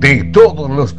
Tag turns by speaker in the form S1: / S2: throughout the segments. S1: de todos los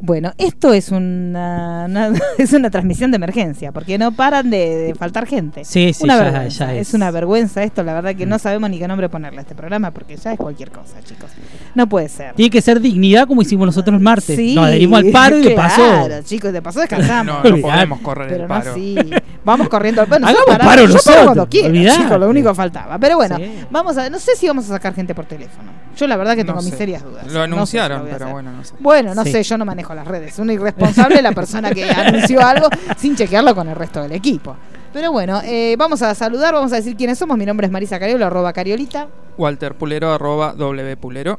S2: Bueno, esto es una, una- es una transmisión de emergencia, porque no paran de, de faltar gente.
S3: Sí, sí,
S2: Una
S3: ya-
S2: vergüenza.
S3: ya
S2: es.
S3: es. Mm.
S2: una vergüenza esto, la verdad que no sabemos ni qué nombre ponerle a este programa, porque ya es cualquier cosa, chicos. No puede ser.
S3: Tiene que ser dignidad como hicimos nosotros el martes.
S2: Sí,
S3: Nos adherimos al paro y de paso.
S2: Claro, chicos, de paso descansamos.
S4: No, no
S3: Olvidate.
S4: podemos correr
S2: Pero
S4: el
S2: no
S4: paro.
S2: así. Vamos corriendo. Bueno,
S3: Hagamos
S2: yo
S3: paro
S2: yo paro cuando
S3: nosotros,
S2: quiera,
S3: olvidate.
S2: chicos, lo único que faltaba. Pero bueno,
S3: Sí.
S2: vamos a no sé si vamos a sacar gente por teléfono. Yo la verdad que
S4: No
S2: tengo mis
S4: sé.
S2: serias dudas. No sé si
S4: Lo anunciaron,
S2: voy a
S4: pero
S2: hacer.
S4: bueno, no sé.
S2: Bueno, no
S3: Sí.
S2: sé, yo no manejo las redes. Un irresponsable la persona que anunció algo sin chequearlo con el resto del equipo. Pero bueno, eh, vamos a saludar, vamos a decir quiénes somos. Mi nombre es Marisa Cariola, arroba Cariolita.
S4: Walter Pulero, arroba wpulero.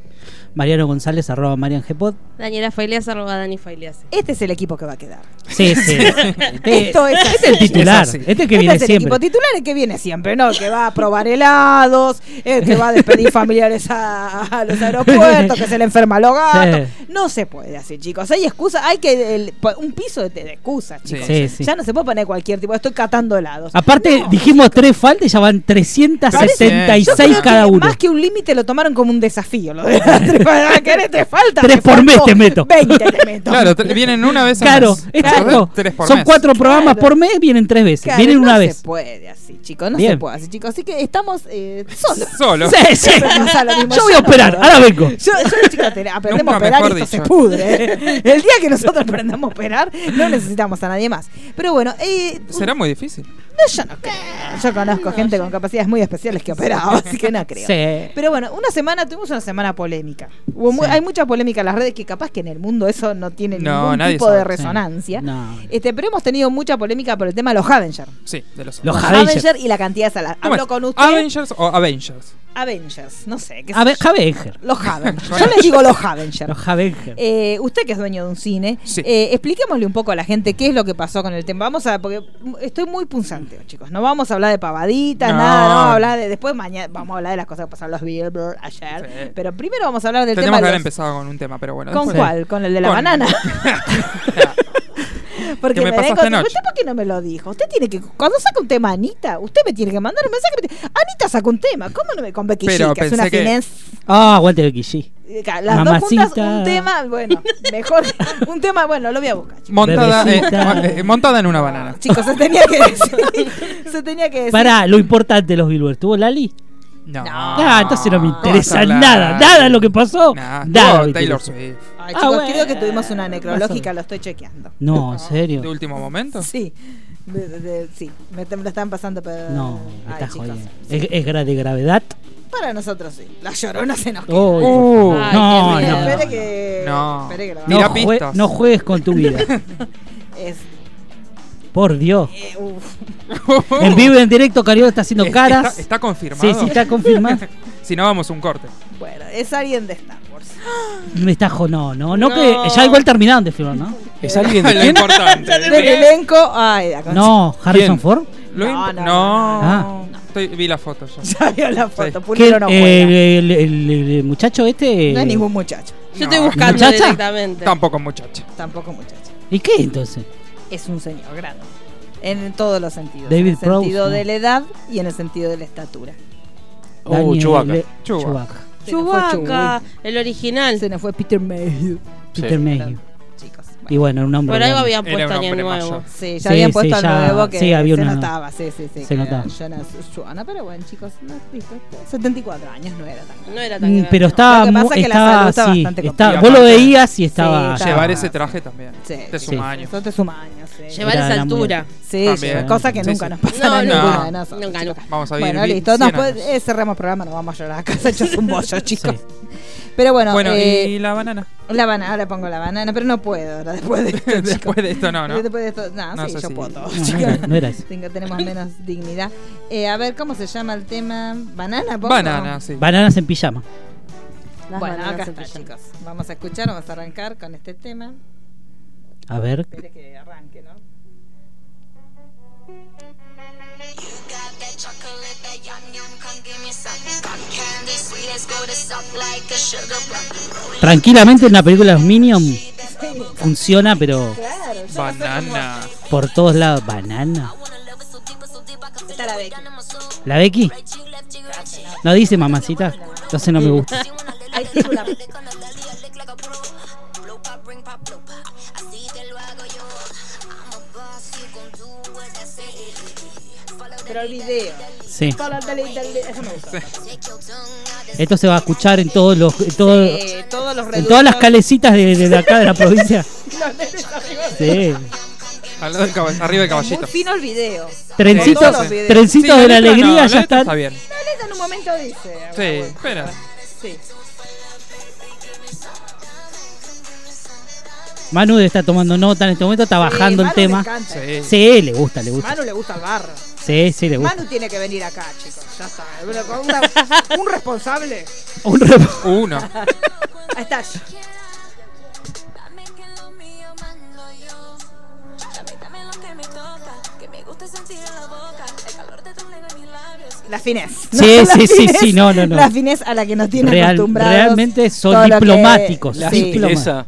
S3: Mariano González, arroba Marian Gpod.
S5: Daniela Failias, arroba Dani Failias.
S2: Este es el equipo que va a quedar.
S3: Sí, sí. Este,
S2: Esto es
S3: este es el
S2: así.
S3: titular.
S4: Es así.
S3: este es el que
S2: Este
S3: viene
S2: es el
S3: siempre.
S2: equipo titular el que viene siempre, ¿no? El que va a probar helados, el que va a despedir familiares a, a los aeropuertos, que se le enferma a los gatos.
S3: Sí.
S2: No se puede así, chicos. Hay excusas, hay que el- po- un piso de, de excusas, chicos.
S3: Sí, sí.
S2: Ya no se puede poner cualquier tipo, estoy catando helados.
S3: Aparte, dijimos tres faltas y ya van
S2: Yo
S3: 376
S2: creo que
S3: cada uno.
S2: Más que un límite lo tomaron como un desafío. Lo de la tripa- ah, ¿querés? te falta?
S3: Tres
S2: Te
S3: por
S2: faltó
S3: mes te meto.
S2: 20 te meto.
S4: Claro, tre- vienen una vez a
S3: Claro,
S4: mes.
S3: exacto.
S4: Tres por
S3: Son
S4: mes.
S3: cuatro programas
S2: Claro.
S3: por mes, vienen tres veces.
S2: Claro,
S3: vienen una
S2: no
S3: vez.
S2: se puede así, chicos. No se
S3: Bien.
S2: puede así, chicos. Así que estamos eh, solos.
S4: Solo.
S3: Sí, sí.
S2: Siempre pasa lo mismo.
S3: Yo voy a
S2: Yo no
S3: operar,
S2: puedo.
S3: ahora vengo.
S2: Yo, yo chicos, te- aprendemos
S4: Nunca
S2: a operar y esto
S4: mejor
S2: se
S4: dicho.
S2: pudre. ¿eh? El día que nosotros aprendamos a operar, no necesitamos a nadie más. Pero bueno, eh,
S4: Será muy difícil.
S2: no, yo no creo. Yo conozco gente con capacidades muy especiales que operaba, así que no creo.
S3: Sí.
S2: Pero bueno, una semana, tuvimos una semana polémica. Hubo mu-
S3: Sí.
S2: Hay mucha polémica en las redes que capaz que en el mundo eso no tiene
S4: No,
S2: ningún
S4: nadie
S2: tipo
S4: sabe.
S2: de
S4: Sí.
S2: resonancia.
S3: No.
S2: Este, pero hemos tenido mucha polémica por el tema de los Avenger.
S4: Sí, de los
S3: Los
S2: Los
S3: Avengers.
S2: Avenger y la cantidad de salas.
S4: ¿Cómo
S2: Hablo
S4: es?
S2: con usted.
S4: ¿Avengers o Avengers?
S2: Avengers, no sé. qué sé
S3: A ver,
S2: yo.
S3: Avenger.
S2: Los Avenger. Yo les digo los Avenger.
S3: Los Avenger.
S2: Eh, usted que es dueño de un cine,
S4: Sí.
S2: eh, expliquémosle un poco a la gente qué es lo que pasó con el tema. Vamos a, porque mm, estoy muy punzante, hoy, chicos. No vamos a hablar de pavaditas,
S4: No.
S2: nada, no vamos a hablar de. Después mañana vamos a hablar de las cosas que pasaron los Billboard ayer.
S4: Sí.
S2: Pero primero vamos a hablar del
S4: Tendríamos que
S2: tema de.
S4: haber
S2: los-
S4: empezado con un tema, pero bueno.
S2: ¿Con
S4: después-
S2: cuál? ¿Con el de la
S4: Con-
S2: banana? Porque
S4: Que me
S2: me, da
S4: pasaste
S2: con-
S4: anoche.
S2: ¿Usted ¿Por qué no me lo dijo? Usted tiene que. Cuando saca un tema Anita, usted me tiene que mandar un mensaje. me tiene- Anita saca un tema. ¿Cómo no me con Becky G,
S4: Pero
S2: que es una
S4: pensé que-
S2: finance-
S3: Ah, aguante Becky G.
S2: Eh, ca- Las
S3: Mamacita.
S2: dos juntas, un tema, bueno, mejor, un tema, bueno, lo voy a buscar. chicos.
S4: montada, eh,
S3: Bebecita.
S4: mo- eh, montada en una banana.
S2: Ah, Chicos, se tenía que decir. se tenía que decir.
S3: Pará, lo importante de los Billboard. ¿Tuvo Lali?
S4: No.
S3: Ah, entonces no me
S2: ¿Cómo
S3: interesa
S4: está
S3: nada.
S4: Lali?
S3: Nada lo que pasó.
S4: Nah,
S3: nada.
S4: estuvo
S3: me
S4: Taylor
S3: interesa.
S4: Swift.
S2: Ay,
S3: Ah,
S2: chicos,
S3: bueno.
S2: creo que tuvimos una necrológica, lo estoy chequeando.
S3: No, en
S4: ¿De
S3: serio.
S4: último momento?
S2: Sí, de- de- de- sí, me, te- me lo están pasando, pero.
S3: No,
S2: Ay,
S3: me estás
S2: chicos.
S3: jodiendo. ¿Es, es gra- de gravedad?
S2: Para nosotros sí, la llorona se nos queda.
S3: Oh,
S4: Uh,
S3: por favor.
S5: ay,
S3: no,
S5: qué
S2: Espere,
S5: miedo.
S3: no,
S2: espere
S3: no.
S2: que.
S4: No.
S2: espere que lo
S3: No
S4: Mira
S2: vamos.
S3: jue-
S4: pistas.
S3: no juegues con tu vida.
S2: Es,
S3: Por Dios.
S2: eh, uf.
S3: En vivo y en directo, Cariola está haciendo
S4: Eh,
S3: caras.
S4: Está, está confirmado.
S3: sí, sí, está confirmado.
S4: Si no, vamos a un corte.
S2: Bueno, es alguien de Star Wars.
S3: Me está jo- no, no, no, que ya igual terminaron de filmar, ¿no?
S6: Es alguien de
S4: Lo importante.
S2: Del elenco. Ay, la concha.
S3: No, Harrison
S4: ¿Quién?
S3: Ford.
S4: Lo
S2: No,
S4: imp-
S2: no,
S4: no. Ah.
S3: no,
S4: Estoy- vi la foto yo.
S2: Ya vio la foto,
S4: Sí.
S2: Pulero
S3: Que,
S2: no
S3: eh,
S2: juega.
S3: el, el- el- el muchacho este.
S2: No es ningún muchacho,
S5: Yo
S4: No,
S5: estoy buscando
S3: ¿Muchacha?
S5: directamente.
S4: Tampoco muchacho.
S2: tampoco muchacho.
S3: ¿Y qué entonces?
S2: Es un señor grande. En todos los sentidos.
S3: David
S2: en el
S3: Prowse,
S2: sentido
S3: ¿no?
S2: de la edad y en el sentido de la estatura.
S6: Oh, Chewbacca.
S3: Le-
S4: Chewbacca.
S3: Chewbacca.
S2: Se nos fue
S5: Chewbacca, el
S2: Chewie.
S5: original.
S2: Se nos fue Peter Mayhew.
S3: Peter Mayhew.
S2: Chicos.
S3: Y bueno, un hombre.
S5: Por algo
S3: grande.
S5: habían
S4: Era
S5: puesto
S4: un
S5: año
S4: hombre
S5: nuevo.
S4: mayor.
S2: Sí, ya
S3: Sí,
S2: habían
S3: sí,
S2: puesto al
S3: ya-
S2: nuevo que
S3: sí, había
S2: se
S3: una-
S2: notaba. Sí, sí, sí.
S3: se
S2: que era
S3: notaba.
S2: Jonas Schuana, pero bueno, chicos, no, listo, 74 años no era tan
S5: No era tan
S3: Mm,
S5: grande.
S3: Pero
S2: Lo
S3: estaba.
S2: que
S3: mu-
S2: pasa es que la salud
S3: estaba,
S2: está
S3: sí,
S2: bastante
S3: estaba-
S4: complicada.
S3: vos lo
S4: Aparte-
S3: veías y estaba.
S2: Sí,
S4: Llevar
S2: Ah,
S4: ese
S2: sí.
S4: traje también. Te
S2: sí,
S4: suma años.
S2: Eso te suma años, sí.
S5: Llevar
S3: Era-
S5: esa
S3: era muy
S5: altura.
S2: Sí,
S4: También.
S2: cosa que
S3: Sí,
S2: nunca
S3: sí.
S2: nos pasa a
S5: No,
S2: ninguna
S4: no.
S2: de nosotros.
S5: Nunca,
S2: chicos.
S5: nunca.
S4: Vamos a vivir.
S2: Bueno,
S4: vi-
S2: listo.
S4: 100
S2: Nos puede,
S4: años.
S2: eh, cerremos el programa, nos vamos a llorar acá. Se echó un bollo, chicos. Pero bueno,
S4: Bueno,
S2: eh,
S4: y la banana.
S2: la banana, ahora pongo la banana, pero no puedo ahora después de esto.
S4: Después
S2: chicos.
S4: de esto, no, ¿no?
S2: Después de esto, no,
S4: No
S2: sí,
S4: sé
S2: yo
S4: si-
S2: puedo todo,
S3: No, no
S2: chicos.
S3: era- no era eso.
S2: Tengo- tenemos menos dignidad. Eh, a ver, ¿cómo se llama el tema? ¿Banana? pongo?
S4: Banana, sí.
S3: Bananas en pijama.
S5: Las
S2: Bueno,
S5: bananas
S2: acá
S5: en
S2: está,
S5: pijama.
S2: chicos. Vamos a escuchar, vamos a arrancar con este tema.
S3: A ver.
S2: Espere que arranque, ¿no?
S7: got that chocolate, that yum yum, come give me some. Cotton candy, sweet as good, it's up like a sugar plum.
S3: Tranquilamente en la película de los Minions funciona, pero
S2: Claro, yo
S4: Banana.
S3: por todos lados. Banana.
S7: Está la Becky.
S3: ¿La Becky? ¿No dice mamacita? Entonces no me gusta.
S7: Ahí tengo la-
S2: Pero el video.
S3: Sí.
S2: Dale, dale, dale, Eso me gusta.
S3: Esto se va a escuchar en todos los. En, todo-
S2: Eh, todos los
S3: en todas las
S2: reductos-
S3: calecitas de, de acá de la provincia. Sí.
S4: Al lado del caba- arriba del caballito.
S2: Muy fino el video.
S3: Trencitos,
S4: Todos los
S2: videos.
S3: trencitos
S4: Sí,
S3: de la
S4: letra no,
S3: alegría ya
S4: letra
S3: están.
S4: Está bien.
S2: Lolita en un momento dice.
S4: Sí, espera.
S2: Sí.
S3: Manu está tomando nota en este momento, está bajando
S2: Sí, Eh,
S3: el
S2: Manu Le
S3: tema.
S2: encanta eso.
S4: Sí.
S3: Sí, le gusta, le gusta.
S2: Manu le gusta el barro.
S3: Sí, sí, le gusta.
S2: Manu tiene que venir acá, chicos. Ya está. Bueno, con una- un responsable.
S3: Un rep-
S4: Uno.
S2: Ahí está. La finez.
S3: Sí,
S2: La
S3: sí, sí,
S2: finez-
S3: sí, no, no, no.
S2: La finez a la que nos tiene
S3: Real-
S2: acostumbrados.
S3: realmente son
S2: todo lo que-
S3: diplomáticos,
S6: La
S2: sí.
S3: diplomáticos.
S6: sutileza.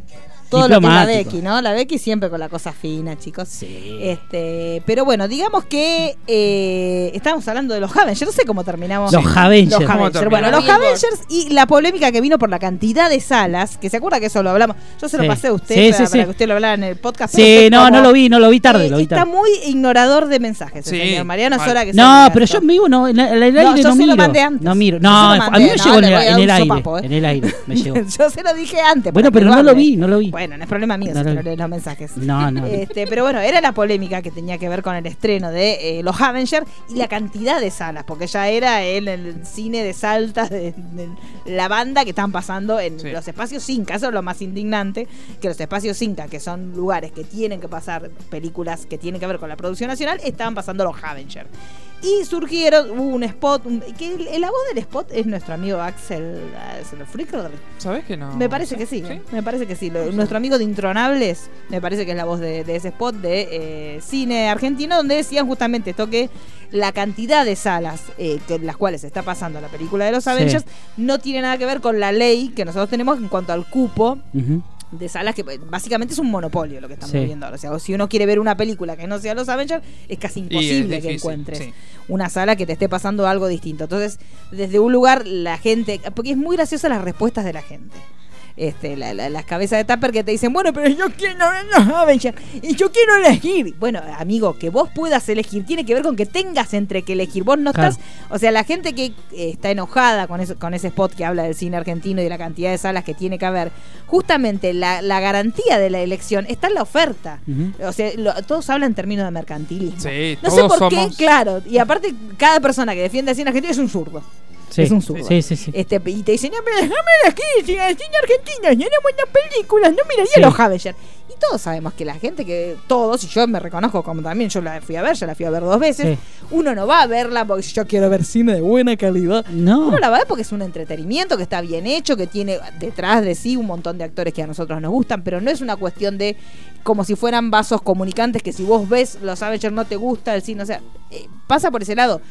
S2: todo lo que es la
S3: Diplomático.
S2: Becky, ¿no? La Becky siempre con la cosa fina, chicos.
S3: Sí.
S2: Este, pero bueno, digamos que eh, estábamos hablando de los Avengers, no sé cómo terminamos.
S3: Los Avengers.
S2: Los
S4: ¿Cómo
S2: Avengers.
S4: terminamos?
S2: Bueno, los
S5: Los Billboard.
S2: Avengers y la polémica que vino por la cantidad de salas, que se acuerda que eso lo hablamos. Yo se lo
S3: Sí.
S2: pasé a usted
S3: Sí,
S2: para,
S3: sí,
S2: para
S3: sí.
S2: que usted lo hablara en el podcast. pero
S3: Sí,
S2: usted
S3: no,
S2: como-
S3: no lo vi, no lo vi tarde,
S2: Eh,
S3: lo vi
S2: Está
S3: tarde.
S2: muy ignorador de mensajes, el
S4: Sí,
S2: señor Mariano. Es
S4: mal.
S2: hora que se
S3: No,
S2: diga
S3: pero
S2: esto.
S3: yo me digo, no, en el aire
S2: No,
S3: no,
S2: yo sí lo
S3: miro.
S2: mandé antes.
S3: No miro.
S2: Yo
S3: No,
S2: se lo
S3: a mí
S2: mandé,
S3: me
S2: no,
S3: llegó en
S2: le
S3: el-
S2: voy a
S3: en
S2: dar
S3: el
S2: un
S3: aire.
S2: sopapo, eh.
S3: En el aire, me llegó.
S2: yo se ¿eh? lo dije antes.
S3: Bueno,
S2: para que
S3: pero no lo
S2: hable.
S3: vi, no lo vi.
S2: Bueno, no es problema mío,
S3: No
S2: si
S3: lo
S2: no
S3: vi.
S2: lees los mensajes.
S3: No, no.
S2: Este, pero bueno, era la polémica que tenía que ver con el estreno de eh, los Avengers y la cantidad de salas, porque ya era el, el cine de Salta, de, de la banda que están pasando en
S4: Sí.
S2: los espacios Inca. Eso es lo más indignante, que los espacios Inca, que son lugares que tienen que pasar películas que tienen que ver con la producción nacional, estaban pasando los Avengers. Y surgieron, hubo un spot, un- que el- la voz del spot es nuestro amigo Axel, Axel Frickler,
S4: ¿Sabés que no?
S2: me parece que sí, me parece que sí. Lo- nuestro amigo de Intronables, me parece que es la voz de, de ese spot de eh, cine argentino, donde decían justamente esto que la cantidad de salas eh, que- en las cuales está pasando la película de los
S3: Sí.
S2: Avengers no tiene nada que ver con la ley que nosotros tenemos en cuanto al cupo
S3: Ujú.
S2: de salas que eh, básicamente es un monopolio lo que estamos
S3: Sí.
S2: viendo ahora. O sea, si uno quiere ver una película que no sea los Avengers, es casi
S4: Y es
S2: imposible que
S4: difícil,
S2: encuentres
S4: sí.
S2: una sala que te esté pasando algo distinto. Entonces, desde un lugar, la gente. Porque es muy graciosa las respuestas de la gente. Este, la- la- las cabezas de Tupper que te dicen, bueno, pero yo quiero ver los Avengers y yo quiero elegir. Bueno, amigo, que vos puedas elegir tiene que ver con que tengas entre que elegir. Vos no
S3: Claro.
S2: estás. O sea, la gente que eh, está enojada con, eso, con ese spot que habla del cine argentino y de la cantidad de salas que tiene que haber, justamente la, la garantía de la elección está en la oferta.
S3: Ujú.
S2: O sea, lo- todos hablan en términos de mercantilismo.
S4: Sí,
S2: No sé
S4: todos
S2: por qué,
S4: somos-
S2: claro. Y aparte, cada persona que defiende el cine argentino es un zurdo.
S3: Sí.
S2: Es un zurdo.
S3: Sí, sí, sí.
S2: Este, y te dicen, no, pero déjame elegir, si el cine argentino, y eran buenas películas, no miraría
S3: Sí.
S2: los Avengers. Y todos sabemos que la gente que, todos, y yo me reconozco como también, yo la fui a ver, ya la fui a ver dos veces,
S3: Sí.
S2: uno no va a verla porque yo quiero ver cine de buena calidad.
S3: No.
S2: Uno la va a ver porque es un entretenimiento que está bien hecho, que tiene detrás de sí un montón de actores que a nosotros nos gustan, pero no es una cuestión de como si fueran vasos comunicantes que si vos ves los Avengers no te gusta el cine, o sea, eh, pasa por ese lado.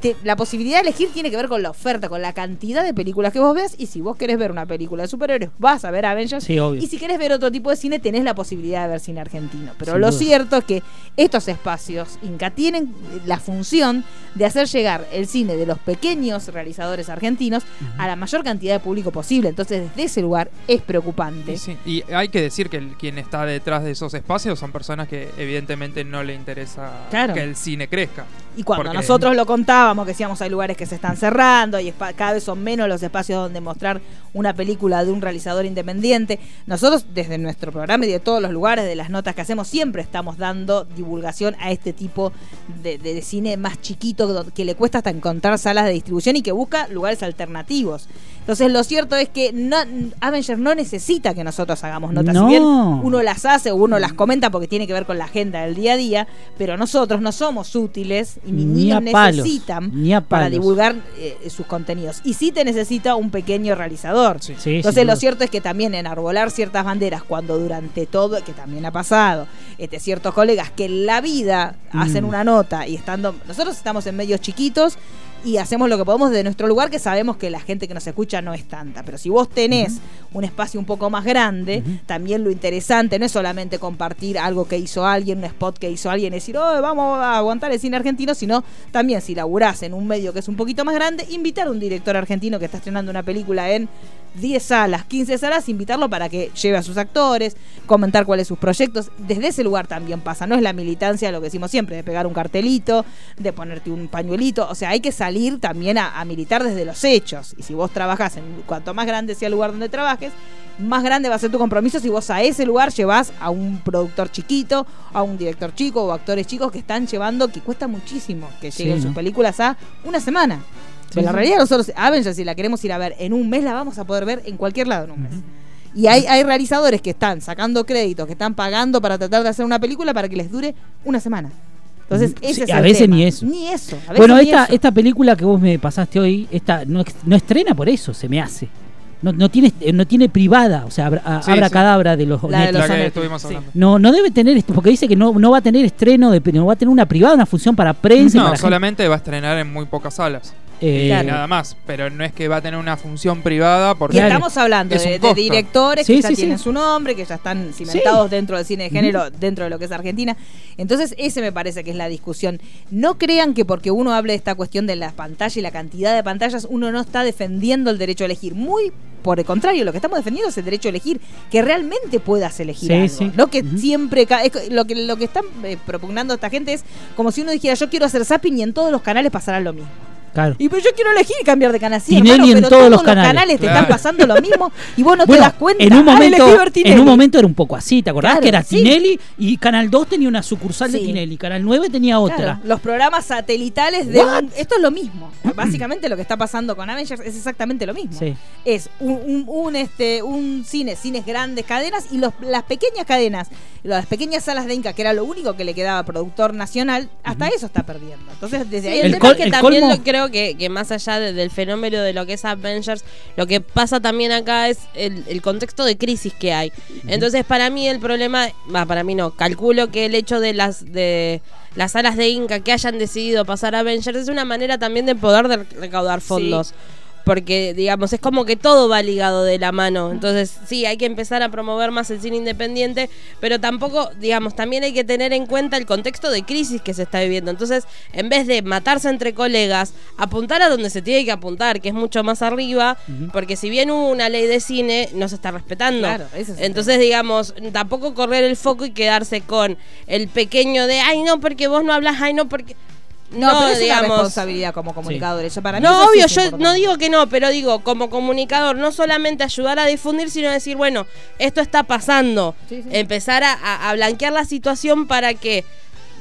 S2: Te- la posibilidad de elegir tiene que ver con la oferta, con la cantidad de películas que vos ves y si vos querés ver una película de superhéroes vas a ver Avengers
S3: Sí, obvio.
S2: y si querés ver otro tipo de cine tenés la posibilidad de ver cine argentino. Pero
S3: Sin
S2: lo
S3: duda.
S2: cierto es que estos espacios Inca tienen la función de hacer llegar el cine de los pequeños realizadores argentinos a la mayor cantidad de público posible. Entonces, desde ese lugar es preocupante.
S4: Y, sí, y hay que decir que el- quien está detrás de esos espacios son personas que evidentemente no le interesa
S2: Claro.
S4: que el cine crezca.
S2: Y cuando
S4: Porque-
S2: nosotros lo contábamos, que decíamos hay lugares que se están cerrando y espa- cada vez son menos los espacios donde mostrar una película de un realizador independiente, nosotros desde nuestro programa y de todos los lugares, de las notas que hacemos, siempre estamos dando divulgación a este tipo de, de- de cine más chiquito, do- que le cuesta hasta encontrar salas de distribución y que busca lugares alternativos. Entonces, lo cierto es que no, Avengers no necesita que nosotros hagamos notas.
S3: No.
S2: Si bien uno las hace o uno las comenta porque tiene que ver con la agenda del día a día, pero nosotros no somos útiles y ni,
S3: Ni
S2: ni
S3: a
S2: nos
S3: palos,
S2: necesitan
S3: ni a
S2: para
S3: palos.
S2: divulgar eh, sus contenidos. Y sí te necesita un pequeño realizador.
S4: Sí.
S3: Sí,
S2: Entonces
S3: sin
S2: lo
S3: duda.
S2: cierto es que también enarbolar ciertas banderas cuando durante todo, que también ha pasado, este, ciertos colegas que en la vida hacen
S3: Mm.
S2: una nota y estando, nosotros estamos en medios chiquitos y hacemos lo que podemos de nuestro lugar que sabemos que la gente que nos escucha no es tanta, pero si vos tenés un espacio un poco más grande,
S3: Ujú.
S2: también lo interesante no es solamente compartir algo que hizo alguien, un spot que hizo alguien, decir, oh, vamos a aguantar el cine argentino, sino también si laburás en un medio que es un poquito más grande, invitar a un director argentino que está estrenando una película en 10 salas, 15 salas, invitarlo para que lleve a sus actores, comentar cuáles sus proyectos. Desde ese lugar también pasa, no es la militancia lo que decimos siempre, de pegar un cartelito, de ponerte un pañuelito. O sea, hay que salir también a, a militar desde los hechos. Y si vos trabajás, en, cuanto más grande sea el lugar donde trabajes, más grande va a ser tu compromiso si vos a ese lugar llevas a un productor chiquito, a un director chico o actores chicos que están llevando, que cuesta muchísimo que
S3: Sí,
S2: lleguen
S3: ¿no?
S2: sus películas a una semana.
S3: Sí,
S2: Pero Pues la
S3: sí.
S2: realidad nosotros, Avengers, si la queremos ir a ver en un mes, la vamos a poder ver en cualquier lado en un mes. Y hay, hay realizadores que están sacando créditos, que están pagando para tratar de hacer una película para que les dure una semana. Entonces,
S3: Mm,
S2: ese
S3: sí,
S2: es
S3: a
S2: el
S3: veces
S2: tema.
S3: ni eso.
S2: Ni eso. a veces
S3: Bueno,
S2: ni
S3: esta,
S2: eso.
S3: esta película que vos me pasaste hoy, esta no, ex- no estrena por eso, se me hace. No, no tiene, eh, no tiene privada, o sea, abra, a-
S4: Sí,
S3: abra
S4: sí.
S3: cadabra de los
S2: La de
S3: Netflix.
S2: los
S4: La que
S2: Andes,
S4: estuvimos
S2: sí.
S4: hablando.
S3: No, no debe tener esto, porque dice que no, no va a tener estreno, de, no va a tener una privada, una función para prensa. y
S4: No,
S3: para gente.
S4: solamente va a estrenar en muy pocas salas.
S3: Eh,
S2: Claro.
S4: Nada más. Pero no es que va a tener una función privada
S2: Y
S4: porque.
S3: Claro.
S2: estamos hablando
S4: Es un
S2: de, de
S4: costo.
S2: directores
S3: Sí,
S2: que ya
S3: sí, sí.
S2: tienen su nombre, que ya están cimentados dentro del cine de género, dentro de lo que es Argentina. Entonces, ese me parece que es la discusión. No crean que porque uno hable de esta cuestión de las pantallas y la cantidad de pantallas, uno no está defendiendo el derecho a elegir. Muy por el contrario, lo que estamos defendiendo es el derecho a elegir, que realmente puedas elegir.
S3: Sí,
S2: algo.
S3: sí.
S2: No que
S3: Ujú.
S2: siempre. ca- es co- lo, que, lo que están eh, propugnando esta gente es como si uno dijera, yo quiero hacer zapping y en todos los canales pasará lo mismo.
S3: claro.
S2: Y pero yo quiero elegir cambiar de canal. Sí,
S3: Tinelli
S2: hermano,
S3: en
S2: pero
S3: todos
S2: todos
S3: los
S2: los
S3: canales.
S2: canales, te
S4: Claro.
S2: están pasando lo mismo y vos no
S3: Bueno,
S2: te das cuenta.
S3: en un
S2: Ah, elegí
S3: momento,
S2: Bertinelli.
S3: en un momento era un poco así, ¿te acordás?
S2: Claro,
S3: que era
S2: sí.
S3: Tinelli y Canal 2 tenía una sucursal de
S2: Sí.
S3: Tinelli, Canal 9 tenía
S2: Claro,
S3: otra.
S2: los programas satelitales de
S3: What?
S2: un- esto es lo mismo. Básicamente lo que está pasando con Avengers es exactamente lo mismo.
S3: Sí.
S2: Es un, un- un, este un cine, cines grandes cadenas y los, las pequeñas cadenas, las pequeñas salas de Inca, que era lo único que le quedaba a productor nacional, hasta eso está perdiendo. Entonces, desde ahí
S5: el,
S3: El
S5: tema
S3: col-
S5: es que
S3: el
S5: también
S3: colmo-
S5: lo- creo que, que más allá de- del fenómeno de lo que es Avengers, lo que pasa también acá es el, el contexto de crisis que hay. Entonces, para mí el problema, va, para mí no, calculo que el hecho de las de las salas de Inca que hayan decidido pasar a Avengers es una manera también de poder de- recaudar fondos. Porque, digamos, es como que todo va ligado de la mano. Entonces, sí, hay que empezar a promover más el cine independiente, pero tampoco, digamos, también hay que tener en cuenta el contexto de crisis que se está viviendo. Entonces, en vez de matarse entre colegas, apuntar a donde se tiene que apuntar, que es mucho más arriba, porque si bien hubo una ley de cine, no se está respetando.
S2: Claro, ese es el
S5: Entonces, digamos, tampoco correr el foco y quedarse con el pequeño de, ay, no, porque vos no hablas, ay, no, porque...
S2: no, pero es
S5: digamos,
S2: una responsabilidad como comunicadores. Yo para mí
S5: no,
S2: eso sí
S5: obvio,
S2: es
S5: yo no
S2: importante.
S5: digo que no, pero digo, como comunicador, no solamente ayudar a difundir, sino decir, bueno, esto está pasando.
S2: Sí, sí.
S5: Empezar a- a, a blanquear la situación para que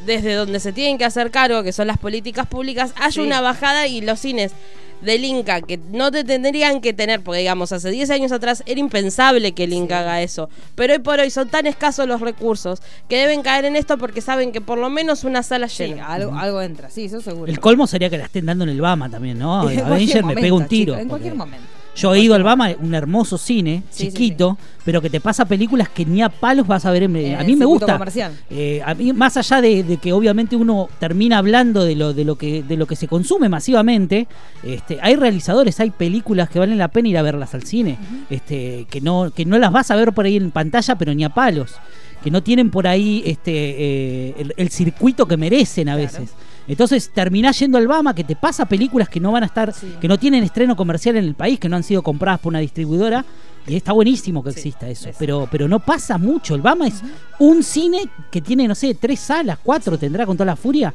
S5: desde donde se tienen que hacer cargo, que son las políticas públicas, haya
S2: Sí.
S5: una bajada y los cines del Inca, que no te tendrían que tener, porque digamos, hace 10 años atrás era impensable que el Inca haga eso, pero hoy por hoy son tan escasos los recursos que deben caer en esto porque saben que por lo menos una sala
S2: Sí,
S5: llena.
S2: algo, algo entra, sí, eso seguro.
S3: El colmo sería que la estén dando en el Bama también, ¿no?
S2: En cualquier
S3: Ah, Avenger me pega
S2: momento,
S3: un tiro.
S2: chico, en cualquier
S3: porque-
S2: momento.
S3: Yo he ido al Bama, un hermoso cine,
S2: Sí, sí,
S3: chiquito, pero que te pasa películas que ni a palos vas a ver. En,
S2: En
S3: Eh, a
S2: el
S3: mí me
S2: circuito
S3: gusta.
S2: comercial.
S3: Eh, a mí, más allá de, de que obviamente uno termina hablando de lo, de lo que de lo que se consume masivamente, este, hay realizadores, hay películas que valen la pena ir a verlas al cine, este, que no que no las vas a ver por ahí en pantalla, pero ni a palos, que no tienen por ahí este eh, el, el circuito que merecen a veces. Entonces terminás yendo al Bama que te pasa películas que no van a estar,
S2: Sí.
S3: que no tienen estreno comercial en el país, que no han sido compradas por una distribuidora. Y está buenísimo que
S2: Sí,
S3: exista eso,
S2: es-
S3: pero, pero no pasa mucho. El Bama es un cine que tiene, no sé, tres salas, cuatro tendrá con toda la furia.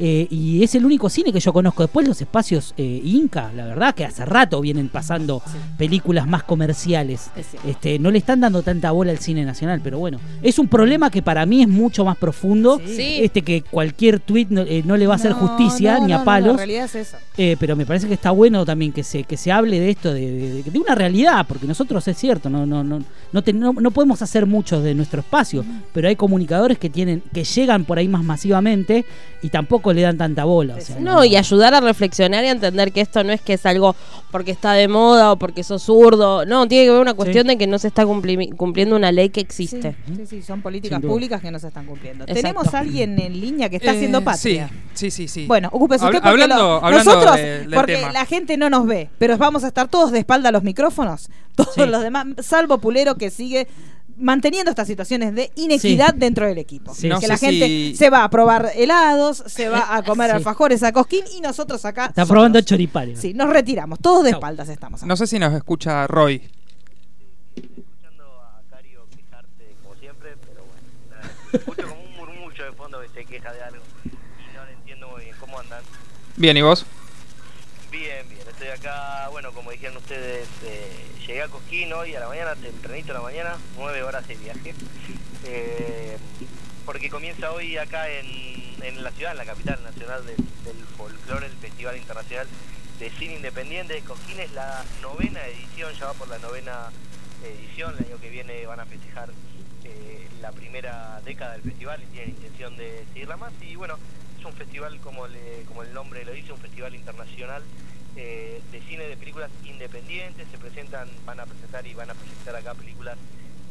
S3: eh, y es el único cine que yo conozco. Después los espacios eh, Inca, la verdad que hace rato vienen pasando películas más comerciales.
S2: Es cierto.
S3: Este, no le están dando tanta bola al cine nacional, pero bueno, es un problema que para mí es mucho más profundo,
S5: Sí.
S3: este que cualquier tuit no, eh, no le va a hacer
S2: No,
S3: justicia
S2: no,
S3: ni
S2: no,
S3: a
S2: no,
S3: palos.
S2: la realidad es eso.
S3: Eh, pero me parece que está bueno también que se, que se hable de esto, de, de- de una realidad, porque nosotros es cierto, no, no, no, no, ten- no- no podemos hacer mucho de nuestro espacio, pero hay comunicadores que tienen, que llegan por ahí más masivamente y tampoco le dan tanta bola. o sea,
S5: No, y ayudar a reflexionar y a entender que esto no es que es algo porque está de moda o porque sos zurdo. No, tiene que ver una cuestión
S3: Sí.
S5: de que no se está cumpli- cumpliendo una ley que existe.
S2: Sí, sí, sí, son políticas
S3: Sin duda.
S2: públicas que no se están cumpliendo.
S5: Exacto.
S2: Tenemos a alguien en línea que está
S4: Eh,
S2: haciendo
S4: Sí,
S2: patria.
S4: sí, sí. sí.
S2: Bueno, ocúpese usted
S4: Hab-
S2: porque
S4: hablando,
S2: lo-
S4: hablando
S2: nosotros,
S4: de- del
S2: porque
S4: tema.
S2: la gente no nos ve, pero vamos a estar todos de espalda a los micrófonos, todos
S3: Sí.
S2: los demás, salvo Pulero que sigue manteniendo estas situaciones de inequidad
S3: Sí.
S2: dentro del equipo.
S3: Sí.
S4: No
S2: que
S4: sé
S2: la gente
S4: si-
S2: se va a probar helados, se va a comer
S3: Sí.
S2: alfajores a cosquín y nosotros acá...
S3: Está
S2: solos.
S3: probando choripanes.
S2: Sí, nos retiramos, todos de
S3: Chau.
S2: espaldas estamos.
S4: No sé si nos escucha Roy.
S8: escuchando a Cario quejarte como siempre, pero bueno, nada. escucho como un murmullo de fondo que se queja de algo y no lo entiendo muy bien. ¿Cómo andan?
S4: Bien, ¿y vos?
S8: Bien, bien, estoy acá, bueno, como dijeron ustedes, eh, llegué a Cosquín hoy a la mañana, tempranito a la mañana, nueve horas de viaje, eh, porque comienza hoy acá en, en la ciudad, en la capital nacional del, del folclore, el Festival Internacional de Cine Independiente de Cosquín, es la novena edición, ya va por la novena edición, el año que viene van a festejar eh, la primera década del festival y tienen intención de seguirla más, y bueno, es un festival, como, le- como el nombre lo dice, un festival internacional eh, de cine de películas independientes. Se presentan, van a presentar y van a proyectar acá películas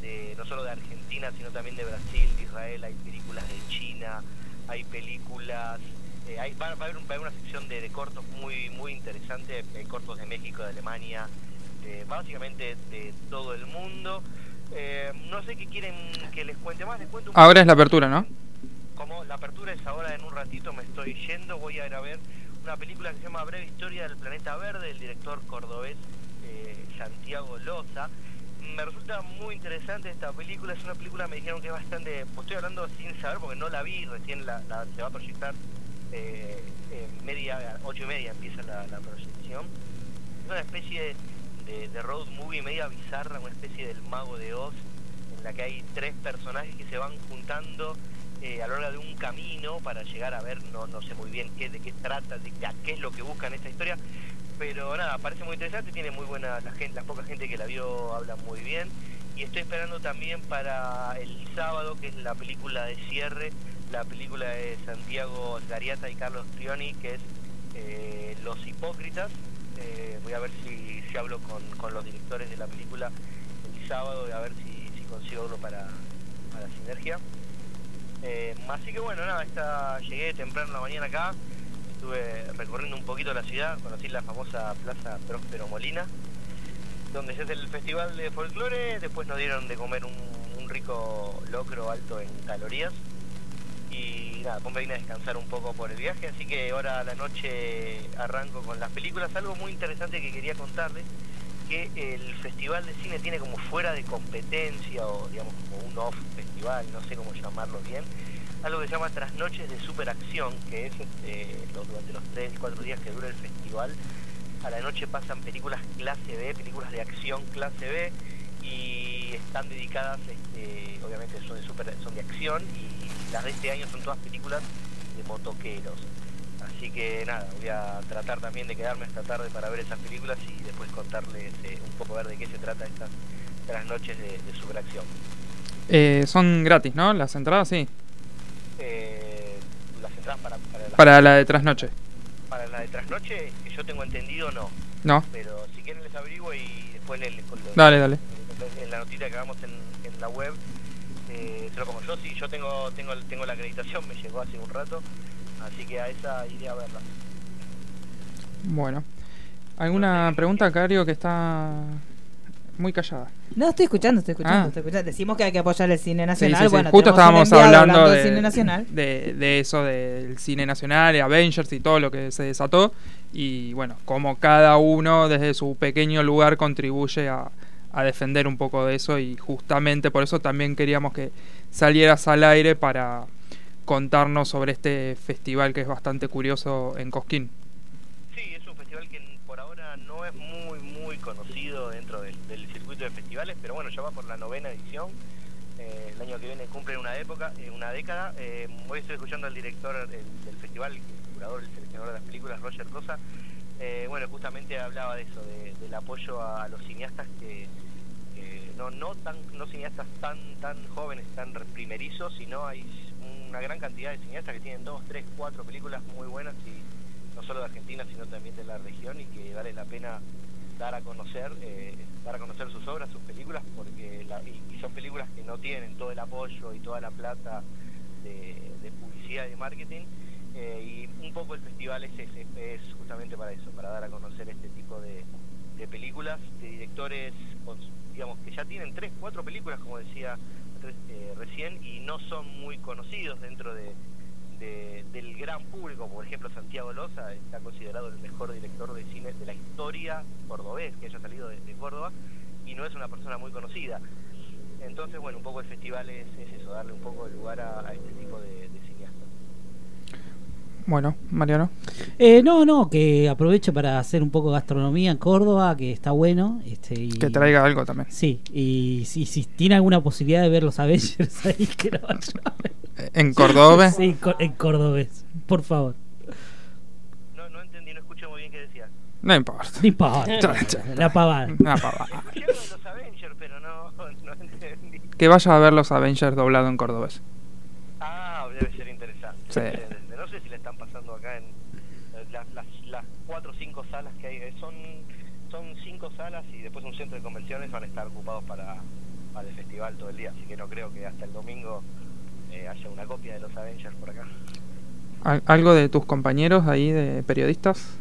S8: de, no solo de Argentina, sino también de Brasil, de Israel. Hay películas de China, hay películas. eh, hay, va, va a haber un- va a haber una sección de, de cortos muy, muy interesante, eh, cortos de México, de Alemania, de- básicamente de todo el mundo. Eh, no sé qué quieren que les cuente más. Les cuento un
S4: Ahora es la apertura, ¿no?
S8: como la apertura es ahora en un ratito, me estoy yendo, voy a ir a ver una película que se llama Breve Historia del Planeta Verde, del director cordobés eh, Santiago Loza. Me resulta muy interesante esta película, es una película, me dijeron que es bastante, pues estoy hablando sin saber porque no la vi, recién la, la- se va a proyectar eh, en media, ocho y media empieza la, la proyección. Es una especie de, de road movie media bizarra, una especie del mago de Oz, en la que hay tres personajes que se van juntando eh, a lo largo de un camino para llegar a ver, no, no sé muy bien qué, de qué trata, de, a qué es lo que buscan esta historia, pero nada, parece muy interesante, tiene muy buena, la, gente, la poca gente que la vio habla muy bien, y estoy esperando también para el sábado, que es la película de cierre, la película de Santiago Gariata y Carlos Trioni, que es eh, Los Hipócritas, Eh, voy a ver si, si hablo con, con los directores de la película el sábado, y a ver si, si consigo uno para, para Sinergia. Eh, así que bueno, nada, esta, llegué temprano en la mañana acá, estuve recorriendo un poquito la ciudad, conocí la famosa Plaza Próspero Molina, donde se hace el festival de folclore, después nos dieron de comer un, un rico locro alto en calorías y nada, después me vine a descansar un poco por el viaje, así que ahora a la noche arranco con las películas, algo muy interesante que quería contarles que el festival de cine tiene como fuera de competencia o digamos como un off festival, no sé cómo llamarlo bien, algo que se llama Trasnoches de Superacción, que es este, los- durante los 3, 4 días que dura el festival, a la noche pasan películas clase B, películas de acción clase B, y están dedicadas, este, obviamente son de, super- son de acción, y las de este año son todas películas de motoqueros. Así que nada, voy a tratar también de quedarme esta tarde para ver esas películas y después contarles eh, un poco a ver de qué se trata estas las noches de, de superacción.
S4: Eh, son gratis, ¿no? Las entradas, sí.
S8: Eh, las entradas para, para, la,
S4: Para la de trasnoche.
S8: para la de trasnoche, que yo tengo entendido no,
S4: No,
S8: pero si quieren les averiguo y después les, les, les-
S4: dale, dale.
S8: en la notita que hagamos en, en la web eh, se lo pongo yo sí yo tengo tengo tengo la acreditación me llegó hace un rato así que a esa iré a verla
S4: Bueno. ¿Alguna pregunta, Cario, que está muy callada?
S2: No, estoy escuchando, estoy escuchando,
S4: Ah.
S2: estoy escuchando. Decimos que hay que apoyar el cine
S4: Sí, sí,
S2: nacional.
S4: sí.
S2: Bueno,
S4: Justo
S2: tenemos un
S4: estábamos
S2: enviado
S4: hablando,
S2: del
S4: de,
S2: cine nacional.
S4: De, de eso, del cine nacional, de Avengers y todo lo que se desató. Y bueno, como cada uno desde su pequeño lugar contribuye a, a defender un poco de eso. Y justamente por eso también queríamos que salieras al aire para, contarnos sobre este festival que es bastante curioso en Cosquín.
S8: Sí, es un festival que por ahora no es muy, muy conocido dentro del, del circuito de festivales, pero bueno, ya va por la novena edición. Eh, el año que viene cumple una época, eh, una década. Eh, hoy estoy escuchando al director eh, del, del festival, el curador, el seleccionador de las películas, Roger Cosa. Eh, bueno, justamente hablaba de eso, de- del apoyo a los cineastas que, que no no tan no cineastas tan tan jóvenes, tan primerizos, sino hay una gran cantidad de cineastas que tienen dos, tres, cuatro películas muy buenas y no solo de Argentina, sino también de la región y que vale la pena dar a conocer eh, dar a conocer sus obras, sus películas, porque la- y, y son películas que no tienen todo el apoyo y toda la plata de, de publicidad y de marketing. eh, y un poco el festival es, ese, es justamente para eso, para dar a conocer este tipo de, de películas de directores con- digamos que ya tienen tres cuatro películas como decía tres, eh, recién y no son muy conocidos dentro de, de- del gran público por ejemplo Santiago Loza está considerado el mejor director de cine de la historia cordobés que haya salido de, de Córdoba y no es una persona muy conocida entonces bueno un poco el festival es, es eso darle un poco de lugar a, a este tipo de, de cineastas
S4: Bueno, Mariano.
S3: Eh, no, no, que aprovecho para hacer un poco de gastronomía en Córdoba, que está bueno. Este, y-
S4: Que traiga algo también.
S3: Sí, y si, si tiene alguna posibilidad de ver los Avengers ahí, que lo vayan
S4: Eh, En Córdoba.
S3: Sí, co- en cordobés, por favor.
S8: no no entendí no escuché muy bien qué decías
S4: No importa.
S3: No importa, la pavada.
S4: Una pavada.
S8: escuché algo de los Avengers pero no no entendí
S4: Que vaya a ver los Avengers doblado en cordobés.
S8: Ah, debe ser interesante.
S4: Sí.
S8: debe ser interesante. No sé si le están pasando acá en eh, las, las, las cuatro o cinco salas que hay. eh, Son, son cinco salas y después un centro de convenciones van a estar ocupados para, para el festival todo el día. Así que no creo que hasta el domingo eh, haya una copia de los Avengers por acá.
S4: Al- algo de tus compañeros ahí de periodistas.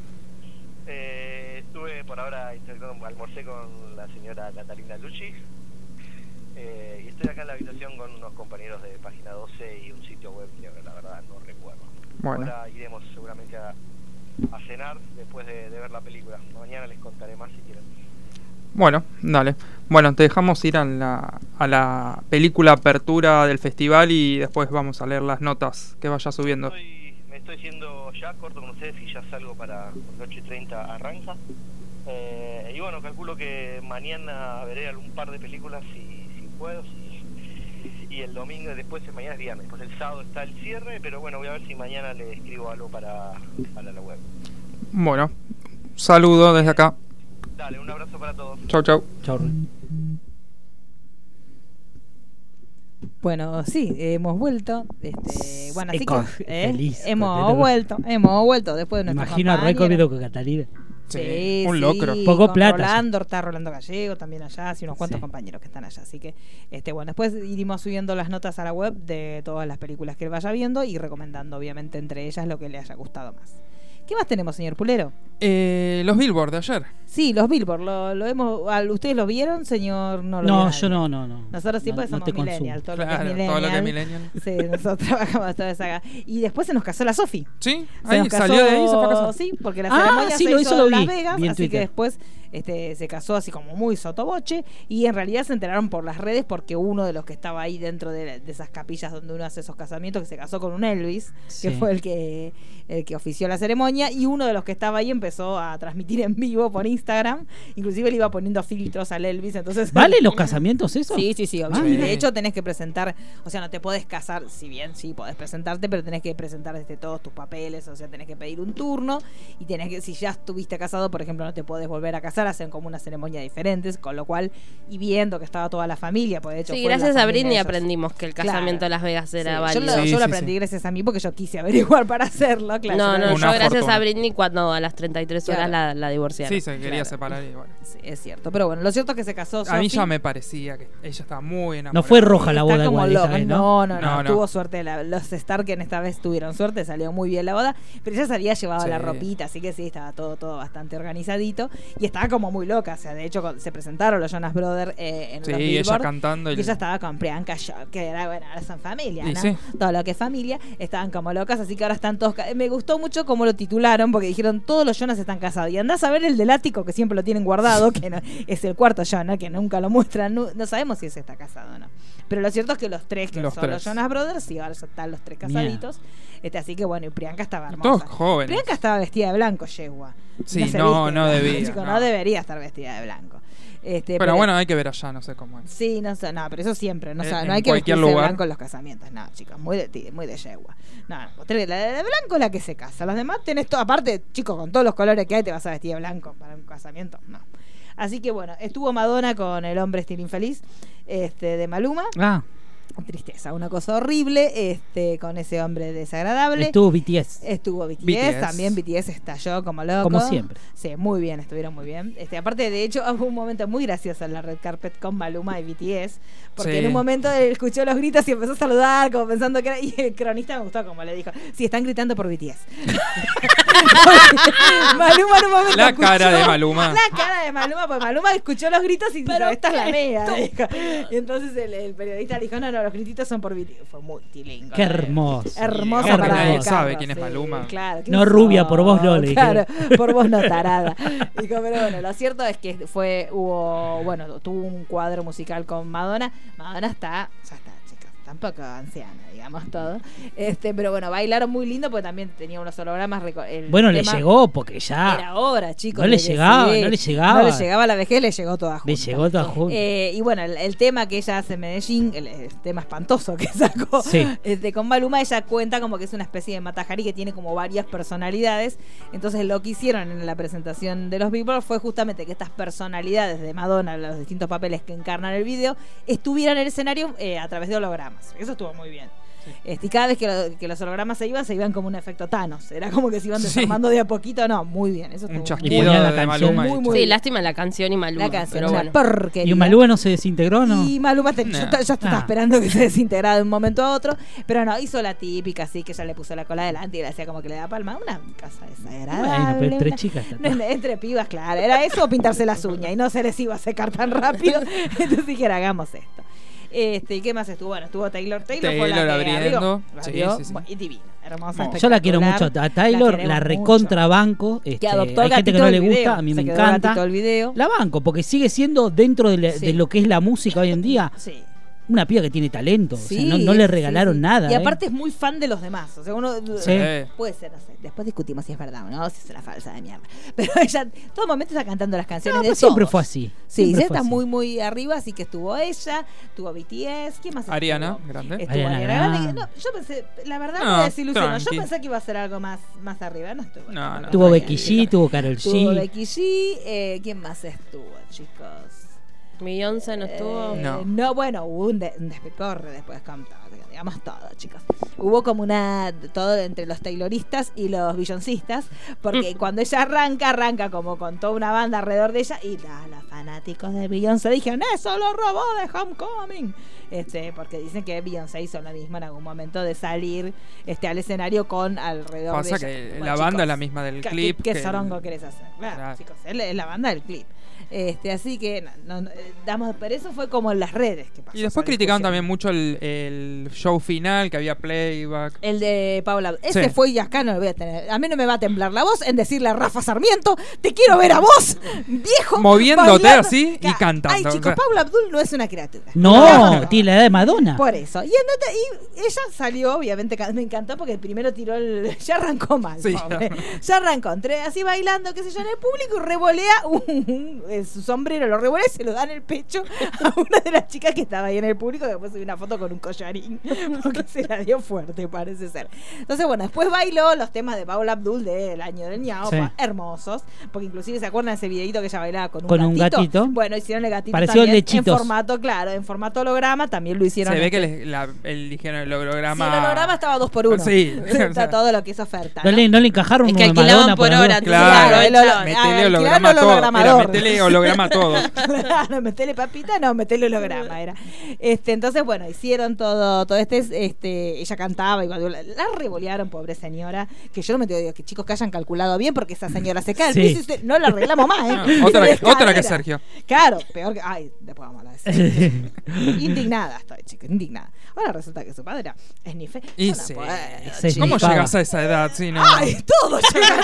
S8: Eh, estuve por ahora interactuando, almorcé con la señora Catalina Lucci. eh, y estoy acá en la habitación con unos compañeros de Página 12 y un sitio web que la verdad no recuerdo.
S4: Bueno.
S8: Ahora iremos seguramente a, a cenar después de, de ver la película. Mañana les contaré más si quieren.
S4: Bueno, dale. Bueno, te dejamos ir a la, a la película apertura del festival y después vamos a leer las notas que vaya subiendo.
S8: Estoy, me estoy siendo ya corto con ustedes y ya salgo para las 8 y 30 arranca. Eh, y bueno, calculo que mañana veré algún par de películas si, si puedo. si- y el domingo, después eh, mañana es viernes, después el sábado está el cierre, pero bueno, voy a ver si mañana le escribo algo para, para la web.
S4: Bueno, saludo desde acá.
S8: Dale, un abrazo para todos.
S4: Chau, chau.
S3: Chau.
S2: Bueno, sí, hemos vuelto. Este, bueno, así
S3: Eco-
S2: que ¿eh?
S3: feliz,
S2: hemos
S3: contento.
S2: vuelto, hemos vuelto después de
S3: Me
S2: nuestro
S3: imagino a Roy comiendo con Catalina.
S2: Sí,
S4: un
S2: sí,
S4: locro.
S3: Poco
S2: con
S3: plata,
S2: Rolando, está Rolando Gallego también allá, así unos cuantos
S3: Sí.
S2: compañeros que están allá. Así que, este, bueno, después iremos subiendo las notas a la web de todas las películas que él vaya viendo y recomendando, obviamente, entre ellas lo que le haya gustado más. ¿Qué más tenemos, señor Pulero?
S4: Eh, los Billboard de ayer.
S2: Sí, los Billboard, lo, lo hemos, al- ¿ustedes los vieron, señor? No, lo vio
S3: No,
S2: nadie.
S3: yo no, no, no.
S2: Nosotros sí,
S3: No-
S2: porque
S3: no
S2: somos
S3: te consumo.
S2: millennials, todo
S4: claro,
S2: lo que es
S4: todo lo que es
S2: millennial.
S4: millennial.
S2: Sí, nosotros trabajamos toda esa saga. Y después se nos casó la Sofi.
S4: Sí,
S2: Se
S4: ahí
S2: nos casó-
S4: salió de ahí y se fue a casa.
S2: Sí, porque la
S3: Ah,
S2: ceremonia
S3: sí,
S2: se hizo
S3: lo hizo, lo
S2: en Las
S3: vi.
S2: Vegas,
S3: Vi en
S2: así que
S3: Twitter.
S2: después este, se casó así como muy sotoboche y en realidad se enteraron por las redes porque uno de los que estaba ahí dentro de, de esas capillas donde uno hace esos casamientos que se casó con un Elvis,
S3: Sí.
S2: que fue el que, el que ofició la ceremonia y uno de los que estaba ahí empezó a transmitir en vivo por Instagram, inclusive le iba poniendo filtros al Elvis, entonces
S3: ¿Vale los casamientos eso?
S2: Sí, sí, sí, obvio.
S3: Ah,
S4: mira.
S2: de hecho, tenés que presentar, o sea, no te podés casar, si bien sí podés presentarte, pero tenés que presentar este, todos tus papeles, o sea, tenés que pedir un turno y tenés que, si ya estuviste casado, por ejemplo, no te podés volver a casar, hacen como una ceremonia diferentes, con lo cual, y viendo que estaba toda la familia, pues de hecho.
S5: Sí,
S2: fue la
S5: gracias a
S2: familia de
S5: Britney
S2: ellos.
S5: aprendimos que el
S2: Claro.
S5: casamiento a Las Vegas
S2: Sí,
S5: era
S2: yo
S5: válido.
S2: lo,
S4: Sí,
S2: yo lo
S4: sí,
S2: aprendí gracias a mí porque yo quise averiguar para hacerlo, claro.
S5: no,
S2: yo
S5: no,
S4: Una
S5: yo gracias
S4: fortuna.
S5: a Britney cuando a las 33 horas
S2: Claro.
S5: la, la divorciaron.
S4: Sí, se quería
S2: Claro.
S4: separar y bueno.
S2: Sí, es cierto, pero bueno, lo cierto es que se casó.
S4: A
S2: Sophie.
S4: mí ya me parecía que ella estaba muy
S3: No
S4: enamorada.
S3: fue roja
S2: Está
S3: la boda
S2: como
S3: igual
S2: loca.
S3: esta vez, ¿no?
S2: ¿no? No, no,
S4: No, no.
S2: Tuvo suerte. la- los Stark en esta vez tuvieron suerte, salió muy bien la boda. Pero ya se había llevado
S4: Sí.
S2: la ropita, así que sí, estaba todo, todo bastante organizadito. Y estaba como muy loca. O sea, de hecho, con- se presentaron los Jonas Brothers eh, en
S4: Sí,
S2: los
S4: ella
S2: Billboard.
S4: cantando.
S2: Y ella estaba con Priyanka Chopra, que era, bueno, ahora son familia,
S4: Y
S2: ¿no?
S4: sí.
S2: Todo lo que es familia, estaban como locas, así que ahora están todos... ca- Me gustó mucho cómo lo titularon, porque dijeron, todos los Jonas están casados. Y andás a ver el del ático, que siempre lo tienen guardado, que no- es el cuarto Jonas, que nunca lo muestran. No, no sabemos si ese está casado o no. Pero lo cierto es que los tres, que
S4: Los
S2: son los
S4: tres.
S2: Jonas Brothers, sí, ahora ya están los tres
S3: Mira.
S2: casaditos. Este, así que bueno, y Priyanka estaba hermosa.
S4: Todos jóvenes.
S2: Priyanka estaba vestida de blanco, yegua.
S4: Sí,
S2: se
S4: no,
S2: viste,
S4: no debía,
S2: chico, no.
S4: no.
S2: debería estar vestida de blanco. Este,
S4: Pero bueno, hay que ver allá, no sé cómo es.
S2: Sí, no, sé, no, pero eso siempre, no,
S4: Eh,
S2: sé, no
S4: en
S2: hay que
S4: cualquier
S2: vestirse de
S4: lugar.
S2: blanco en los casamientos, no, chicos, muy de, ti- muy de yegua. No, no, vos tenés- la de la de blanco es la que se casa, los demás tenés todo, aparte, chicos, con todos los colores que hay te vas a vestir de blanco para un casamiento, no. Así que bueno, estuvo Madonna con El hombre estilo infeliz este, de Maluma,
S3: Ah,
S2: tristeza, una cosa horrible, este, con ese hombre desagradable.
S3: estuvo BTS.
S2: Estuvo BTS,
S4: BTS.
S2: también BTS estalló como loco.
S3: Como siempre.
S2: Sí, muy bien, estuvieron muy bien. Este, aparte, de hecho, hubo un momento muy gracioso en la red carpet con Maluma y BTS, porque
S4: Sí.
S2: en un momento él escuchó los gritos y empezó a saludar, como pensando que era... Y el cronista me gustó como le dijo, sí, están gritando por BTS. Maluma en un momento
S4: La
S2: escuchó-
S4: cara de Maluma.
S2: La cara de Maluma, pues Maluma escuchó los gritos y dijo, esta es la mía. dijo. Y entonces el, el periodista le dijo, no, no, los grititos son por BTS. Fue muy tilingo.
S3: Qué
S2: la verdad.
S3: hermoso.
S2: Hermosa
S3: Qué
S2: Eh, para
S3: hermoso.
S2: Nadie
S4: Nadie sabe quién es Maluma.
S2: Claro,
S3: No, rubia, por vos no, le
S2: Claro,
S3: dijeron.
S2: por vos no tarada. Dijo, pero bueno, lo cierto es que fue, hubo, bueno, tuvo un cuadro musical con Madonna. Madonna está, ya está, chicos, tampoco anciana, digamos todo. Este, pero bueno, bailaron muy lindo porque también tenía unos hologramas. reco- el
S3: Bueno, le
S2: tema
S3: llegó porque ya
S2: Era ahora, chicos.
S3: No le
S2: decidí.
S3: llegaba, no le llegaba.
S2: No le llegaba la vejez, le llegó toda junta.
S3: le llegó todo junto.
S2: Eh, y bueno, el, el tema que ella hace en Medellín, el, el tema espantoso que sacó
S3: Sí.
S2: este, con Maluma, ella cuenta como que es una especie de Matajari que tiene como varias personalidades. Entonces lo que hicieron en la presentación de los Billboard fue justamente que estas personalidades de Madonna, los distintos papeles que encarnan el video, estuvieran en el escenario eh, a través de hologramas. Eso estuvo muy bien. Este, y cada vez que, lo- que los hologramas se iban, se iban como un efecto Thanos. Era como que se iban
S4: Sí.
S2: desarmando de a poquito. No, muy bien. Eso estuvo
S4: Un
S2: muy
S3: Y
S4: chasquido
S3: ponía la
S4: de
S3: canción.
S4: Maluma.
S2: Muy,
S4: y chau.
S2: muy
S5: Sí,
S2: bien.
S5: lástima la canción y Maluma.
S2: La canción,
S5: pero
S2: una
S5: bueno.
S2: porquería.
S3: ¿Y Maluma no se desintegró, no?
S2: Y Maluma te-
S4: No.
S2: yo, te- yo estaba
S3: Ah.
S2: esperando que se desintegrara de un momento a otro, pero no, hizo la típica, así que ya le puso la cola adelante y le hacía como que le da palma. Una casa desagradable.
S3: Bueno, pero entre
S2: una-
S3: chicas. está-
S2: no, no, entre pibas, claro. Era eso o pintarse las uñas y no se les iba a secar tan rápido. Entonces dijeron, hagamos esto. Este, ¿Y qué más estuvo? Bueno, estuvo Taylor Taylor. fue la
S4: Taylor
S2: que
S4: abriendo.
S2: abrió,
S4: Sí,
S2: abrió,
S4: sí, sí.
S2: bueno, Y divina, hermosa.
S3: Yo la quiero mucho.
S2: espectacular.
S3: A Taylor
S2: queremos
S3: la,
S2: mucho.
S3: recontrabanco. este,
S2: Que adoptó
S3: hay gente
S2: gatito
S3: que no
S2: del
S3: le gusta,
S2: video.
S3: a mí
S2: Se
S3: me
S2: quedó
S3: encanta.
S2: gatito el video.
S3: La banco, porque sigue siendo dentro de, la-
S2: Sí.
S3: de lo que es la música hoy en día,
S2: Sí.
S3: una piba que tiene talento. o sea,
S2: Sí,
S3: no, no le
S2: sí,
S3: regalaron
S2: sí.
S3: nada.
S2: Y
S3: ¿eh?
S2: aparte es muy fan de los demás. O sea, uno
S3: Sí.
S4: Eh,
S2: puede ser, no sé. Después discutimos si es verdad o no, si es una falsa de mierda. Pero ella todo momento está cantando las
S3: No,
S2: canciones de
S3: pero siempre
S2: todos.
S3: fue así.
S2: Sí,
S3: siempre
S2: ella
S3: fue
S2: está
S3: así.
S2: muy, muy arriba, así que estuvo ella, estuvo BTS, ¿quién más estuvo?
S4: Ariana,
S2: Estuvo
S4: grande.
S2: Ariana,
S3: Ariana
S2: Grande.
S3: Grande.
S2: No, yo pensé, la verdad
S4: No,
S2: me desilusionó. Yo
S4: tranqui.
S2: pensé que iba a ser algo más, más arriba, no estuvo.
S4: No,
S2: tampoco
S4: no,
S3: Tuvo
S4: Estuvo
S2: tan
S3: Becky
S2: arriba.
S3: G, tuvo Carol
S2: Tuvo
S3: G.
S2: Becky G. eh, ¿Quién más estuvo, chicos?
S5: Beyoncé no estuvo.
S2: Eh,
S4: No.
S2: no, bueno, hubo un, de, un despiporre después con todo, digamos todo, chicos. Hubo como una todo entre los tayloristas y los billoncistas, porque cuando ella arranca, arranca como con toda una banda alrededor de ella y la- los fanáticos de Beyoncé dijeron, "Eso lo robó de Homecoming." Este, porque dicen que Beyoncé hizo lo mismo en algún momento de salir este al escenario con alrededor de
S4: Pasa
S2: ella.
S4: que
S2: Bueno,
S4: la
S2: chicos,
S4: banda es la misma del
S2: ¿Qué-
S4: clip.
S2: ¿Qué,
S4: que-
S2: sorongo querés hacer? Claro,
S4: Claro.
S2: chicos, es la, es la banda del clip. Este, así que, no, no, eh, damos, pero eso fue como en las redes que pasó.
S4: Y después
S2: esa
S4: criticaron
S2: discusión.
S4: también mucho el, el show final, que había playback.
S2: El de Paula. Ese
S4: Sí.
S2: fue y acá no lo voy a tener. A mí no me va a temblar la voz en decirle a Rafa Sarmiento, te quiero ver a vos, viejo.
S4: Moviéndote
S2: bailando".
S4: así y
S2: Ca-
S4: cantando.
S2: Ay, chicos, Paula Abdul no es una criatura.
S3: No, tiene la edad de Madonna.
S2: Por eso. Y, andate- y ella salió, obviamente, ca- me encantó porque primero tiró el. Ya arrancó mal.
S4: Sí,
S2: pobre.
S4: ya.
S2: Ya arrancó. Entré así bailando, qué sé yo, en el público y revolea un- un- eh, su sombrero, lo revolea y se lo da en el pecho a una de las chicas que estaba ahí en el público. que Después subí una foto con un collarín porque se la dio fuerte, parece ser. Entonces, bueno, después bailó los temas de Paula Abdul del año del ñao,
S3: Sí.
S2: pa- hermosos. Porque inclusive se acuerdan de ese videito que ella bailaba con un
S3: Con
S2: gatito.
S3: un gatito.
S2: Bueno, hicieron el gatito
S3: Pareció el
S2: también
S3: de Cheetos.
S2: en formato, claro, en formato holograma también lo hicieron.
S4: Se ve
S2: en-
S4: que les- la- el, dijeron el
S2: Sí,
S4: holograma.
S2: el holograma estaba dos por uno.
S4: Sí, o
S2: Está
S4: sea,
S2: todo lo que es oferta.
S3: No
S2: ¿no?
S3: le, no le encajaron
S5: Es
S3: uno
S5: que
S3: de
S5: alquilaban
S3: Madonna
S5: por hora,
S3: haber-
S5: Claro,
S2: el holo-
S5: echaban.
S2: ah,
S4: metele
S2: alquilaron
S4: holograma a todo. Era,
S2: hologramador.
S4: metele Metele holograma todo.
S2: Claro, metele papita, no, metele holograma era. Este, entonces, bueno, hicieron todo, todo este, este, ella cantaba y cuando la, la revolearon, pobre señora, que yo no me digo que chicos que hayan calculado bien porque esa señora se cae, al
S3: Sí.
S2: piso y se- no la arreglamos más, ¿eh?
S4: No, Ah, otra,
S2: Es
S4: que, otra que
S2: cadera.
S4: Sergio.
S2: Claro, peor que. Ay, después vamos a hablar de eso. Indignada estoy, chica, indignada. Ahora resulta que su padre era esnife. Yo
S4: Y
S2: no
S4: sí.
S2: puedo,
S3: Sí.
S2: chica.
S4: ¿Cómo
S3: Ni paga.
S4: llegas a esa edad? Sí, no.
S2: Ay, todos llegan.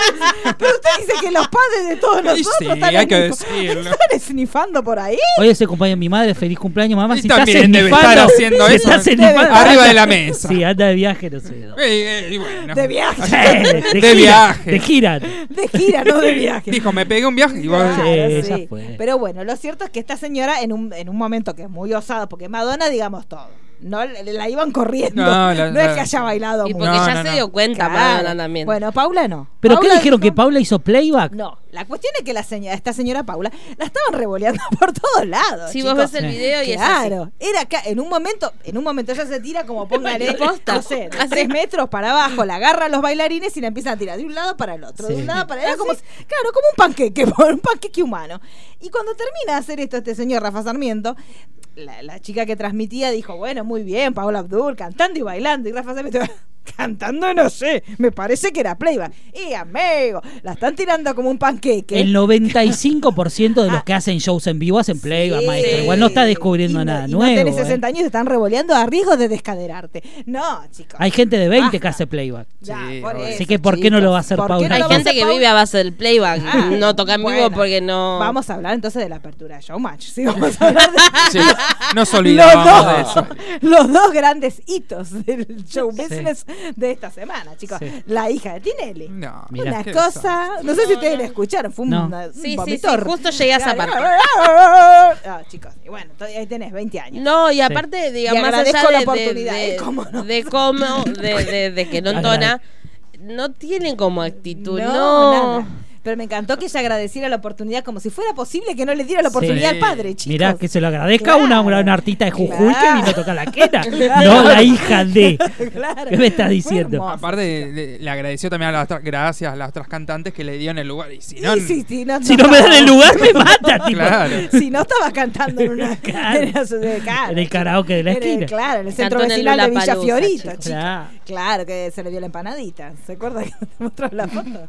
S2: Pero usted dice que los padres de todos
S4: Y
S2: nosotros
S4: sí,
S2: están,
S4: hay que
S2: esnif-
S4: decirlo.
S2: están esnifando por ahí.
S3: Hoy se acompaña mi madre, feliz cumpleaños, mamá.
S4: Y
S3: Si estás
S4: también debe
S3: esnifando,
S4: estar haciendo
S3: si
S4: eso.
S3: estás
S2: Debe
S3: esnifando-
S2: estar.
S4: Arriba de la mesa.
S3: Sí, anda de viaje, no sé.
S4: Y- Eh, y- y bueno.
S2: De viaje.
S3: De,
S4: De viaje.
S3: De gira.
S2: De gira, no de viaje.
S4: Dijo, me pegué un viaje y vos-
S2: Claro,
S3: Sí,
S2: sí.
S3: ya fue.
S2: Pero bueno, lo cierto es que esta señora en un, en un momento que es muy osado, porque Madonna, digamos todo, no la iban corriendo, no,
S4: No, la-
S2: es
S4: la-
S2: que haya bailado
S5: Y
S2: mucho.
S5: porque
S4: No,
S5: ya
S4: no,
S5: se
S4: no.
S5: dio cuenta,
S2: Claro.
S5: Madonna también.
S2: Bueno, Paula no.
S3: ¿Pero qué
S2: Paula
S3: dijeron?
S2: dijo-
S3: ¿Que Paula hizo playback?
S2: No, la cuestión es que la señora, esta señora Paula la estaban revoleando por todos lados.
S5: si
S2: chicos.
S5: vos ves el
S3: Sí.
S5: video y es así.
S2: Claro, era acá, en un momento, en un momento ella se tira como póngale,
S5: Posta.
S2: no sé, de
S5: Así.
S2: tres metros para abajo, la agarra a los bailarines y la empiezan a tirar de un lado para el otro, de
S3: Sí.
S2: un lado para
S5: Ah,
S2: el otro, como, claro, como un panqueque, un panqueque humano. Y cuando termina de hacer esto este señor Rafa Sarmiento, la, la chica que transmitía dijo, bueno, muy bien, Paola Abdul, cantando y bailando, y Rafa Sarmiento... Cantando, no sé, me parece que era playback. Y amigo, la están tirando como un panqueque.
S3: El 95% de los
S2: Ah.
S3: que hacen shows en vivo hacen playback,
S2: Sí.
S3: maestro. Igual no está descubriendo
S2: Y no-
S3: nada
S2: y
S3: nuevo.
S2: No tenés
S3: eh.
S2: 60 años y te están revoleando a riesgo de descaderarte. No, chicos.
S3: Hay gente de 20 que
S2: Basta.
S3: hace playback.
S2: Ya,
S4: Sí,
S2: por
S4: obvio.
S2: eso,
S3: Así que, ¿por qué no lo va a hacer
S2: ¿Por qué
S3: Paula?
S2: no
S5: Hay
S2: lo va a
S5: gente
S2: hacer
S5: que
S2: Paula?
S5: vive a base del playback.
S2: Ah,
S5: no toca en vivo
S2: bueno.
S5: porque no.
S2: Vamos a hablar entonces de la apertura de Showmatch. Sí, vamos a hablar de
S4: Sí, no nos
S2: los,
S4: olvidamos de
S2: dos,
S4: eso.
S2: los dos grandes hitos del show business de esta semana, chicos.
S3: Sí.
S2: La hija de Tinelli.
S4: No,
S3: Mirá.
S2: Una
S4: qué
S2: cosa, no sé si ustedes la escucharon, fue un,
S3: No.
S2: una- un
S5: Sí, sí, sí,
S2: vomitor.
S5: justo llegué a esa parte.
S2: Ah, chicos, y bueno, todavía ahí tenés 20 años.
S5: No, y aparte,
S2: Y
S5: digamos, más
S2: agradezco
S5: allá
S2: la
S5: de, de,
S2: oportunidad, ¿eh?
S5: de,
S2: ¿Cómo no?
S5: de cómo, de, de- de que no entona, no tienen como actitud. No,
S2: No, nada. Pero me encantó que ella agradeciera la oportunidad como si fuera posible que no le diera la
S3: Sí.
S2: oportunidad al padre, chicos.
S3: Mirá, que se lo agradezca a una,
S2: Claro.
S3: una, una artista de Jujuy
S2: Claro.
S3: que vino a tocar la quena.
S2: Claro.
S3: No, la hija de.
S2: Claro.
S3: ¿Qué me estás
S2: Fue
S3: diciendo?
S2: hermoso.
S4: Aparte, le, le agradeció también a las otras- gracias a las otras cantantes que le dieron el lugar. Y si no,
S2: Y sí, sí, no,
S3: Si no me dan el lugar, me mata, tipo.
S4: claro.
S2: Si no estaba cantando en una
S3: Claro.
S2: en una- claro,
S3: En el karaoke de la
S2: en el-
S3: esquina.
S2: Claro, en el centro
S5: Cantó en el
S2: vecinal de Villa
S5: Lollapalooza,
S2: Fiorito,
S5: chicos.
S2: chicos.
S3: Claro.
S2: Claro, que se le dio la empanadita. ¿Se acuerda que te mostró la foto?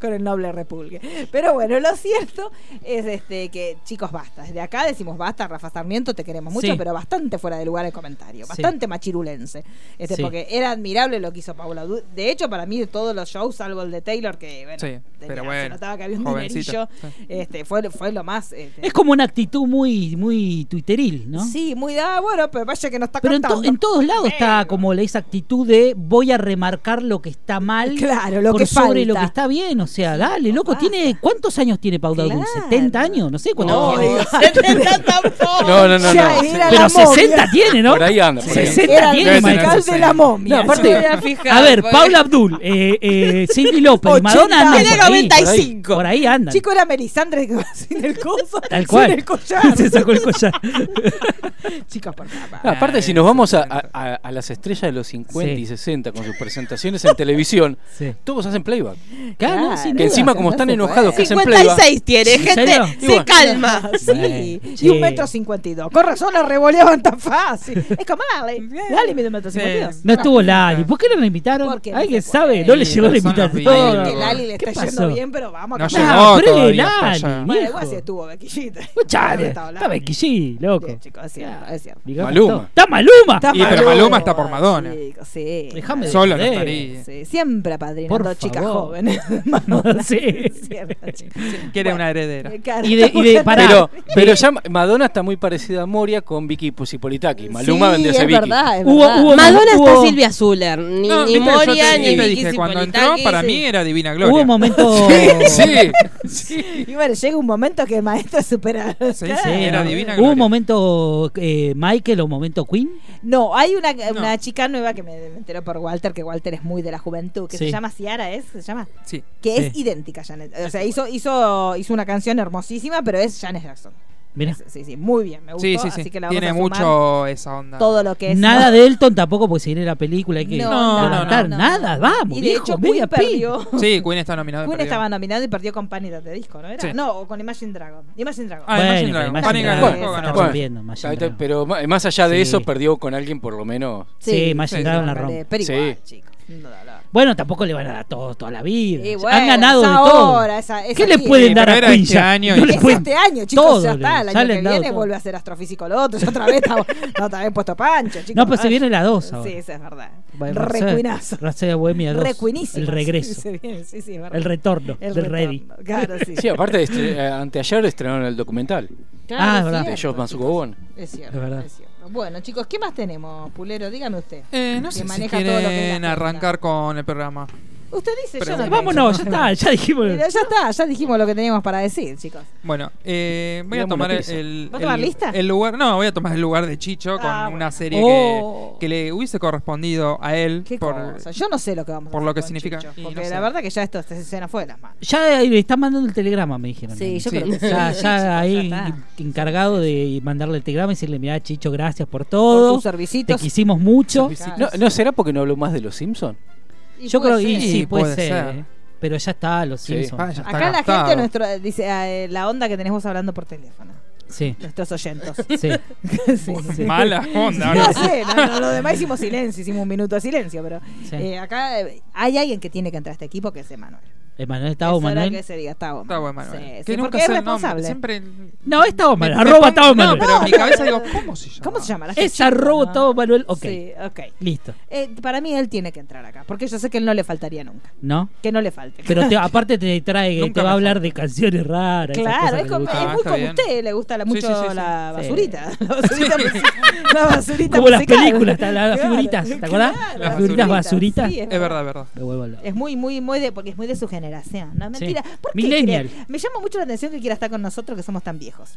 S2: Con el noble repulgue. Pero bueno, lo cierto es este que, chicos, basta. Desde acá decimos basta, Rafa Sarmiento, te queremos mucho,
S3: Sí.
S2: pero bastante fuera de lugar el comentario.
S3: Sí.
S2: Bastante machirulense. Este,
S3: Sí.
S2: Porque era admirable lo que hizo Paula. Du- De hecho, para mí, de todos los shows, salvo el de Taylor, que bueno,
S4: Sí, pero
S2: se
S4: bueno,
S2: notaba que había un
S4: jovencita,
S2: dinerillo, este, fue, fue lo más. este,
S3: Es como una actitud muy, muy tuiteril, ¿no?
S2: Sí, muy. Ah, bueno, pero vaya que no está
S3: Pero en, to-
S2: cantando.
S3: en todos lados está
S2: Bueno.
S3: como la- esa actitud de voy a remarcar lo que está mal
S2: Claro, lo
S3: por
S2: que
S3: sobre
S2: falta.
S3: lo que está bien. O sea, dale, loco,
S2: basta.
S3: tiene ¿cuántos años tiene Paula Dul?
S2: Claro.
S3: ¿70 años? No sé cuántos
S2: No,
S3: tiene.
S2: digo,
S6: No, no, no.
S2: Ya
S6: no.
S2: era la momia.
S3: Pero 60 tiene, ¿no?
S6: Por ahí anda. Por ahí anda.
S3: 60
S2: Era
S3: tiene,
S2: el
S3: maestro.
S2: musical de la momia.
S6: No, aparte-
S2: Yo-
S3: A ver, Paula Abdul, eh, eh, Cindy López,
S2: 80.
S3: Madonna andan
S2: Tiene
S3: por ahí.
S5: 95.
S3: Por ahí andan.
S2: Chico era Melisandre sin el coso,
S3: Tal cual.
S2: sin el collar.
S3: Se sacó el collar.
S2: Chicos, por favor.
S6: No,
S3: Ah,
S6: aparte, si nos vamos a, a- a- a las estrellas de los 50 y
S3: Sí.
S6: 60 con sus presentaciones en televisión,
S3: Sí.
S6: todos hacen playback.
S3: Claro,
S2: Claro.
S3: sin duda.
S6: Que encima, como están
S2: no se
S6: enojados
S2: puede.
S6: que hacen playback.
S5: 56 tiene,
S3: ¿En
S5: gente.
S3: serio?
S5: Se
S6: Y bueno.
S5: calma.
S2: Sí, y
S3: Sí.
S2: un metro cincuenta y dos. Con razón la revoleaban tan fácil. Es como dale, dale mide un metro
S4: Sí.
S2: cincuenta y dos.
S3: No estuvo Lali. ¿Por qué no la invitaron?
S2: Porque no
S3: ¿Alguien
S2: se
S3: sabe?
S2: puede.
S3: No le llegó la
S4: Son las
S3: invitación.
S4: vidas.
S2: Que Lali le
S3: ¿Qué
S2: está
S3: pasó?
S2: yendo bien, pero vamos a
S4: No
S2: cambiar.
S4: llegó.
S3: No, pero
S4: todavía
S3: Lali,
S4: hasta allá.
S2: Bueno,
S3: viejo.
S2: igual si estuvo Bequillita.
S3: Chale, está Bequillí, loco.
S2: Sí, chicos, es cierto, es cierto.
S3: Digamos
S6: Maluma.
S3: todo. ¡Está Ah, Maluma!
S2: Está
S4: Y pero Maluma está por Madonna.
S2: chicos, sí.
S3: Déjame de
S4: Solo no
S3: joder.
S4: estaría.
S2: Sí, siempre apadrinando
S3: Por
S2: chicas
S3: favor.
S2: jóvenes. Madonna,
S3: Sí.
S2: es cierto, chicos.
S4: Quiere
S2: Bueno.
S4: una heredera.
S2: Eh, Claro.
S3: Y de- y de- pará.
S6: Pero,
S3: Sí.
S6: pero ya Madonna está muy parecida a Moria con Vicky Pusipolitaki. Maluma
S2: Sí,
S6: vendría a
S2: es
S6: ser Vicky.
S2: verdad, es
S3: Hubo-
S2: verdad.
S3: hubo-
S5: Madonna está
S3: Hubo-
S5: Silvia Zuller. Ni,
S4: No,
S5: ni
S4: viste, yo
S5: Moria,
S4: te,
S5: ni
S4: yo te
S5: Vicky
S4: dije, cuando entró,
S5: Cipolitaki,
S4: para
S5: sí.
S4: mí era Divina
S3: Hubo
S4: Gloria.
S3: un momento.
S6: Sí,
S2: Y bueno, llega un momento que el maestro supera.
S4: Sí,
S3: Sí,
S4: sí, era
S3: ¿no?
S4: Divina
S3: Hubo
S4: Gloria.
S3: un momento eh, Michael o un momento Queen.
S2: No, hay una, una
S4: No.
S2: chica nueva que me, me enteró por Walter, que Walter es muy de la juventud, que se
S3: Sí.
S2: llama Ciara, ¿es? ¿Se llama?
S4: Sí.
S2: Que es
S3: Sí.
S2: idéntica a Janet. O sea, hizo, hizo, hizo una canción hermosísima, pero es Janet Jackson.
S3: Mirá.
S2: Es- sí, sí, muy bien, me gustó.
S4: Sí, sí, sí.
S2: Así que la vamos
S4: Tiene
S2: a sumar
S4: mucho esa onda.
S2: todo lo que es.
S3: Nada de Elton tampoco, porque si viene la película hay que
S2: No,
S4: no, no,
S3: levantar
S2: no.
S3: nada. Vamos,
S2: Y de
S3: viejo,
S2: hecho,
S3: media
S2: Queen
S3: pila.
S2: perdió.
S4: Sí, Queen está nominado. y
S2: Queen
S4: Ah, perdió.
S2: estaba nominado y perdió con Panita de disco, ¿no era?
S4: Sí.
S2: No, o con Imagine Dragon. Imagine Dragon.
S4: Ah, Imagine Dragon.
S3: Imagine
S4: Panic!
S3: Dragon,
S4: Bueno,
S3: esa
S4: bueno,
S3: está
S4: bueno.
S3: rompiendo, Imagine
S6: Ahorita,
S3: Dragon.
S6: Pero ma- más allá de
S3: Sí.
S6: eso, perdió con alguien por lo menos.
S3: Sí, Imagine
S4: sí,
S3: Dragon
S2: no,
S3: la
S2: no,
S3: rompe.
S2: Pero
S6: Sí.
S2: igual, chicos. No, no, no.
S3: Bueno, tampoco le van a dar todo, toda la vida.
S2: Y
S3: O sea,
S2: bueno,
S3: Han ganado de
S2: esa
S3: todo.
S2: hora, esa- esa
S3: ¿Qué le
S2: vida.
S3: pueden
S4: Sí,
S3: dar
S4: pero
S3: a
S4: era
S3: Queen
S4: este
S3: ya? No
S4: año
S3: le
S4: y ya.
S2: Es
S3: pueden-
S2: este año, chicos,
S3: todo
S2: ya
S3: le-
S2: está. El
S3: ya
S2: año
S3: le
S2: que
S3: han dado
S2: viene
S3: todo.
S2: vuelve a ser astrofísico el otro. Ya otra vez estaba, no, otra vez puesto pancho, chicos.
S3: No, pues se
S2: Ay,
S3: vienen las dos ahora.
S2: Sí, esa es verdad.
S3: Va- va a ser
S2: Recuinazo.
S3: Rhapsody of Bohemia 2,
S2: Recuinísimo.
S3: El
S2: Sí,
S3: regreso.
S2: se viene, sí, sí, es verdad.
S3: El retorno
S2: El
S3: del
S2: retorno.
S3: Ready.
S2: Claro, sí.
S6: Sí, aparte, estre- eh, anteayer estrenaron el documental
S2: Claro,
S3: Ah, es
S2: cierto,
S3: verdad.
S6: de Josh
S2: chicos.
S6: Mazukobon.
S2: Es
S3: Es
S2: cierto,
S3: verdad.
S2: es cierto. Bueno, chicos, ¿qué más tenemos, Pulero? Dígame usted.
S4: Eh, no
S2: Que
S4: sé si
S2: maneja todo lo que es la
S4: quieren
S2: agenda.
S4: arrancar con el programa.
S2: Usted dice,
S4: Pero-
S2: yo no
S3: Eh, Vámonos, ya
S2: pienso.
S3: está, ya dijimos.
S2: Mira, ya está, ya dijimos lo que teníamos para decir, chicos.
S4: Bueno, eh, voy a
S6: Digamos
S4: tomar
S6: una pizza.
S4: el,
S2: ¿Vas a tomar
S4: el-
S2: lista?
S4: el lugar. No, voy a tomar el lugar de Chicho con
S2: Ah, bueno.
S4: una serie
S3: Oh.
S4: que, que le hubiese correspondido a él.
S2: ¿Qué
S4: por-
S2: cosa? Yo no sé lo que vamos a
S4: por
S2: hacer
S4: lo que
S2: con
S4: significa.
S2: Chicho,
S4: Y
S2: porque
S4: no
S2: la
S4: sé.
S2: verdad que ya esto se, se nos fue de las manos.
S3: Ya eh, le están mandando el telegrama, me dijeron.
S2: Sí, yo
S4: Sí.
S2: creo que sí.
S3: Ya,
S2: Sí,
S3: ya
S2: chicos,
S3: ahí
S2: ya está.
S3: encargado de mandarle el telegrama y decirle, mirá, Chicho, gracias por
S2: Por
S3: todo.
S2: tus
S3: Te
S2: servicitos.
S3: quisimos mucho.
S2: Claro.
S6: No, ¿No será porque no habló más de los Simpsons?
S2: Y
S3: Yo
S2: puede
S3: creo que
S2: ser.
S3: sí,
S4: Sí,
S3: puede,
S4: puede
S3: ser.
S4: ser.
S3: eh. Pero ya está, los
S6: Sí.
S3: Simpsons.
S4: Ah, ya está
S2: Acá la
S4: gastado.
S2: gente nuestro, dice ah, eh, la onda que tenés vos hablando por teléfono.
S3: Sí,
S2: Nuestros oyentos.
S3: sí.
S2: Sí, sí.
S4: Mala onda.
S2: No
S4: ¿no?
S2: sé, no, no, lo demás hicimos silencio, hicimos un minuto de silencio, pero
S3: Sí.
S2: eh, acá eh, hay alguien que tiene que entrar a este equipo que es Emanuel.
S3: Emanuel,
S2: Es
S3: ¿está
S2: hora
S3: vos, Manuel?
S2: que se diga, está vos.
S4: Está bueno,
S2: Manuel.
S4: Manuel.
S2: Sí,
S4: Que
S2: sí,
S4: nunca
S2: porque es
S4: sé el nombre,
S2: responsable.
S4: Siempre.
S3: No, es Tavo
S4: Me-
S3: Manuel.
S4: me
S3: Arroba
S4: pongo-
S3: Tavo
S4: No,
S3: Manuel.
S4: pero en mi cabeza digo, ¿cómo se llama?
S2: ¿Cómo se llama? la
S3: Es
S2: gente?
S3: arroba
S2: No.
S3: Tavo Manuel. Ok,
S2: Sí, ok.
S3: listo.
S2: Eh, para mí él tiene que entrar acá, porque yo sé que él no le faltaría nunca.
S3: ¿No?
S2: Que no le falte.
S3: Pero te- aparte te trae,
S4: Nunca
S3: te va a
S4: me
S3: hablar de canciones raras. esas
S2: Claro,
S3: cosas
S2: es,
S3: que
S2: como-
S3: le
S2: es
S3: gustan.
S4: gusta. Ah,
S2: muy
S4: está
S2: como
S4: bien.
S2: usted, le gusta la-
S4: Sí,
S2: mucho
S4: sí, sí, sí.
S2: la
S3: Sí.
S2: basurita. La basurita, mus- la basurita
S3: Como las
S2: musical.
S3: películas, está la- las figuritas, ¿te acordás?
S2: claro,
S4: Las
S3: figuritas basuritas.
S2: sí,
S4: Es verdad, es verdad.
S3: Me vuelvo loco.
S2: Es muy, muy, muy de, porque es muy de su generación, ¿no?
S3: Sí.
S2: Mentira. ¿Por qué
S3: Millennial.
S2: quiere- Me llama mucho la atención que quiera estar con nosotros que somos tan viejos.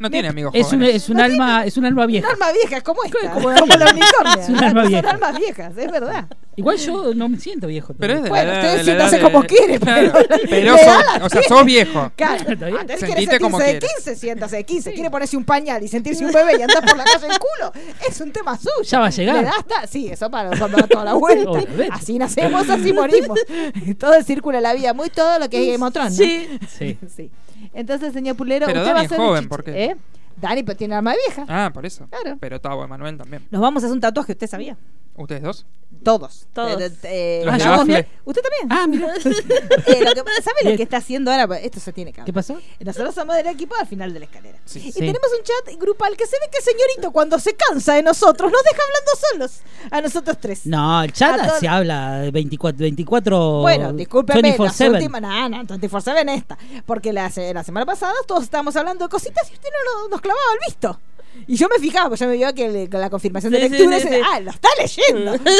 S4: No tiene amigos
S3: Es un,
S4: jóvenes.
S3: es un
S2: No
S3: alma, es un alma vieja.
S2: Un alma vieja, ¿cómo es?
S3: Claro,
S2: Como
S3: como
S2: la unicornia.
S3: Es un alma
S2: Son
S3: vieja.
S2: almas viejas, es verdad.
S3: Igual yo no me siento viejo.
S4: Pero es
S3: todavía.
S4: de
S2: Bueno,
S4: la edad-
S2: usted
S4: de la
S2: siéntase
S4: edad de-
S2: como quiere, pero-
S4: Claro, pero
S2: le da
S4: sos-
S2: la
S4: o sea, sos viejo.
S2: Claro,
S3: Está bien.
S2: ah, tenés que
S4: Sentite
S2: sentirse
S4: como
S2: de
S4: quieras.
S2: 15, siéntase de 15. Quiere ponerse un pañal y sentirse un bebé y andar por la calle en culo. Es un tema suyo.
S3: Ya va a llegar.
S2: Le da hasta- Sí, eso para cuando da toda la vuelta.
S3: Obviamente.
S2: así nacemos, así morimos. Todo el círculo de la vida, muy todo lo que es Game of Thrones, ¿no?
S3: Sí. sí.
S2: Sí. Entonces, señor Pulero,
S4: Pero
S2: usted
S4: Dani
S2: va a
S4: es
S2: ser
S4: joven,
S2: chichi-
S4: ¿por qué?
S2: ¿Eh? Dani pero tiene alma vieja.
S4: Ah, por eso.
S2: Claro.
S4: Pero Tavo Emanuel también.
S2: Nos vamos a hacer un tatuaje, ¿usted sabía?
S4: ¿Ustedes dos?
S2: Todos.
S5: Todos.
S2: Eh, eh,
S4: Los
S2: nos
S4: de
S2: vamos-
S4: Bafle.
S2: ¿Usted también?
S3: Ah, mira.
S2: Eh, lo que- ¿Sabe lo
S3: Bien.
S2: que está haciendo ahora? Esto se tiene que
S3: ¿Qué
S2: hablar.
S3: pasó?
S2: Nosotros somos del equipo al final de la escalera.
S4: Sí.
S2: Y
S3: Sí.
S2: tenemos un chat grupal que se ve que el señorito cuando se cansa de nosotros nos deja hablando solos a nosotros tres.
S3: No, el
S2: A
S3: chat
S2: todo-
S3: se habla de 24, 24
S2: Bueno, discúlpeme, las
S3: 24/7.
S2: últimas, no, no, 24/7 en esta, porque la, se- la semana pasada todos estábamos hablando de cositas y usted no lo- nos clavaba el visto. Y yo me fijaba, porque yo me veía que le- con la confirmación de
S5: Sí, sí,
S2: lectura,
S5: sí,
S2: se-
S5: sí.
S2: ah, lo está leyendo. Pero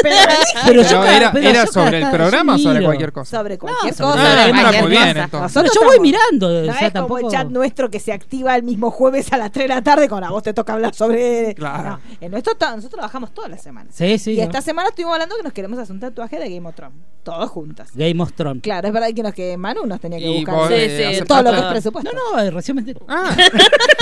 S3: Pero yo
S4: Pero
S3: cada-
S4: era,
S3: pero
S4: era
S3: yo
S4: sobre
S3: cada-
S4: el programa o
S3: miro.
S4: sobre cualquier cosa.
S2: sobre cualquier
S3: sobre
S2: cosa,
S4: todo.
S2: sobre
S4: Ah, muy
S2: cualquier
S4: bien,
S2: cosa.
S4: entonces.
S2: Nosotros
S3: Pero yo voy
S2: estamos-
S3: mirando, o
S2: No
S3: sea,
S2: es como el
S3: tampoco-
S2: chat nuestro que se activa el mismo jueves a las 3 de la tarde con a vos te toca hablar sobre...
S4: Claro.
S2: No, en nuestro ta- nosotros trabajamos todas las semanas.
S3: Sí, sí.
S2: y
S3: no.
S2: esta semana estuvimos hablando que nos queremos hacer un tatuaje de Game of Thrones, todos juntas.
S3: Game of Thrones.
S2: Claro, es verdad que nos que Manu nos tenía que
S4: Y
S2: buscar
S4: vos,
S5: Sí,
S4: eh,
S5: sí,
S4: aceptás
S2: todo lo que es
S4: todo.
S2: presupuesto.
S3: No, no, eh, recién me enteré.
S4: Ah,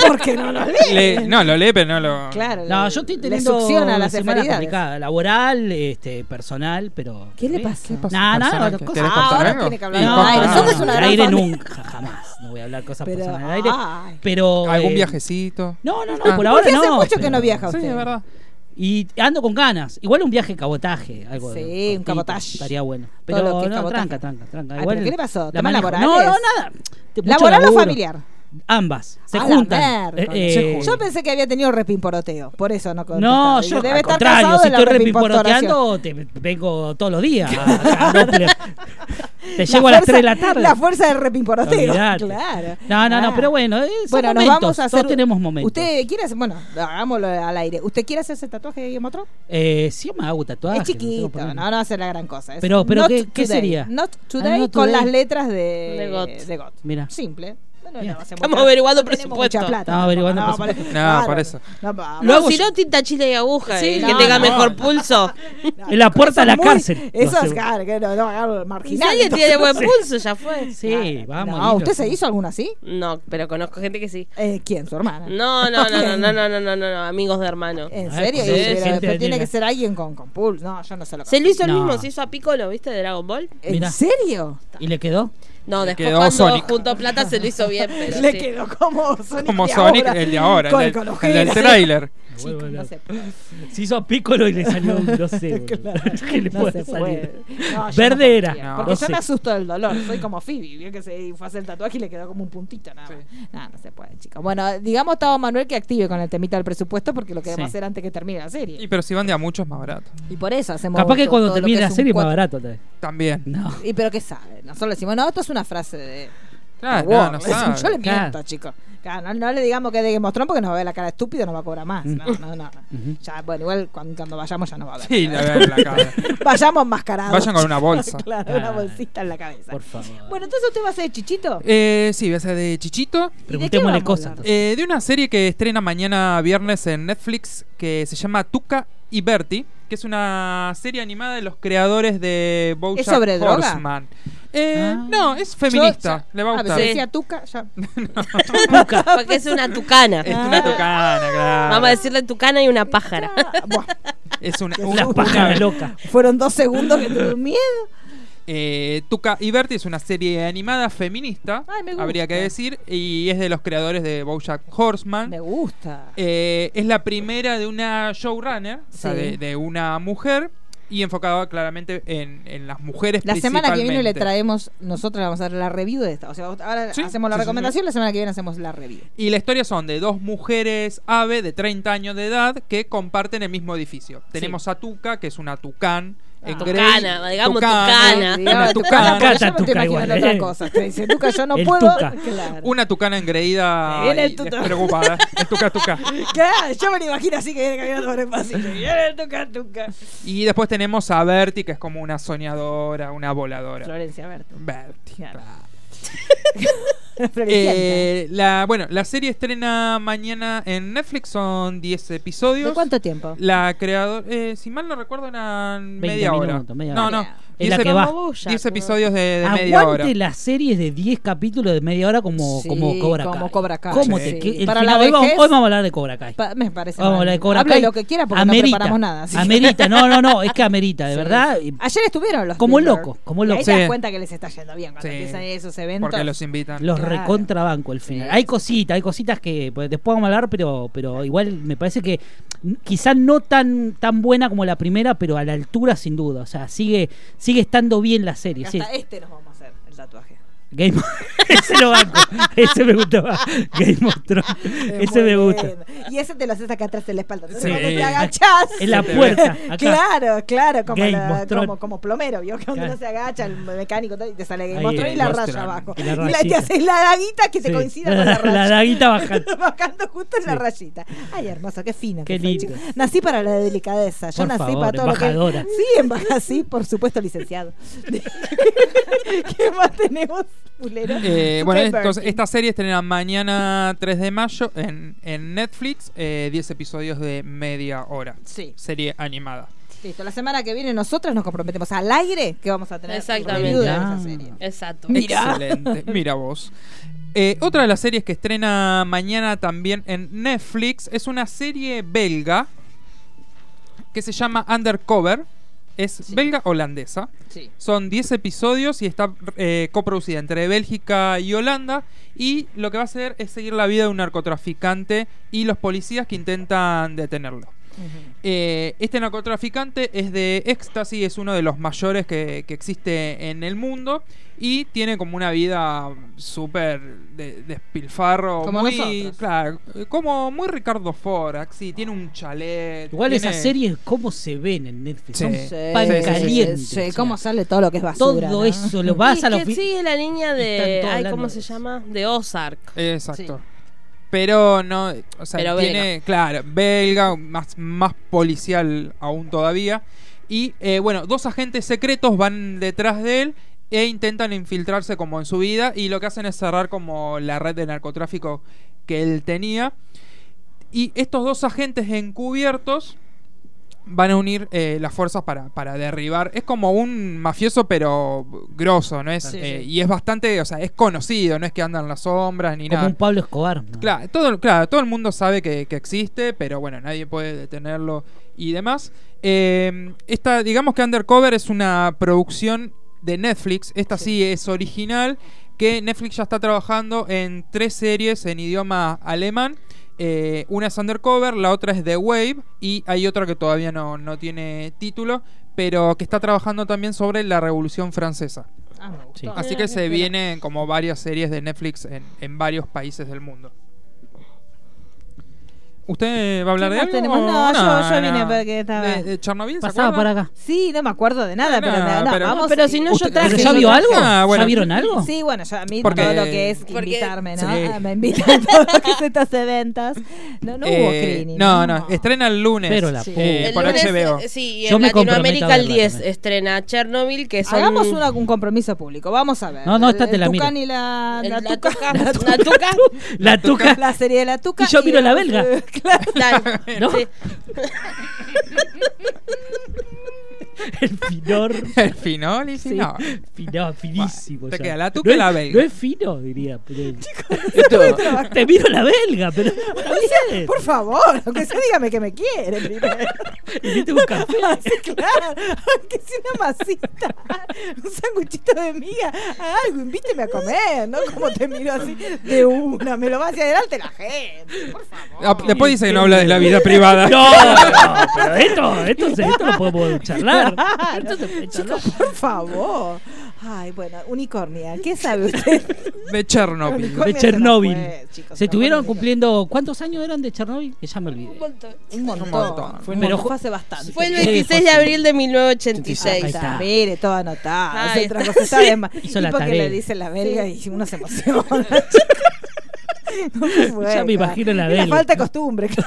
S2: porque no lo lee.
S4: le- no, lo lee, pero no lo.
S2: Claro.
S3: No,
S2: le-
S3: yo estoy
S2: le
S3: teniendo
S2: succiona
S3: una
S2: las
S3: semana
S2: efemeridades.
S3: complicada, laboral, este, personal, pero...
S2: ¿Qué le pasa?
S4: ¿Qué pasó?
S3: No, no,
S4: Persona,
S3: no,
S4: ¿que-
S3: cosa-
S4: ¿querés
S2: Ah,
S4: contar
S2: ahora
S4: algo?
S2: tiene que hablar
S4: Y
S2: al
S4: contar
S2: aire.
S4: algo.
S2: Somos una
S3: al
S2: gran
S3: aire
S2: familia.
S3: nunca, jamás. No voy a hablar cosas
S2: Pero,
S3: personales al aire.
S2: ay.
S3: Pero...
S4: ¿Algún
S3: eh,
S4: viajecito?
S3: No, no, no,
S4: Ah.
S3: por
S2: Porque
S3: ahora
S2: hace
S3: no.
S2: mucho que
S3: pero-
S2: no viaja
S4: Sí,
S2: usted.
S4: es verdad.
S3: Y ando con ganas. Igual un viaje cabotaje. Algo
S2: Sí,
S3: cortito,
S2: un cabotaje.
S3: Estaría bueno.
S2: Todo
S3: Pero
S2: lo que es
S3: no,
S2: cabotaje.
S3: tranca, tranca, tranca.
S2: Ay,
S3: Igual
S2: ¿pero qué le pasó?
S3: la
S2: ¿Temas
S3: manejo.
S2: laborales?
S3: No, no, nada. Te- mucho
S2: ¿Laboral o
S3: laburo.
S2: familiar?
S3: Ambas. Se
S2: A la
S3: juntan.
S2: miércoles.
S3: Eh, eh,
S2: Yo pensé que había tenido repimporoteo, por eso no contestaba.
S3: No,
S2: Digo,
S3: yo
S2: debe
S3: al
S2: estar
S3: contrario,
S2: casado
S3: si
S2: de la
S3: estoy
S2: repimporoteo.
S3: repimporteando, te vengo todos los días. acá, no te- te llevo a las 3 de la tarde.
S2: La fuerza del repimporoteo.
S3: Olvidate.
S2: Claro.
S3: No, no,
S2: Ah.
S3: no, pero bueno, eh, son
S2: Bueno,
S3: momentos,
S2: nos vamos a hacer.
S3: todos tenemos momentos.
S2: ¿Usted quiere hacer.? Bueno, hagámoslo al aire. ¿Usted quiere hacerse tatuaje de Game of Thrones?
S3: Eh, sí me hago tatuaje.
S2: es
S3: tengo
S2: chiquito, no,
S3: problema.
S2: no va a ser la gran cosa. Es
S3: Pero- pero
S2: not
S3: ¿qué- qué
S2: today.
S3: sería?
S2: Not today
S3: Ah, not
S2: con
S3: today.
S2: las letras de,
S5: De God.
S2: de God.
S3: Mira.
S2: Simple. No, no, no,
S3: Bien.
S2: hacemos
S5: Estamos
S2: plata.
S5: averiguando
S2: No tenemos mucha
S5: presupuesto.
S2: plata,
S3: Estamos averiguando
S2: no,
S3: presupuesto.
S2: para-
S4: No, por
S2: no,
S4: eso.
S2: no, vamos.
S5: No,
S3: hago
S5: si
S3: yo.
S5: no, tinta chile y aguja.
S2: Sí,
S5: el
S2: no,
S5: que tenga
S2: no.
S5: mejor pulso.
S2: No,
S3: En la puerta de la
S2: son muy-
S3: cárcel.
S2: Eso
S3: Lo
S2: es
S3: hacemos.
S2: claro, que no, no, claro,
S5: Si
S2: marginal.
S5: nadie
S2: entonces.
S5: tiene buen pulso, ya fue.
S3: Sí, vamos.
S2: No,
S3: Lilo.
S2: ¿usted se hizo alguna así?
S5: No, pero conozco gente que sí.
S2: Eh, ¿Quién? ¿Su hermana?
S5: No, no, no, no, no, no, no, no, no, no, amigos de hermano.
S2: ¿En
S3: Ah,
S2: serio?
S3: pues,
S2: Y-
S5: sí,
S2: pero,
S3: gente
S2: pero
S3: de
S2: tiene
S3: nena.
S2: que ser alguien con, con pulso. No, yo no sé lo que-
S5: Se lo hizo el
S3: No.
S5: mismo, se hizo a Piccolo, ¿viste? De Dragon Ball.
S2: ¿En
S3: Mirá.
S2: serio?
S3: ¿Y le quedó?
S5: No,
S4: Le
S5: después
S4: quedó
S5: cuando
S4: Sonic.
S5: juntó plata se lo hizo bien, pero
S2: Le
S5: sí.
S2: quedó como Sonic.
S4: Como
S2: de
S4: Sonic,
S2: ahora,
S4: el de ahora,
S2: Con,
S4: el,
S2: con
S4: del, el
S2: ojeras,
S4: del
S2: sí.
S4: trailer.
S2: Chicos,
S3: Me vuelvo
S2: no se
S3: Se hizo a Piccolo y le salió un no sé. boludo.
S2: Claro,
S3: ¿Qué le
S2: no
S3: puede
S2: se
S3: salir?
S2: puede. No, yo
S3: Verde
S2: no
S3: era.
S2: podría,
S4: No,
S2: Porque
S3: no
S2: yo
S3: sé.
S2: me asusto del dolor. Soy como Phoebe. Vio que se fue a hacer el tatuaje y le quedó como un puntito nada más. No, no se puede, chicos. Bueno, digamos a Tavo Manuel que active con el temita del presupuesto porque lo queremos
S3: Sí.
S2: hacer antes que termine la serie.
S4: Y pero si van de a muchos más barato.
S2: Y, por eso hacemos.
S3: Capaz que
S2: todo-
S3: cuando
S2: todo lo
S3: termine la
S2: es un
S3: serie es más
S2: cuatro-
S3: barato tal vez.
S4: También.
S3: No.
S2: Y pero qué sabe. Nosotros le decimos, no, esto es una frase de.
S4: Claro,
S2: Wow,
S4: Ah, no, no
S2: es un-
S4: sabe.
S2: Yo le
S3: Claro.
S2: miento, chicos. Claro, no, no le digamos que es de Game of Thrones porque nos va a ver la cara estúpida y nos va a cobrar más. No, no, no.
S3: Mm. Ujú.
S2: Ya, bueno, igual cuando, cuando vayamos ya no va a ver.
S4: Sí, la ven en la cara.
S2: Vayamos mascarados.
S4: Vayan con una bolsa.
S2: claro, una
S3: Ah.
S2: bolsita en la cabeza.
S3: Por favor.
S2: Bueno, entonces usted va a ser chichito.
S4: Eh, sí, voy a ser de Chichito.
S3: Preguntémosle
S2: vamos a
S3: cosas.
S2: hablar?
S3: entonces.
S4: Eh, de una serie que estrena mañana viernes en Netflix que se llama Tuca y Bertie, que es una serie animada de los creadores de Bojack
S2: sobre droga?
S4: Horseman. Eh,
S3: Ah.
S4: No, es feminista,
S2: Yo-
S4: le va a
S2: Ah,
S4: gustar.
S2: pero
S5: Sí.
S2: decía tuca, ya.
S5: Porque es una tucana.
S4: Es
S2: Ah.
S4: una tucana, claro.
S5: Vamos a decirle tucana y una pájara.
S2: Buah,
S4: Es una,
S3: Una
S4: una-
S3: pájara loca.
S2: fueron dos segundos que tuve miedo.
S4: Eh, Tuca y Bertie es una serie animada feminista,
S2: Ay, me gusta.
S4: habría que decir, y es de los creadores de Bojack Horseman.
S2: Me gusta.
S4: Eh, es la primera de una showrunner, o sea,
S2: Sí.
S4: de, de una mujer, y enfocada claramente en, en las mujeres
S2: La semana que viene le
S4: principalmente.
S2: traemos, nosotros le vamos a dar la review de esta. O sea, ahora
S4: Sí,
S2: hacemos la
S4: sí, sí,
S2: recomendación, la semana que viene hacemos la review.
S4: Y la historia son de dos mujeres ave de 30 años de edad que comparten el mismo edificio. Tenemos a Tuca, que es una tucán. en
S2: Ah.
S4: Grey,
S5: Tucana, digamos tucana.
S2: Sí,
S4: Una
S2: ahora
S4: tucana.
S2: tucana, porque yo
S3: Cata
S2: me estoy
S3: tuca
S2: imaginando
S3: igual,
S2: otra
S3: eh.
S2: cosa. Te dice, tuca, yo no
S3: El
S2: puedo.
S3: tuca.
S2: Claro.
S4: Una tucana engreída
S2: Viene el
S4: y eh,
S2: tuto.
S4: despreocupada. Es eh, tuca, tuca.
S2: Claro, yo me lo imagino así que viene caminando por el pasillo. Viene el tuca, tuca.
S4: Y después tenemos a Bertie, que es como una soñadora, una voladora.
S2: Florencia Berto.
S4: Bertie.
S2: Claro.
S4: claro.
S2: Floricienta.
S4: Eh, la, bueno, la serie estrena mañana en Netflix, son 10 episodios.
S2: ¿De cuánto tiempo?
S4: La creador, eh, si mal no recuerdo, eran
S3: 20
S4: media hora.
S3: minutos, media
S4: no,
S3: hora.
S4: no.
S2: Es
S3: la
S4: 10
S3: que va.
S5: Bojack,
S4: 10
S5: ¿no?
S4: episodios de, de media hora.
S3: Aguante las series de 10 capítulos de media hora como,
S2: Sí,
S3: como Cobra Kai.
S2: como Cobra Kai,
S3: ¿Cómo
S4: sí.
S3: te, que- el
S2: Para
S3: final-
S2: la
S3: hoy, vamos,
S2: vejez-
S3: hoy vamos a hablar de Cobra Kai.
S2: Pa- me parece
S3: Vamos a
S2: mal.
S3: hablar de Cobra
S2: Hable
S3: Kai.
S2: lo que quiera porque no preparamos nada. así que-
S3: Amerita, no, no, no, es que amerita, de
S2: Sí.
S3: verdad. y
S2: Ayer estuvieron los
S3: Como
S2: Spielberg.
S3: loco, como
S2: Y
S3: loco.
S2: ahí te das
S4: Sí.
S2: cuenta que les está yendo bien cuando
S4: Sí.
S2: empiezan esos eventos.
S4: Porque los invitan.
S3: Los
S2: Claro.
S3: recontrabanco al final.
S2: Sí,
S3: Hay
S2: sí.
S3: cositas, hay cositas que pues, después vamos a hablar, pero, pero igual me parece que quizás no tan, tan buena como la primera, pero a la altura sin duda. O sea, sigue, sigue estando bien la serie.
S2: Hasta
S3: sí.
S2: este nos vamos a hacer el tatuaje.
S3: Game of- Ese lo banco. Ese me gustaba. Game of Thrones.
S2: Muy
S3: Ese me gusta.
S2: bien. Y ese te lo haces acá atrás de la espalda. Entonces
S4: Sí.
S2: cuando te agachás.
S3: En la puerta. Acá.
S2: Claro, claro, como,
S3: Game
S2: la-
S3: of Thrones.
S2: como, como plomero, ¿vio? Que cuando
S3: Claro.
S2: uno se agacha, el mecánico tal, y te sale Game
S3: Ahí,
S2: of Thrones y la
S4: Game of
S2: raya
S4: Thrones.
S2: abajo.
S3: Y
S2: Y,
S3: la
S2: la- te
S3: rayita.
S2: haces la daguita que
S3: Sí.
S2: te coincida con la raya.
S3: La daguita bajando.
S2: Bajando justo en la
S3: Sí.
S2: rayita. Ay, hermoso, qué fino.
S3: Qué
S2: que soy,
S3: lindo.
S2: chico. Nací para la delicadeza. Yo
S3: Por
S2: nací
S3: favor,
S2: para todo
S3: embajadora.
S2: lo que. Sí, embajadora, sí, por supuesto, licenciado. ¿Qué más tenemos, pulero?
S4: Eh, bueno,
S2: Zuckerberg.
S4: entonces esta serie estrena mañana 3 de mayo en, en Netflix, eh, 10 episodios de media hora.
S2: Sí,
S4: Serie animada.
S2: listo. La semana que viene nosotras nos comprometemos al aire que vamos a tener.
S5: Exactamente.
S2: review de
S3: Ah.
S2: esa serie.
S5: Exacto.
S2: Mirá.
S4: Excelente. Mira vos. Eh, otra de las series que estrena mañana también en Netflix es una serie belga que se llama Undercover. Es belga holandesa.
S2: Sí.
S4: Son 10 episodios y está eh, coproducida entre Bélgica y Holanda. Y lo que va a hacer es seguir la vida de un narcotraficante y los policías que intentan detenerlo. Eh, este narcotraficante es de éxtasis, es uno de los mayores que, que existe en el mundo y tiene como una vida súper de, despilfarro.
S2: Como
S4: muy,
S2: nosotros.
S4: Claro, eh, como muy Ricardo Forax, sí, tiene un chalet.
S3: Igual
S4: tiene-
S3: esas series, ¿cómo se ven en Netflix?
S4: Sí.
S3: Son
S4: Sí,
S3: pan
S4: sí, sí,
S3: caliente.
S2: Sí,
S3: o sea,
S2: cómo sale todo lo que es basura.
S3: Todo
S2: ¿no?
S3: eso, lo vas
S5: Y
S3: a la
S5: que
S3: ofi-
S5: sigue la
S3: Están
S5: niña de.
S3: todos
S5: Ay,
S3: hablando
S5: ¿cómo
S3: de
S5: se
S3: eso.
S5: llama? De Ozark.
S4: Exacto. Pero no, o sea,
S5: Pero
S4: tiene, claro, belga, más, más policial aún todavía. Y eh, bueno, dos agentes secretos van detrás de él e intentan infiltrarse como en su vida y lo que hacen es cerrar como la red de narcotráfico que él tenía. Y estos dos agentes encubiertos van a unir eh, las fuerzas para, para derribar. Es como un mafioso, pero grosso, ¿no es?
S5: Sí,
S4: Eh,
S5: sí.
S4: Y es bastante, o sea, es conocido, no es que andan en las sombras ni
S3: Como
S4: nada.
S3: un Pablo Escobar. ¿no?
S4: Claro, todo, claro, todo el mundo sabe que, que existe, pero bueno, nadie puede detenerlo y demás. Eh, esta, digamos que Undercover es una producción de Netflix, esta sí, es original, que Netflix ya está trabajando en tres series en idioma alemán. Eh, una es Undercover, la otra es The Wave y hay otra que todavía no, no tiene título, pero que está trabajando también sobre la Revolución Francesa.
S2: Ah, me gustó.
S3: Sí.
S4: Así que se vienen como varias series de Netflix en, en varios países del mundo. ¿Usted va a hablar
S2: ¿Qué
S4: de
S2: más
S4: algo?
S2: tenemos?
S4: o
S2: No, yo- yo vine porque estaba-
S4: ¿De, de Chernobyl?
S3: Pasaba por acá.
S2: Sí, no me acuerdo de nada,
S4: No,
S2: pero,
S4: no,
S2: no,
S4: pero-
S2: vamos.
S5: No, pero si no, yo
S2: Usted-
S5: traje-
S3: ¿Pero
S5: Sí,
S3: ya
S5: yo
S3: vio
S5: creo-
S3: algo?
S4: Ah, bueno.
S3: ¿Ya vieron algo?
S2: Sí, bueno, yo a mí
S4: Porque-
S2: todo lo que es
S5: Porque-
S2: invitarme, ¿no?
S4: Sí.
S2: Ah, Me invitan todo lo que es estas eventas. No, no hubo
S4: Eh,
S2: crimen.
S4: no, no, estrena el lunes.
S3: Pero la
S4: Sí.
S3: puta.
S4: Eh,
S5: El
S4: por
S5: lunes,
S4: HBO.
S5: eh, Sí, y
S3: Yo
S5: en
S3: me comprometo a
S5: Latinoamérica el
S3: verla
S5: 10
S3: también.
S5: estrena Chernobyl, que son...
S2: Hagamos una- un compromiso público. Vamos a ver.
S3: No, no, esta te
S2: El
S3: la
S2: Tucán
S3: miro.
S2: y la,
S5: el-
S2: la
S5: La
S2: Tuca.
S5: tuca. La tuca.
S3: La tuca.
S2: La serie de la Tuca.
S3: Y yo miro la belga.
S2: Claro.
S5: Dale.
S3: ¿No?
S5: Sí.
S3: El finor.
S4: El final y si
S3: Sí.
S4: no.
S3: Fino, finísimo.
S4: Bueno, te
S3: ya.
S4: queda la
S3: No
S4: tuca y
S3: es-
S4: la belga.
S3: No es fino, diría. pero-
S6: Esto-
S3: te miro la belga, pero. bien.
S2: Por favor, aunque sea, dígame que me quiere primero.
S3: Hiciste un café.
S2: Sí, claro, que sea una masita, un sanguchito de miga, algo, invíteme a comer, ¿no? Como te miro así de una, me lo va hacia adelante la gente, por favor.
S4: Ah, Después dice que no habla de la vida privada.
S3: No, no, pero esto, esto, se- esto lo podemos charlar.
S2: Claro.
S3: Esto se puede charlar.
S2: Chicos, por favor. Ay, bueno, unicornia, ¿qué sabe usted?
S4: De Chernobyl.
S2: Unicornia
S3: De
S2: se nos
S3: Chernóbil.
S2: fue, chicos,
S3: Se
S2: nos
S3: estuvieron
S2: fue un
S3: cumpliendo. ¿cuántos años eran de Chernóbil? Que ya me olvidé.
S2: Un montón.
S4: montón.
S2: Fue, un
S3: Pero
S2: montón, fue hace bastante.
S5: Fue el
S3: Sí,
S5: 26 de
S3: fácil.
S5: abril de
S3: Ahí
S5: 1986.
S3: está.
S2: Mire, todo anotado.
S5: Ahí
S2: Ay,
S5: está.
S2: otra cosa sabe más.
S3: Hizo
S2: y
S3: la
S2: porque
S3: tarea.
S2: le dicen la belga y uno se emociona. chica. No me fue,
S3: Ya me imagino la
S2: Es
S3: belga.
S2: falta de costumbre.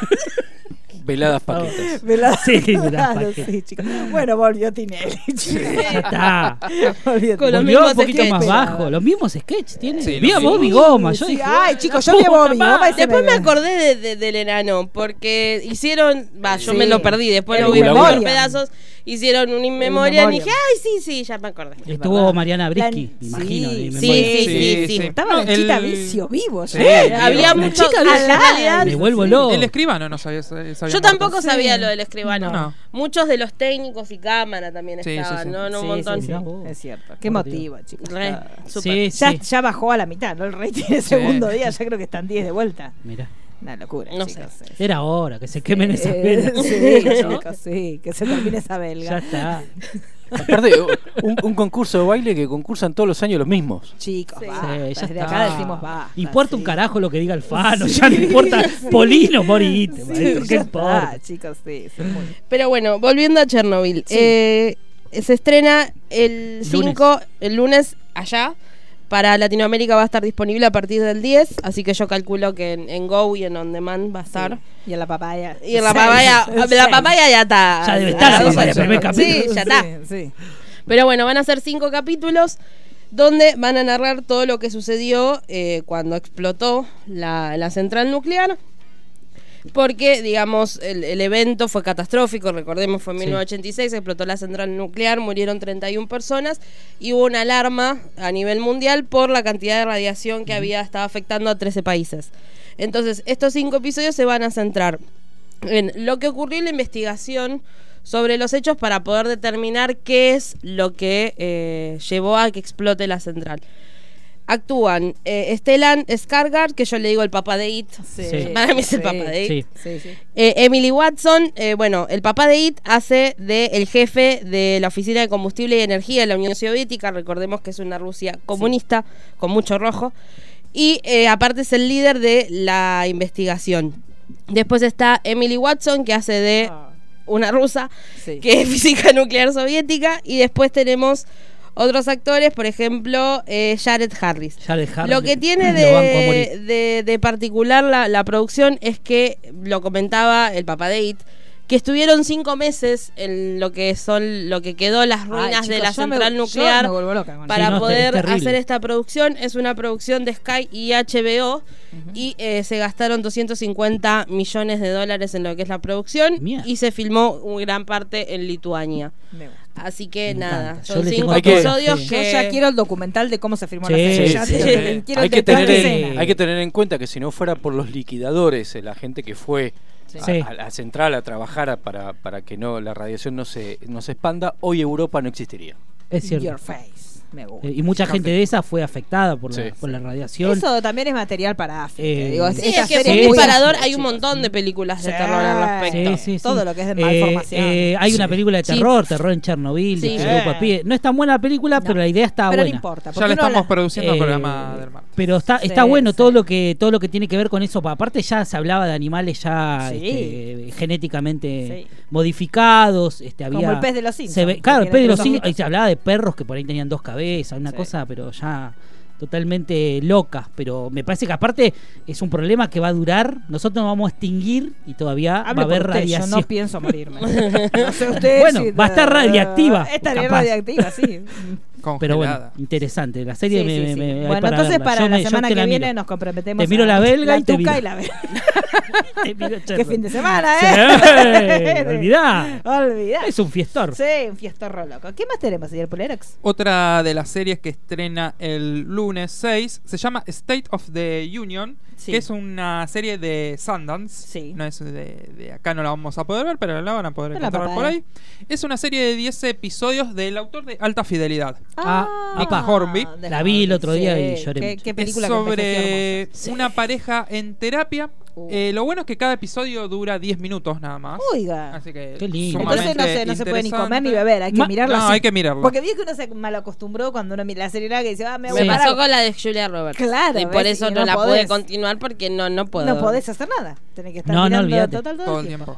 S6: Veladas paquitas.
S2: ¿verdad?
S3: Sí, de la
S2: Claro,
S3: paqueta.
S2: sí, chicos. Bueno, volvió Tinelli.
S3: Ya está.
S5: Con los
S3: Volvió
S5: mismos
S3: un poquito
S5: sketches.
S3: más bajo. Los mismos sketches tiene.
S4: Sí, los
S3: Vi a
S4: mismos.
S3: Bobby Goma. Yo dije, "Ah,
S2: Ay, chicos,
S3: la
S2: yo vi a
S3: puta
S2: Bobby Goma
S3: madre.
S2: y se
S5: Ah, Después me
S2: ve.
S5: acordé de- de- del enano, porque hicieron, va, yo
S2: Sí.
S5: me lo perdí, después
S2: El
S5: lo vi por
S2: Inmemoriam.
S5: pedazos, hicieron un inmemoria y
S2: Inmemoriam.
S5: dije, ay, sí, sí, ya me acordé.
S3: Estuvo Mariana Brisky,
S2: La-
S3: imagino.
S2: sí,
S3: de
S5: sí,
S3: memoria.
S5: sí, sí, sí.
S2: Estaba
S4: No,
S2: la chita
S4: el-
S2: vicio vivo.
S4: Sí,
S2: ya.
S4: vivo.
S5: Había
S3: La
S5: mucho...
S3: chica
S5: en
S3: Luciana,
S5: realidad,
S3: Me vuelvo loco.
S4: El escribano no sabía. sabía
S5: yo
S4: muerto.
S5: tampoco sabía lo del escribano.
S4: No.
S5: Muchos de los técnicos y cámara también
S4: Sí, sí,
S5: estaban,
S4: sí.
S5: ¿no? No, un
S2: Sí,
S5: montón.
S2: sí, sí,
S3: Mirá vos.
S2: Es cierto. Qué
S3: Por
S2: motivo, chicos.
S5: Re,
S2: Ya-
S5: súper.
S3: Sí,
S2: Ya,
S3: sí.
S2: ya bajó a la mitad, ¿no? El rey tiene segundo día, ya creo que están 10 de vuelta.
S3: Mirá.
S2: Una locura,
S5: No
S2: chicos. sí.
S3: Era hora que se quemen esas
S2: Eh,
S3: velas.
S2: Sí,
S3: ¿No?
S2: chicos, sí, que se termine esa
S3: Ya
S2: belga.
S3: está.
S6: Aparte, un, un concurso de baile que concursan todos los años los mismos.
S2: Chicos, basta,
S3: Sí, ya
S2: desde
S3: está.
S2: acá decimos va.
S3: Importa un carajo lo que diga Alfano, ya no importa. Polino, morite, maestro, ¿qué importa?
S2: chicos, sí. sí, muy-
S5: Pero bueno, volviendo a Chernobyl.
S2: Sí.
S5: eh, se estrena el
S3: Lunes.
S5: 5, el lunes, allá. Para Latinoamérica va a estar disponible a partir del 10, así que yo calculo que en, en Go y en On Demand va a estar.
S2: Y en la papaya.
S5: Y en la papaya, la papaya ya está.
S3: Ya debe estar,
S5: Ah,
S3: la papaya,
S5: sí,
S3: primer
S5: Sí,
S3: capítulo.
S5: ya está.
S2: Sí,
S5: Pero bueno, van a ser cinco capítulos donde van a narrar todo lo que sucedió eh, cuando explotó la, la central nuclear. Porque, digamos, el, el evento fue catastrófico, recordemos, fue en
S3: Sí.
S5: 1986, explotó la central nuclear, murieron 31 personas y hubo una alarma a nivel mundial por la cantidad de radiación que había estado afectando a 13 países. Entonces, estos cinco episodios se van a centrar en lo que ocurrió y la investigación sobre los hechos para poder determinar qué es lo que eh, llevó a que explote la central. Actúan eh, Stellan Skargard, que yo le digo el papá de It.
S2: sí.
S3: Sí.
S5: Para mí es el
S2: sí,
S5: papá de It.
S2: Sí,
S3: Sí.
S2: sí.
S5: Eh, Emily Watson, eh, bueno, el papá de It hace de el jefe de la Oficina de Combustible y Energía de la Unión Soviética, recordemos que es una Rusia comunista con mucho rojo, y eh, aparte es el líder de la investigación. Después está Emily Watson, que hace de
S2: Ah,
S5: una rusa,
S2: sí.
S5: Eh, que es física nuclear soviética, y después tenemos otros actores, por ejemplo, eh, Jared Harris.
S3: Ya dejaron.
S5: Lo que tiene
S3: lo banco a morir.
S5: de, de- de particular la, la producción es que lo comentaba el papá de It, que estuvieron cinco meses en lo que son lo que quedó las ruinas
S2: Ay,
S5: de
S2: chicos,
S5: la
S2: yo me-
S5: central
S2: yo
S5: nuclear
S2: me vuelvo loca con
S5: para
S3: Sí, no, es
S5: poder
S3: terrible.
S5: hacer esta producción. Es una producción de Sky y HBO y eh, se gastaron 250 millones de dólares en lo que es la producción
S3: Mierda.
S5: y se filmó un gran parte en Lituania.
S2: eso. Me gusta.
S5: Así que
S3: Me
S5: nada,
S3: encanta. Yo
S5: son
S3: le tengo
S5: cinco
S6: Hay que-
S5: episodios
S3: sí.
S2: Yo
S5: que...
S2: ya quiero el documental de cómo se firmó
S3: Sí,
S2: la fecha.
S3: sí,
S2: ya
S3: sí.
S2: quiero el- quiero
S6: eh, hay,
S2: el
S6: que
S2: detrás de
S6: tener, en-
S2: escena.
S6: hay que tener en cuenta que si no fuera por los liquidadores, eh, la gente que fue a,
S3: Sí.
S6: a la central a trabajar a- para, para que no la radiación no se, no se expanda, hoy Europa no existiría.
S3: Es cierto.
S2: Your face. Me gusta.
S3: Eh, Y mucha gente de esa fue afectada por la,
S6: Sí.
S3: por la radiación.
S2: Eso también es material para AFI.
S3: Eh,
S5: Sí, es que
S3: serie
S5: por
S3: es muy
S5: disparador hay un montón de películas de
S2: Sí.
S5: terror al respecto.
S2: Sí, Todo lo que es de malformación.
S3: eh, hay una película de
S5: Sí.
S3: terror, terror en Chernobyl, de
S5: Sí.
S3: este grupo de pibes. No es tan buena la película, pero la idea está
S2: Pero no
S3: buena.
S2: importa.
S4: Ya
S2: porque
S4: le
S2: uno
S4: estamos
S2: la-
S4: produciendo
S3: Eh,
S4: el programa del martes.
S3: Pero está,
S2: Sí,
S3: está bueno
S2: sí.
S3: todo lo que todo lo que tiene que ver con eso. Aparte ya se hablaba de animales ya
S2: Sí.
S3: este, genéticamente
S2: Sí.
S3: modificados. Este, había,
S2: Como el pez de los
S3: se
S2: Simpsons,
S3: ve-
S2: que
S3: claro, el
S2: tiene
S3: pez de
S2: tres
S3: los Simpsons.
S2: ojitos.
S3: Y se hablaba de perros que por ahí tenían dos cabezas, una
S2: Sí.
S3: cosa, pero ya totalmente locas. Pero me parece que aparte es un problema que va a durar. Nosotros nos vamos a extinguir y todavía
S2: Hable
S3: va a haber
S2: por usted,
S3: radiación.
S2: Yo no pienso morirme. No sé usted
S3: Bueno,
S2: si-
S3: va a estar radiactiva,
S2: Estaré
S3: capaz.
S2: radiactiva, sí.
S3: Pero bueno,
S4: Congelada. interesante.
S3: interesante. La serie
S2: Sí,
S3: me,
S2: sí,
S3: me-
S2: sí.
S3: me- hay
S2: Bueno,
S3: para
S2: entonces
S3: verla.
S2: para
S3: Yo
S2: la
S3: me- yo
S2: semana
S3: te
S2: que
S3: la
S2: viene
S3: miro.
S2: nos comprometemos.
S3: Te miro
S2: a-
S3: la belga
S2: la
S3: y te
S2: tuca
S3: miro.
S2: y la belga.
S3: Te miro, Chernobyl.
S2: Qué fin de semana,
S3: Sí,
S2: ¿eh?
S3: eh, olvidá.
S2: Olvidá.
S3: Es un fiestor.
S2: Sí, un fiestorro loco. ¿Qué más tenemos, señor Polerox?
S4: Otra de las series que estrena el lunes 6 se llama State of the Union,
S2: Sí.
S4: que es una serie de Sundance.
S2: Sí.
S4: No es de, de acá no la vamos a poder ver, pero la van a poder
S2: No la
S4: encontrar por
S2: papá,
S4: ahí. Es una serie de 10 episodios del autor de Alta Fidelidad.
S3: Ah,
S4: Nick Hornby.
S2: de
S3: La vi el otro día y
S2: sí,
S3: lloré
S2: Qué,
S3: mucho.
S2: qué película
S4: es
S2: que
S4: sobre
S2: envejeció
S4: una pareja en terapia.
S2: Uh.
S4: Eh, lo bueno es que cada episodio dura 10 minutos nada más.
S2: hermosa. Oiga.
S4: Así que
S3: Qué lindo.
S2: Entonces no
S4: sumamente
S2: se, no se puede ni comer ni
S4: interesante.
S2: beber, hay que
S3: Ma-
S2: mirarla
S4: no,
S2: así.
S4: hay que mirarla.
S2: Porque vi que uno se mal acostumbró cuando uno mira la serie larga y dice, ah, me voy
S5: Me
S2: a
S5: pasó
S2: parar.
S5: con la de Julia Roberts.
S2: Claro,
S5: Y por
S2: ¿ves?
S5: eso
S2: Y
S5: no,
S2: no
S5: la
S2: podés.
S5: pude continuar porque no, no puedo.
S2: No podés hacer nada. Tenés que estar
S3: No, no,
S2: mirando
S3: olvídate.
S2: total todo,
S4: todo el tiempo.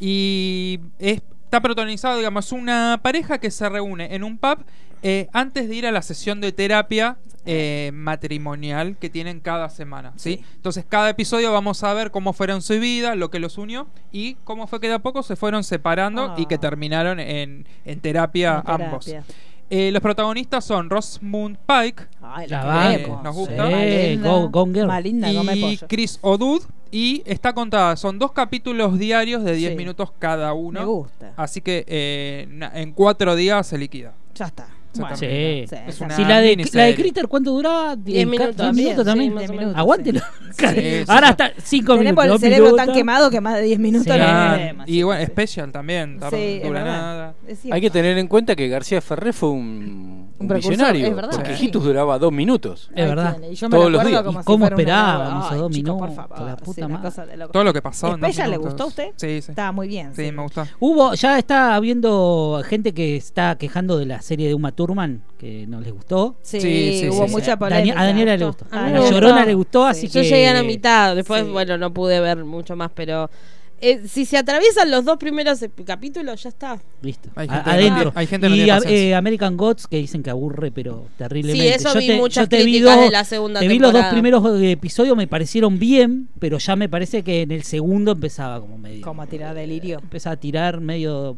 S4: Y es- está protagonizado, digamos, una pareja que se reúne en un pub eh, antes de ir a la sesión de terapia eh, matrimonial que tienen cada semana. ¿sí?
S2: Sí.
S4: Entonces, cada episodio vamos a ver cómo fueron su vida, lo que los unió y cómo fue que de a poco se fueron separando y que
S2: Ah.
S4: terminaron en, en
S2: Una
S4: terapia
S2: terapia.
S4: ambos. Eh, los protagonistas son Rosamund Pike,
S2: Ay,
S3: La
S2: la
S4: banco.
S2: que
S4: Nos
S2: sí.
S4: gusta.
S2: Malinda.
S3: Go- Gonger.
S2: Malinda, come
S4: y
S2: pollo.
S4: Chris O'Dood. Y está contada, son dos capítulos diarios de 10
S2: Sí.
S4: minutos cada uno.
S2: Me gusta.
S4: Así que eh, na- en cuatro días se liquida.
S2: Ya está.
S4: Se
S2: Bueno,
S4: termina.
S3: Sí.
S2: sí,
S4: Es
S2: sí.
S4: una
S3: Si la de, la
S4: miniserie.
S3: de Critter, ¿cuánto duraba?
S5: Diez
S3: Ca-
S5: minutos.
S3: diez minutos también.
S5: También, sí, más o
S2: menos.
S3: Aguántelo.
S4: Sí,
S3: Ahora
S4: sí.
S3: está cinco
S2: Tenemos
S3: minutos.
S2: el
S3: dos
S2: cerebro tan
S3: minutos.
S2: quemado que más de 10 minutos
S3: Sí.
S2: no
S4: Ah,
S2: tenemos,
S4: y
S2: sí,
S4: bueno,
S2: sí.
S4: Special también,
S2: Sí,
S4: tampoco
S2: es
S4: dura
S2: verdad.
S4: nada.
S2: Es cierto.
S6: Hay que tener en cuenta que García Ferré fue un, un
S2: precursor, es
S6: visionario,
S2: verdad,
S6: porque
S2: sí.
S6: Hitus duraba dos minutos.
S3: Es verdad.
S2: Ahí tiene. Y yo me lo
S6: Todos los
S2: acuerdo
S6: días.
S2: como
S3: ¿Y
S2: si
S3: cómo
S2: fuera una
S3: esperábamos
S2: novela.
S3: esos dos
S2: Ay, chicos,
S3: minutos?
S2: por favor,
S3: La puta
S2: sí, una
S3: madre.
S2: cosa de loco.
S4: Todo lo que pasaba. en dos
S2: ¿Special le
S4: minutos.
S2: gustó a usted?
S4: Sí, sí.
S2: Estaba muy bien.
S4: Sí, me gustó.
S3: Hubo, ya está habiendo gente que está quejando de la serie de Uma Thurman, que no les gustó.
S2: Sí,
S4: Sí, sí,
S2: hubo
S4: sí,
S2: mucha
S3: sí.
S2: polémica.
S3: A Daniela le gustó.
S2: Ah,
S5: A
S3: A
S5: mí
S2: no.
S3: la
S5: me
S3: llorona
S5: gustó.
S3: le gustó, así
S5: Yo
S3: que.
S5: llegué a la mitad, después,
S2: Sí.
S5: bueno, no pude ver mucho más, pero eh, si se atraviesan los dos primeros ep- capítulos, ya está.
S3: Listo.
S4: Hay
S3: A-
S4: gente-
S3: adentro.
S4: hay gente que no
S3: y
S4: tiene
S3: a-
S4: paciencia.
S3: eh, American Gods que dicen que aburre, pero terriblemente.
S5: Sí, eso
S3: Yo
S5: vi
S3: te-
S5: muchas
S3: yo te vi
S5: críticas
S3: dos-
S5: de la segunda
S3: Te vi los
S5: temporada.
S3: dos primeros eh, episodios, me parecieron bien, pero ya me parece que en el segundo empezaba como medio.
S2: Como a tirar delirio.
S3: Empezaba a tirar medio.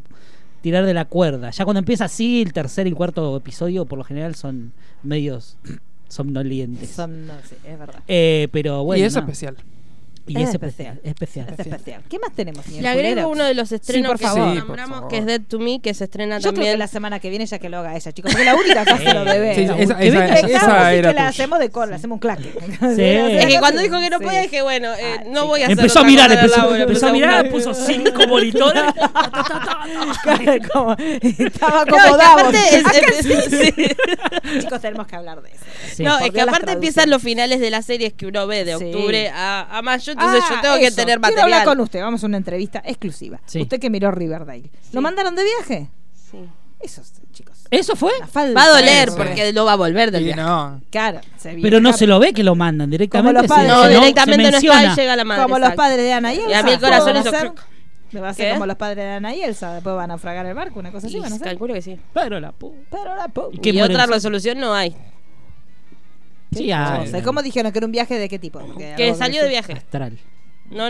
S3: tirar de la cuerda. Ya cuando empieza así, el tercer y cuarto episodio, por lo general son medios somnolientes.
S2: Son, no sé, es verdad.
S3: Eh, pero bueno.
S4: y es
S3: no.
S4: especial.
S3: Y
S2: Es
S3: es
S2: especial.
S3: especial. es especial.
S2: Es especial. ¿Qué más tenemos, señor
S5: Le agrego
S2: Culerox?
S5: uno de los estrenos
S2: por
S5: que
S2: favor.
S4: Sí, por
S5: nombramos,
S4: favor.
S5: que es Dead to Me, que se estrena
S2: Yo creo que
S5: también.
S2: la semana que viene ya que lo haga ella, chicos. Porque es la única que hace lo bebé.
S4: Sí,
S2: La
S4: esa,
S3: que
S4: esa-
S3: venga,
S2: única que
S4: esa
S2: hagamos es
S4: era
S2: que la
S4: tuya.
S2: hacemos de cola, hacemos un claque.
S5: Es que
S3: Sí.
S5: cuando dijo que no
S2: Sí.
S5: podía, dije, bueno, eh,
S2: Ah,
S5: no
S2: sí.
S5: voy a hacer
S3: Empezó a
S5: otra
S3: mirar,
S5: cosa en el
S3: empezó,
S5: laburo,
S3: empezó a
S5: pero
S3: mirar,
S5: bueno.
S3: puso cinco monitores.
S5: "Ah,
S2: Como- estaba
S5: No, es que
S2: acomodado.
S5: aparte es- es- sí.
S2: Chicos, tenemos que hablar de eso.
S3: Sí.
S5: No,
S2: por
S5: es que
S2: Dios, las
S5: aparte empiezan
S2: traducciones.
S5: los finales de las series que uno ve de
S2: Sí. Ah,
S5: octubre a, a mayo, entonces yo tengo que
S2: eso.
S5: tener
S2: Quiero hablar
S5: material.
S2: con usted, vamos a una entrevista exclusiva.
S3: Sí.
S2: Usted que miró Riverdale. ¿Lo mandaron de viaje?
S5: Sí.
S2: Eso, chicos.
S3: ¿Eso fue?
S2: La falta
S5: Va a doler
S2: de-
S5: porque lo va a volver del
S4: Y
S5: viaje.
S4: no.
S2: Claro, se
S3: Pero no
S2: viaja-
S3: se lo ve que lo mandan
S2: Como
S3: directamente.
S2: los
S3: se-
S2: padres.
S3: se
S5: No,
S2: no,
S5: directamente
S3: se
S5: no está
S3: menciona.
S5: y llega la madre.
S2: Como los
S5: exacto.
S2: padres de Ana y Elsa.
S5: Y a mí el corazón
S2: ¿Cómo
S5: hizo
S2: va a ser?
S5: croc.
S2: Me va a hacer
S5: ¿Qué?
S2: como los padres de Ana y Elsa. Después van a fragar el barco, una cosa así,
S5: Y
S2: van a hacer.
S5: calculo que sí.
S3: Pero la pu-
S2: Pero la pu-
S3: ¿Y qué
S5: Y
S3: mueren?
S5: otra resolución no hay.
S3: Sí, ah,
S2: O sea, ¿Cómo dijeron que era un viaje de qué tipo? Porque
S5: Que
S2: algo
S5: salió de
S2: decir-
S5: viaje.
S3: Astral.
S5: No,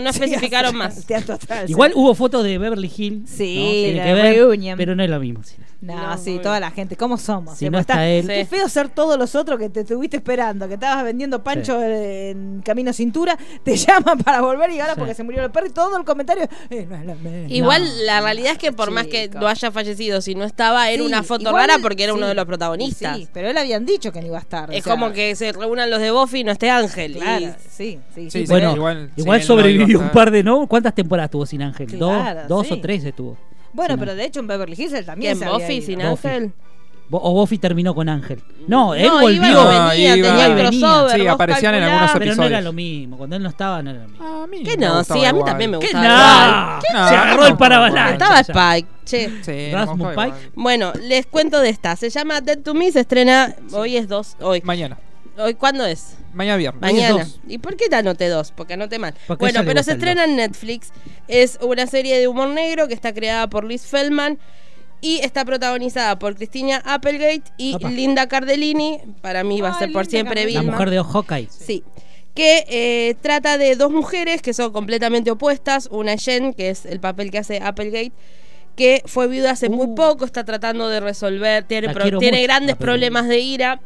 S5: no especificaron más.
S2: Teatro Astral, sí.
S3: Igual hubo fotos de Beverly Hills.
S2: Sí,
S3: Tiene
S2: la
S3: que ver,
S2: reunion.
S3: Pero no es lo mismo. sí.
S2: No,
S5: No,
S2: sí,
S5: muy
S2: toda
S5: bien.
S2: la gente. ¿Cómo somos?
S3: Si
S2: Tipo,
S3: no está
S2: está-
S3: él.
S5: Sí.
S2: Qué feo ser todos los otros que te estuviste esperando, que estabas vendiendo pancho en Camino Cintura, te llaman para volver y ahora
S3: Sí.
S2: porque se murió el perro y todo el comentario. eh, no es lo mismo.
S5: Igual
S3: No,
S5: la realidad es que por más que
S2: chico.
S5: no haya fallecido, si no estaba, era
S2: Sí,
S5: una foto
S2: igual-
S5: rara porque era
S2: sí.
S5: uno de los
S2: Y
S5: protagonistas.
S2: Sí, pero él habían dicho que no iba a estar. o
S5: Es
S2: sea,
S5: como que se reúnan los de Buffy y no esté Ángel. y-
S2: Claro, sí, sí. sí,
S4: Sí, sí,
S2: pero-
S3: Bueno,
S4: igual-
S3: igual,
S4: sí, él no
S3: sobrevivió
S4: iba a
S3: un par de, ¿no? ¿Cuántas temporadas tuvo sin Ángel?
S2: Claro,
S3: dos dos
S2: sí.
S3: o tres estuvo.
S2: bueno,
S3: sí,
S2: pero de hecho en Beverly Hills él
S5: ¿Quién,
S2: también se había
S5: Buffy
S2: ido.
S5: sin
S3: Buffy.
S5: Ángel?
S3: Bo- o Buffy terminó con Ángel. No, él
S5: No,
S3: volvió.
S5: iba y
S4: No,
S5: venía,
S4: iba
S5: tenía
S3: y venía.
S5: crossover.
S4: Sí,
S5: vos
S4: aparecían en
S5: calculá.
S4: algunos
S3: pero no era
S4: episodios.
S3: lo mismo. Cuando él no estaba, no era lo mismo.
S4: A mí
S5: Que
S4: me
S5: no,
S4: gustaba
S5: sí, a mí
S4: igual.
S5: también me
S3: ¿Qué
S5: gustaba. igual.
S3: no?
S4: No,
S3: Se agarró el
S4: no,
S3: paravalancha.
S5: Estaba
S3: ya.
S5: Spike, che.
S4: Sí,
S3: Rasmus
S4: no,
S3: Pike.
S4: igual.
S5: Bueno, les cuento de esta. Se llama Dead to Me, se estrena. Hoy es dos. Hoy.
S4: Mañana.
S5: hoy ¿Cuándo es?
S4: Mañana viernes.
S3: Hoy es
S5: Mañana.
S3: dos.
S5: ¿Y por qué te anoté dos? Porque anoté mal.
S3: Porque a
S5: bueno,
S3: ella le
S5: pero
S3: gusta
S5: se
S3: el
S5: estrena en Netflix. Es una serie de humor negro que está creada por Liz Feldman y está protagonizada por Cristina Applegate y
S3: Apa.
S5: Linda Cardellini. Para mí va a
S2: Ay,
S5: ser por
S2: Linda
S5: siempre
S3: La
S2: Cardellini.
S5: Vilma.
S3: mujer de Hawkeye.
S5: Sí. Que eh, trata de dos mujeres que son completamente opuestas. Una es Jen, que es el papel que hace Applegate, que fue viuda hace muy
S3: Uh.
S5: poco, está tratando de resolver, tiene,
S3: La
S5: pro-
S3: quiero
S5: tiene
S3: mucho,
S5: grandes
S3: la película.
S5: problemas de ira.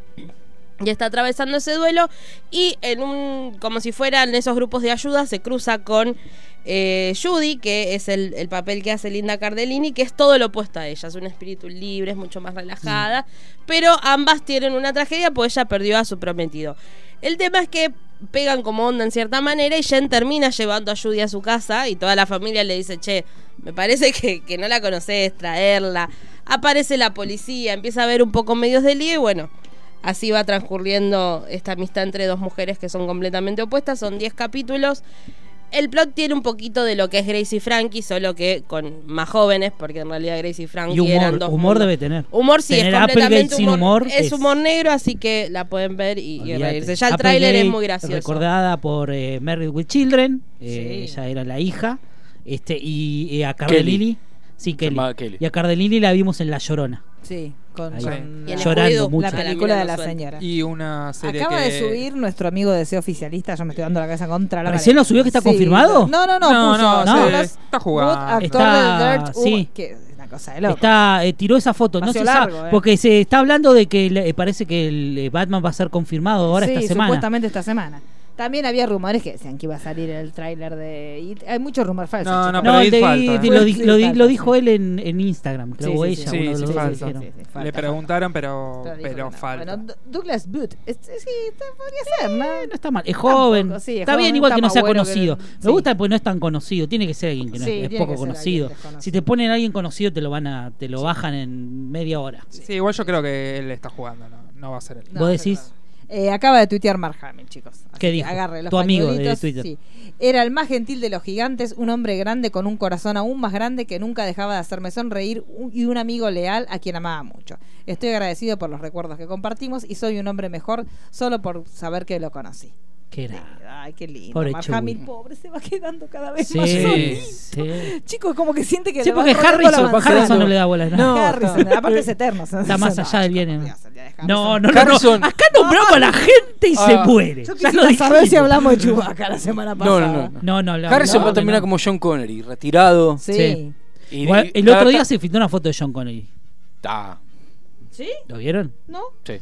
S5: Y está atravesando ese duelo. Y en un. como si fueran esos grupos de ayuda, se cruza con eh, Judy, que es el, el papel que hace Linda Cardellini, que es todo lo opuesto a ella. Es un espíritu libre, es mucho más relajada. Pero ambas tienen una tragedia, pues ella perdió a su prometido. El tema es que pegan como onda en cierta manera y Jen termina llevando a Judy a su casa y toda la familia le dice, che, me parece que, que no la conoces, traerla. Aparece la policía, empieza a ver un poco medios de lío y bueno, así va transcurriendo esta amistad entre dos mujeres que son completamente opuestas, son 10 capítulos. El plot tiene un poquito de lo que es Gracie y Frankie, solo que con más jóvenes, porque en realidad Gracie y Frankie
S3: Y
S5: eran
S3: humor,
S5: dos
S3: humor
S5: mundos.
S3: debe tener.
S5: Humor sí,
S3: Tener
S5: es
S3: Applegate
S5: completamente
S3: sin
S5: humor.
S3: humor
S5: es,
S3: es-
S5: humor negro, así que la pueden ver y, y
S3: Olvídate.
S5: reírse. Ya el
S3: Applegate,
S5: tráiler es muy gracioso.
S3: Recordada por eh, Married with Children. eh,
S2: Sí.
S3: Ella era la hija. Este, y eh, a Cardellini. Sí, Kelly.
S6: llamaba Kelly.
S3: Y a Cardellini la vimos en La Llorona.
S2: Sí, con,
S3: Ahí.
S2: con
S5: Y en
S2: la,
S3: Llorando
S5: Scooby-Doo,
S3: mucho.
S2: la
S5: para mí
S2: película
S5: no
S2: de la
S5: suena.
S2: señora.
S4: Y una serie
S2: Acaba
S4: que...
S2: de subir nuestro amigo de Deseo Oficialista, yo me estoy dando la cabeza contra la
S3: ¿Recién
S2: pared.
S3: lo subió que está confirmado?
S2: No, no, no.
S4: No,
S2: puso,
S4: no,
S3: no.
S4: se-
S2: Nicolas
S4: está
S2: Wood,
S4: jugando.
S2: actor
S3: Está-
S2: de Dirt, Wood,
S3: sí.
S2: que es una cosa de loco.
S3: Está, eh, tiró esa foto, no
S2: Paseo
S3: se sabe,
S2: largo, eh.
S3: porque se está hablando de que le- parece que el eh, Batman va a ser confirmado ahora
S2: sí,
S3: esta semana.
S2: supuestamente esta semana. También había rumores que decían que iba a salir el tráiler de... y hay mucho rumor falso.
S4: No,
S2: chicos.
S4: no,
S3: No,
S4: pero ahí
S3: de-
S4: falta,
S3: de-
S4: ¿eh?
S3: lo, di-
S2: Sí,
S3: lo di-
S2: falta,
S3: lo
S2: sí.
S3: dijo él en, en Instagram, creo,
S2: Sí,
S3: o
S2: sí,
S3: ella,
S2: sí,
S3: uno de
S4: sí,
S3: los
S4: sí,
S3: dos
S4: sí,
S3: dijeron.
S2: Sí, sí, falta,
S4: Le
S2: falta.
S4: preguntaron, pero,
S2: Pero dijo que
S4: pero
S2: no.
S4: falta.
S2: Bueno, D- Douglas Booth, es- sí, está- podría ser, ¿no?
S3: No está mal, es joven,
S2: Tampoco, sí, es
S3: está
S2: joven,
S3: bien igual
S2: está
S3: que no
S2: más
S3: sea
S2: bueno que
S3: conocido.
S2: el-
S3: Me
S2: sí.
S3: gusta porque no es tan conocido, tiene que ser alguien que no
S2: Sí,
S3: es-
S2: tiene
S3: es,
S2: que
S3: poco
S2: ser
S3: conocido.
S2: alguien desconocido.
S3: Si te ponen a alguien conocido te lo van a te lo bajan en media hora.
S4: Sí, igual yo creo que él está jugando, no, no va a ser él.
S2: No, no,
S3: Vos decís,
S2: Eh, acaba de tuitear Mark Hamill, chicos. Así
S3: ¿Qué
S2: que
S3: dijo?
S2: Agarre los
S3: Tu amigo de
S2: pañuelitos,
S3: Twitter.
S2: sí. Era el más gentil de los gigantes, un hombre grande con un corazón aún más grande que nunca dejaba de hacerme sonreír un- y un amigo leal a quien amaba mucho. Estoy agradecido por los recuerdos que compartimos y soy un hombre mejor solo por saber que lo conocí.
S3: ¿qué era?
S2: Ay, qué lindo.
S3: Pobre
S2: Mark
S3: Chewie.
S2: Hamill, pobre, se va quedando cada vez
S3: Sí,
S2: más
S4: sí.
S2: solito.
S3: sí.
S2: Chicos, como que siente que
S3: Sí,
S2: le van
S3: porque
S2: rodeando la
S3: Harrison,
S2: manzana.
S3: Harrison no le da bola. No, no,
S2: Harrison, aparte es eterno.
S3: Está más allá del bien y
S2: No,
S3: mal.
S2: chicos, por Dios, el día de
S3: no,
S2: Harrison.
S3: no, no.
S6: Harrison.
S3: Acá nombramos a la gente y se
S6: Ah.
S3: muere.
S2: Yo
S3: Ya
S2: quisiera
S3: lo
S2: saber si
S3: dijimos.
S2: hablamos de Chewbacca la semana
S6: No,
S2: pasada.
S6: no, no. no.
S3: No, no, la-
S6: Harrison
S3: no,
S6: va a terminar
S3: no.
S6: como John Connery, retirado.
S2: Sí.
S3: Sí.
S6: Y,
S3: Igual,
S6: y-
S3: el otro
S6: ta-
S3: día se filtró una foto de John Connery.
S6: ta-
S2: ¿Sí?
S3: ¿Lo vieron?
S2: ¿No?
S6: Ah, Sí,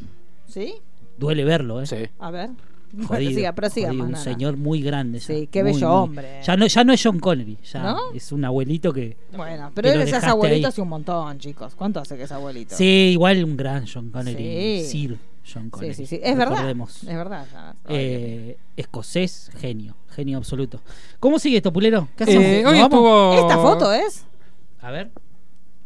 S2: ¿Sí?
S3: Duele verlo, ¿eh?
S6: sí.
S2: A ver. Bueno,
S3: Jodido,
S2: siga, prosiga,
S3: jodido,
S2: más
S3: un
S2: nada.
S3: señor muy grande. ya,
S2: Sí, qué
S3: muy,
S2: bello
S3: muy-
S2: hombre.
S3: Ya no, ya no es John Connery, ya
S2: ¿No?
S3: es un abuelito que...
S2: Bueno,
S3: Te
S2: pero
S3: lo
S2: él es
S3: dejaste
S2: abuelito
S3: ahí.
S2: hace un montón, chicos. ¿Cuánto hace que es abuelito?
S3: Sí, igual un gran John Connery,
S2: Sí.
S3: Sir John
S2: sí,
S3: Connery.
S2: sí. sí. Es verdad.
S3: recordemos.
S2: Es verdad. ya.
S3: Eh, escocés, genio, genio absoluto. ¿Cómo sigue esto, Pulero? ¿Qué hacemos?
S4: Eh,
S3: ¿Nos
S4: hoy
S3: vamos?
S4: estuvo...
S2: Esta foto es,
S3: A ver.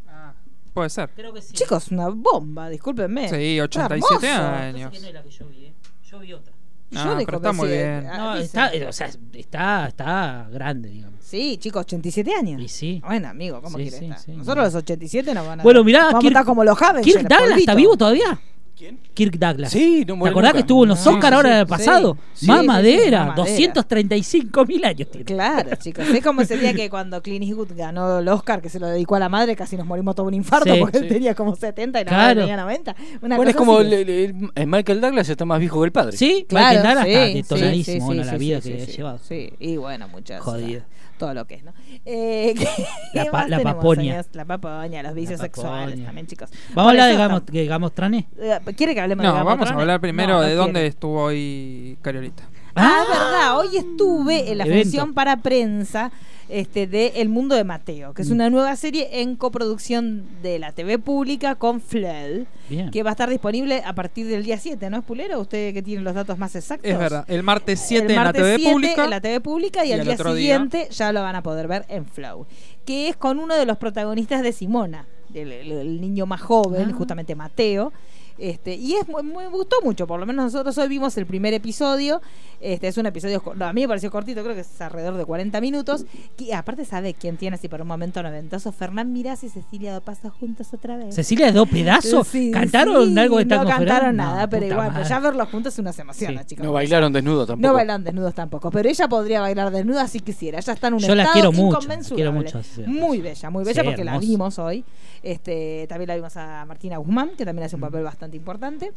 S4: Ah, puede ser.
S3: Creo que sí.
S2: chicos, una bomba, discúlpenme.
S4: Sí,
S2: Está
S4: 87
S2: hermoso.
S4: años.
S3: no es la que yo vi, ¿eh? Yo vi otra.
S4: Ah,
S2: Yo de
S4: pero está muy
S2: sí,
S4: bien.
S2: ah,
S3: No,
S2: dice-
S3: está, eh, o sea, está, está grande, digamos.
S2: Sí, chicos, 87 años.
S3: Y sí.
S2: Bueno, amigo, ¿cómo
S3: Sí,
S2: quiere
S3: sí,
S2: estar?
S3: sí.
S2: Nosotros los 87 nos van a.
S3: Bueno, mirá,
S2: vamos a
S3: Kirk-
S2: estar como los Javes.
S3: ¿Kirk Douglas está vivo todavía?
S6: ¿Quién?
S3: Kirk Douglas.
S6: Sí, no
S3: ¿Te
S6: muere
S3: acordás
S6: nunca.
S3: que estuvo en los
S2: Ah,
S3: Oscar ahora
S2: sí,
S3: en el pasado?
S2: sí. Sí, sí, sí,
S3: mamadera,
S2: mamadera.
S3: 235 mil años tiene.
S2: Claro, chicos. Es como ese día que cuando Clint Eastwood ganó el Oscar, que se lo dedicó a la madre, casi nos morimos todo un infarto
S3: Sí,
S2: porque él
S6: sí.
S2: tenía como 70 y la
S3: Claro.
S2: madre tenía 90. Una
S6: Bueno, es
S2: cosa
S6: como
S2: así.
S6: el- el- el Michael Douglas está más viejo que el padre.
S3: Sí,
S2: Claro,
S3: Michael Douglas
S2: sí,
S3: está
S2: sí,
S3: detonadísimo,
S2: sí,
S3: bueno,
S2: sí,
S3: la
S2: sí,
S3: vida
S2: sí,
S3: que
S2: sí,
S3: ha
S2: sí.
S3: llevado.
S2: Sí, y bueno, muchas.
S3: Jodido.
S2: Todo lo que es, ¿no? Eh, ¿qué
S3: La pa-
S2: más
S3: la
S2: tenemos,
S3: papoña.
S2: señores? La papoña, los vicios sexuales
S3: papoña.
S2: también, chicos.
S3: Vamos a hablar de
S2: Bueno,
S3: Gamos,
S2: eso
S3: de Gamos Trane.
S2: está- Eh, ¿Quiere que hablemos de
S4: No,
S2: Game of
S4: vamos a
S2: Thrones?
S4: hablar primero
S2: No, no
S4: de dónde
S2: quiere.
S4: estuvo hoy Cariolita.
S2: Ah, es verdad. Hoy estuve en la
S3: Evento.
S2: función para prensa este, de El Mundo de Mateo, que es una nueva serie en coproducción de la TV pública con FLEL,
S3: Bien.
S2: que va a estar disponible a partir del día 7, ¿no es Pulero? Usted que tiene los datos más exactos.
S4: Es verdad, el martes
S2: El
S4: 7 en la
S2: martes
S4: TV
S2: 7
S4: pública.
S2: en la TV pública y,
S4: Y
S2: al
S4: al
S2: día
S4: otro día-
S2: siguiente ya lo van a poder ver en Flow, que es con uno de los protagonistas de Simona, el, el- el niño más joven,
S3: Ah.
S2: justamente Mateo. Este, y es muy- me gustó mucho, por lo menos nosotros hoy vimos el primer episodio. Este es un episodio, co- no, a mí me pareció cortito, creo que es alrededor de 40 minutos. Que aparte sabe quién tiene así para un momento noventoso, Fernán Mirás y Cecilia de Paso juntos otra vez.
S3: Cecilia es dos pedazos.
S2: Sí,
S3: ¿Cantaron
S2: sí,
S3: algo de
S2: No
S3: Tango
S2: cantaron
S3: Federal?
S2: nada,
S3: No,
S2: pero
S3: puta
S2: igual, pero
S3: madre.
S2: ya verlos juntos unos emociona,
S3: Sí.
S2: chicos.
S6: No bailaron desnudo tampoco.
S2: No bailan desnudos tampoco, pero ella podría bailar desnuda si quisiera. Ya está en un
S3: Yo la
S2: estado
S3: quiero mucho,
S2: inconmensurable.
S3: quiero mucho, sí.
S2: Muy bella, muy bella
S3: Sí,
S2: porque la
S3: hermosa.
S2: vimos hoy. Este, también la vimos a Martina Guzmán, que también
S3: Mm.
S2: hace un papel bastante importante.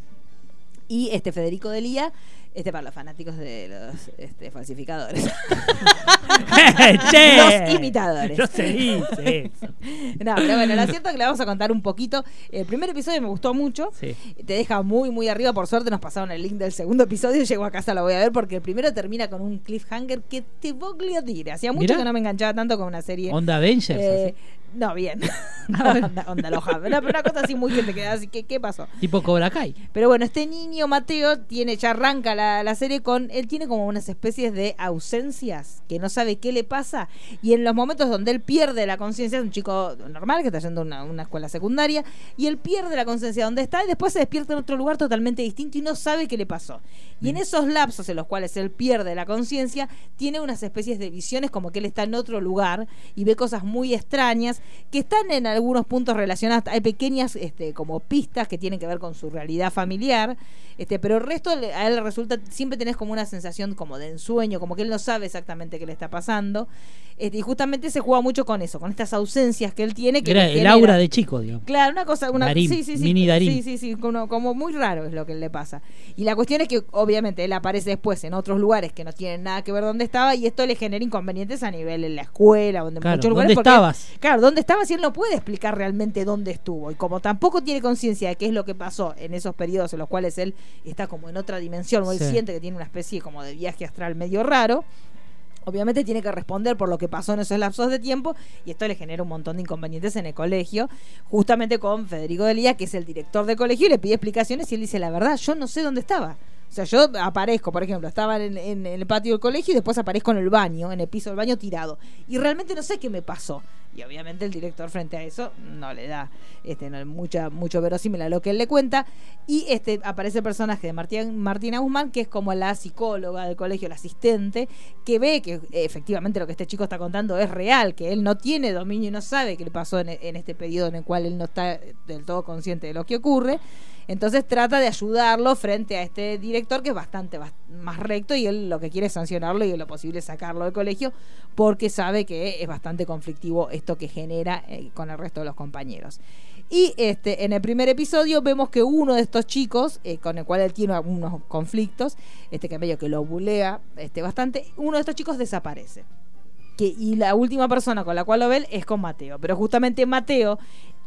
S2: Y este Federico Delía, este para los fanáticos de los este, falsificadores.
S3: Che.
S2: Los imitadores.
S3: No se dice eso.
S2: no, pero bueno, lo cierto es que le vamos a contar un poquito. El primer episodio me gustó mucho.
S3: Sí.
S2: te deja muy, muy arriba. Por suerte nos pasaron el link del segundo episodio. Llego a casa, lo voy a ver porque el primero termina con un cliffhanger que te voglio tire. Hacía mucho
S3: Mirá.
S2: que no me enganchaba tanto con una serie.
S3: Onda Avengers.
S2: eh, no, bien. onda, onda loja. Pero una cosa así muy que te queda así que, ¿qué pasó?
S3: así. Tipo Cobra Kai.
S2: Pero bueno, este niño Mateo tiene, ya arranca la, la serie con, él tiene como unas especies de ausencias, que no sabe qué le pasa, y en los momentos donde él pierde la conciencia, es un chico normal que está yendo a una, una escuela secundaria, y él pierde la conciencia donde está, y después se despierta en otro lugar totalmente distinto y no sabe qué le pasó. Y en esos lapsos en los cuales él pierde la conciencia, tiene unas especies de visiones como que él está en otro lugar y ve cosas muy extrañas que están en algunos puntos relacionadas. Hay pequeñas este, como pistas que tienen que ver con su realidad familiar, este, pero el resto le- a él resulta, siempre tenés como una sensación como de ensueño, como que él no sabe exactamente qué le está pasando. Este, y justamente se juega mucho con eso, con estas ausencias que él tiene. Que
S3: Era
S2: le
S3: el
S2: genera-
S3: aura de chico, digamos.
S2: Claro, una cosa, una
S3: Darín,
S2: sí, sí, sí,
S3: mini Darín.
S2: sí, sí, sí, como, como muy raro es lo que le pasa. Y la cuestión es que obviamente él aparece después en otros lugares que no tienen nada que ver dónde estaba y esto le genera inconvenientes a nivel en la escuela o en
S3: Claro,
S2: muchos lugares
S3: ¿dónde
S2: porque-
S3: estabas?
S2: Claro, ¿dónde estaba si él no puede explicar realmente dónde estuvo? Y como tampoco tiene conciencia de qué es lo que pasó en esos periodos en los cuales él está como en otra dimensión o él
S3: Sí.
S2: siente que tiene una especie como de viaje astral medio raro, obviamente tiene que responder por lo que pasó en esos lapsos de tiempo y esto le genera un montón de inconvenientes en el colegio, justamente con Federico Delía, que es el director del colegio, y le pide explicaciones y él dice, la verdad, yo no sé dónde estaba. O sea, yo aparezco, por ejemplo, estaba en, en- en el patio del colegio y después aparezco en el baño, en el piso del baño tirado. Y realmente no sé qué me pasó. Y obviamente el director frente a eso no le da este, no, mucha, mucho verosímil a lo que él le cuenta. Y este aparece el personaje de Martín, Martina Guzmán, que es como la psicóloga del colegio, la asistente, que ve que eh, efectivamente lo que este chico está contando es real, que él no tiene dominio y no sabe qué le pasó en, en este periodo en el cual él no está eh, del todo consciente de lo que ocurre. Entonces trata de ayudarlo frente a este director que es bastante bas- más recto y él lo que quiere es sancionarlo y en lo posible sacarlo del colegio porque sabe que es bastante conflictivo esto que genera eh, con el resto de los compañeros. Y este, en el primer episodio vemos que uno de estos chicos, eh, con el cual él tiene algunos conflictos, este que medio que lo bulea este, bastante, uno de estos chicos desaparece. Que, y la última persona con la cual lo ven es con Mateo. Pero justamente Mateo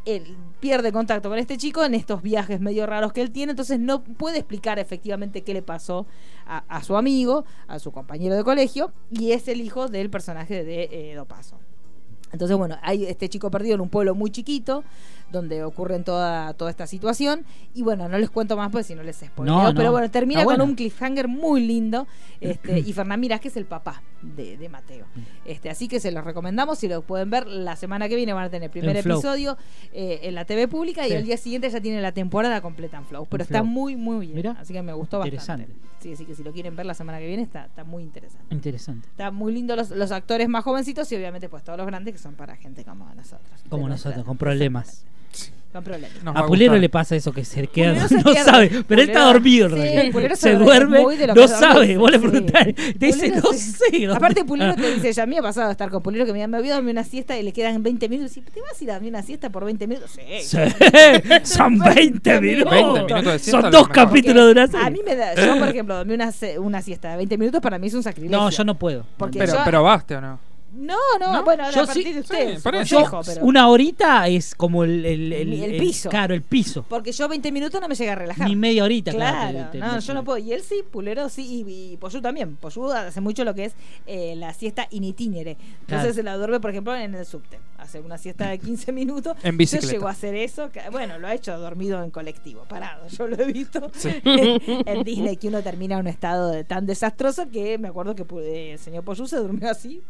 S2: él pierde contacto con este chico en estos viajes medio raros que él tiene, entonces no puede explicar efectivamente qué le pasó a, a su amigo, a su compañero de colegio, y es el hijo del personaje de eh, Dopaso. Entonces, bueno, hay este chico perdido en un pueblo muy chiquito, donde ocurre toda, toda esta situación. Y bueno, no les cuento más, pues si no les spoileo.
S3: No, no.
S2: Pero bueno, termina
S3: Está
S2: con
S3: bueno.
S2: un cliffhanger muy lindo. Este, y Fernán Mirás, que es el papá de, de Mateo. Este, así que se los recomendamos. Si lo pueden ver, la semana que viene van a tener el primer
S3: En Flow.
S2: episodio eh, en la TV pública. Y
S3: Sí.
S2: al día siguiente ya tienen la temporada completa en Flow. Pero
S3: En
S2: está
S3: Flow.
S2: muy, muy bien.
S3: Mirá.
S2: Así que me gustó bastante.
S3: Interesante.
S2: Sí, así que si lo quieren ver la semana que viene, está, está muy interesante.
S3: Interesante.
S2: Está muy lindo los, los actores más jovencitos y obviamente pues todos los grandes que son para gente como nosotros.
S3: Como
S2: De
S3: nosotros,
S2: nuestra-
S3: con problemas.
S2: No hay problema.
S4: Nos va
S3: a Pulero
S4: gustar.
S3: le pasa eso, que se queda,
S2: Pulero se
S3: no
S2: pierde.
S3: sabe, pero él está
S2: Pulero-
S3: dormido en
S2: Sí,
S3: realidad.
S2: Pulero
S3: se
S2: re-
S3: duerme,
S2: muy de lo
S3: no
S2: que dorme.
S3: sabe, vos le
S2: Sí.
S3: preguntás, te dice,
S2: Pulero
S3: no
S2: se-
S3: sé. dónde
S2: Aparte,
S3: está.
S2: Pulero te dice, ya me ha pasado de estar con Pulero que me, me voy a dormir una siesta y le quedan 20 minutos. Y, ¿Te vas a ir a dormir una siesta por 20 minutos? Sí.
S3: Sí, son 20 minutos.
S4: 20 minutos de siesta,
S3: son
S4: lo
S3: dos
S4: mejor.
S2: Porque
S3: capítulos de una serie.
S2: A mí me da, yo por ejemplo, dormí una, se- una siesta de 20 minutos, para mí es un sacrificio.
S3: No, yo no puedo.
S2: Porque
S4: Pero,
S2: yo-
S4: pero baste o no.
S2: No, no,
S4: ¿No?
S2: bueno,
S3: Yo
S2: a partir
S3: sí-
S2: de
S4: sí,
S2: ustedes.
S4: por
S2: su
S4: eso.
S3: Yo,
S2: consejo, pero-
S3: una horita es como el, el,
S2: El piso.
S3: Claro, el piso.
S2: Porque yo 20 minutos no me llega a relajar.
S3: Ni media horita, claro.
S2: Claro,
S3: te- te-
S2: no,
S3: te-
S2: yo no puedo. Y él sí, Pulero sí, y, y Poyú también. Poyú hace mucho lo que es eh, la siesta in itinere. Entonces
S3: Claro.
S2: se la duerme, por ejemplo, en el subte. Hace una siesta de 15 minutos.
S4: En
S2: Yo
S4: bicicleta.
S2: llego a hacer eso. que- bueno, lo ha hecho dormido en colectivo, parado. Yo lo he visto
S4: Sí.
S2: en Disney, que uno termina en un estado de- tan desastroso que me acuerdo que pu- eh, el señor Poyú se durmió así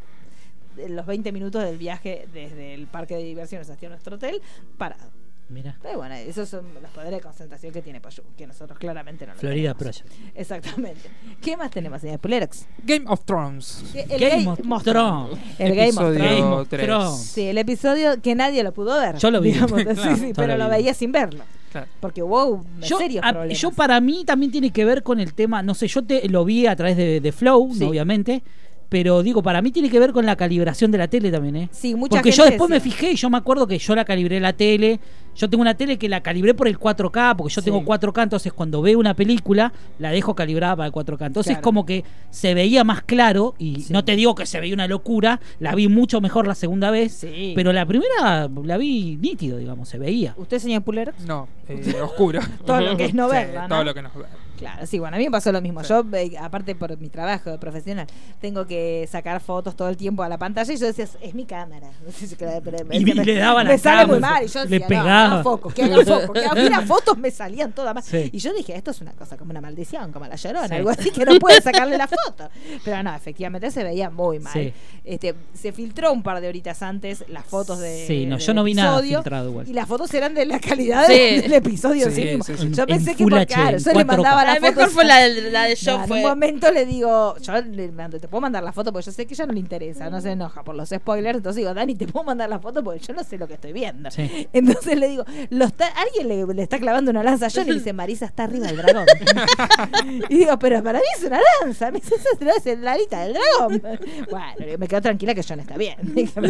S2: en los 20 minutos del viaje desde el parque de diversiones hasta nuestro hotel, parado.
S3: Mirá,
S2: Pero bueno, esos son los poderes de concentración que tiene Payú, que nosotros claramente no lo
S3: Florida
S2: tenemos.
S3: Project.
S2: Exactamente. ¿Qué más tenemos, señor Pulerox?
S4: Game of Thrones.
S2: El
S3: Game of Thrones.
S2: El Game of
S4: Episodio
S2: Thrones.
S3: Game of
S4: tres.
S3: Thrones.
S2: Sí, el episodio que nadie lo pudo ver.
S3: Yo lo vi.
S2: digamos.
S4: Claro,
S2: sí, sí,
S3: yo
S2: pero lo
S3: lo vi.
S2: veía sin verlo.
S4: Claro.
S2: Porque wow, serios
S3: a-
S2: problemas.
S3: yo para mí también tiene que ver con el tema, no sé, yo te lo vi a través de, de Flow,
S2: Sí.
S3: obviamente, pero digo, para mí tiene que ver con la calibración de la tele también, ¿eh?
S2: Sí, mucha
S3: Porque
S2: gente
S3: yo después me
S2: decía.
S3: fijé y yo me acuerdo que yo la calibré la tele. Yo tengo una tele que la calibré por el 4K, porque yo
S2: Sí.
S3: tengo 4K, entonces cuando veo una película la dejo calibrada para el 4K. Entonces
S2: Claro.
S3: como que se veía más claro y
S2: Sí.
S3: no te digo que se veía una locura, la vi mucho mejor la segunda vez,
S2: Sí.
S3: pero la primera la vi nítido, digamos, se veía.
S2: ¿Usted, señor Pulerox?
S4: No, eh, oscuro.
S2: Todo lo que es no
S4: Sí,
S2: verla, ¿no?
S4: Todo lo que no ver.
S2: Claro, sí, bueno, a mí me pasó lo mismo.
S4: Sí.
S2: Yo, eh, aparte por mi trabajo de profesional, tengo que sacar fotos todo el tiempo a la pantalla y yo decía, es mi cámara.
S3: Y le daba la
S2: Me sale muy
S3: cámara,
S2: mal. Y yo
S3: le
S2: decía, no,
S3: pegaba.
S2: haga foco, que haga foco, que haga- mira, fotos me salían todas más.
S3: Sí.
S2: Y yo dije, esto es una cosa como una maldición, como la llorona,
S3: Sí.
S2: algo así que no puede sacarle la foto. Pero no, efectivamente se veía muy mal.
S3: Sí.
S2: Este, se filtró un par de horitas antes las fotos de.
S3: Sí, no,
S2: del
S3: yo no vi nada
S2: episodio,
S3: filtrado igual.
S2: Y las fotos eran de la calidad
S5: Sí.
S2: del- del episodio en sí,
S4: Sí,
S2: mismo.
S4: sí, sí.
S2: Yo
S3: En
S2: pensé que
S3: Full
S2: porque,
S3: HD,
S2: claro,
S3: en
S2: yo le
S3: 4K.
S2: mandaba la
S5: La
S2: foto.
S5: mejor fue la de, la de
S2: No,
S5: yo.
S2: en
S5: fue.
S2: un momento le digo, yo le mando, te puedo mandar la foto porque yo sé que ella no le interesa, no se enoja por los spoilers. Entonces digo, Dani, te puedo mandar la foto porque yo no sé lo que estoy viendo.
S3: Sí.
S2: Entonces le digo, lo está, alguien le, le está clavando una lanza a John y le dice, Marisa está arriba del dragón. y digo, pero para mí es una lanza, me dice, "Esa no es la alita del dragón. Bueno, me quedo tranquila que John está bien.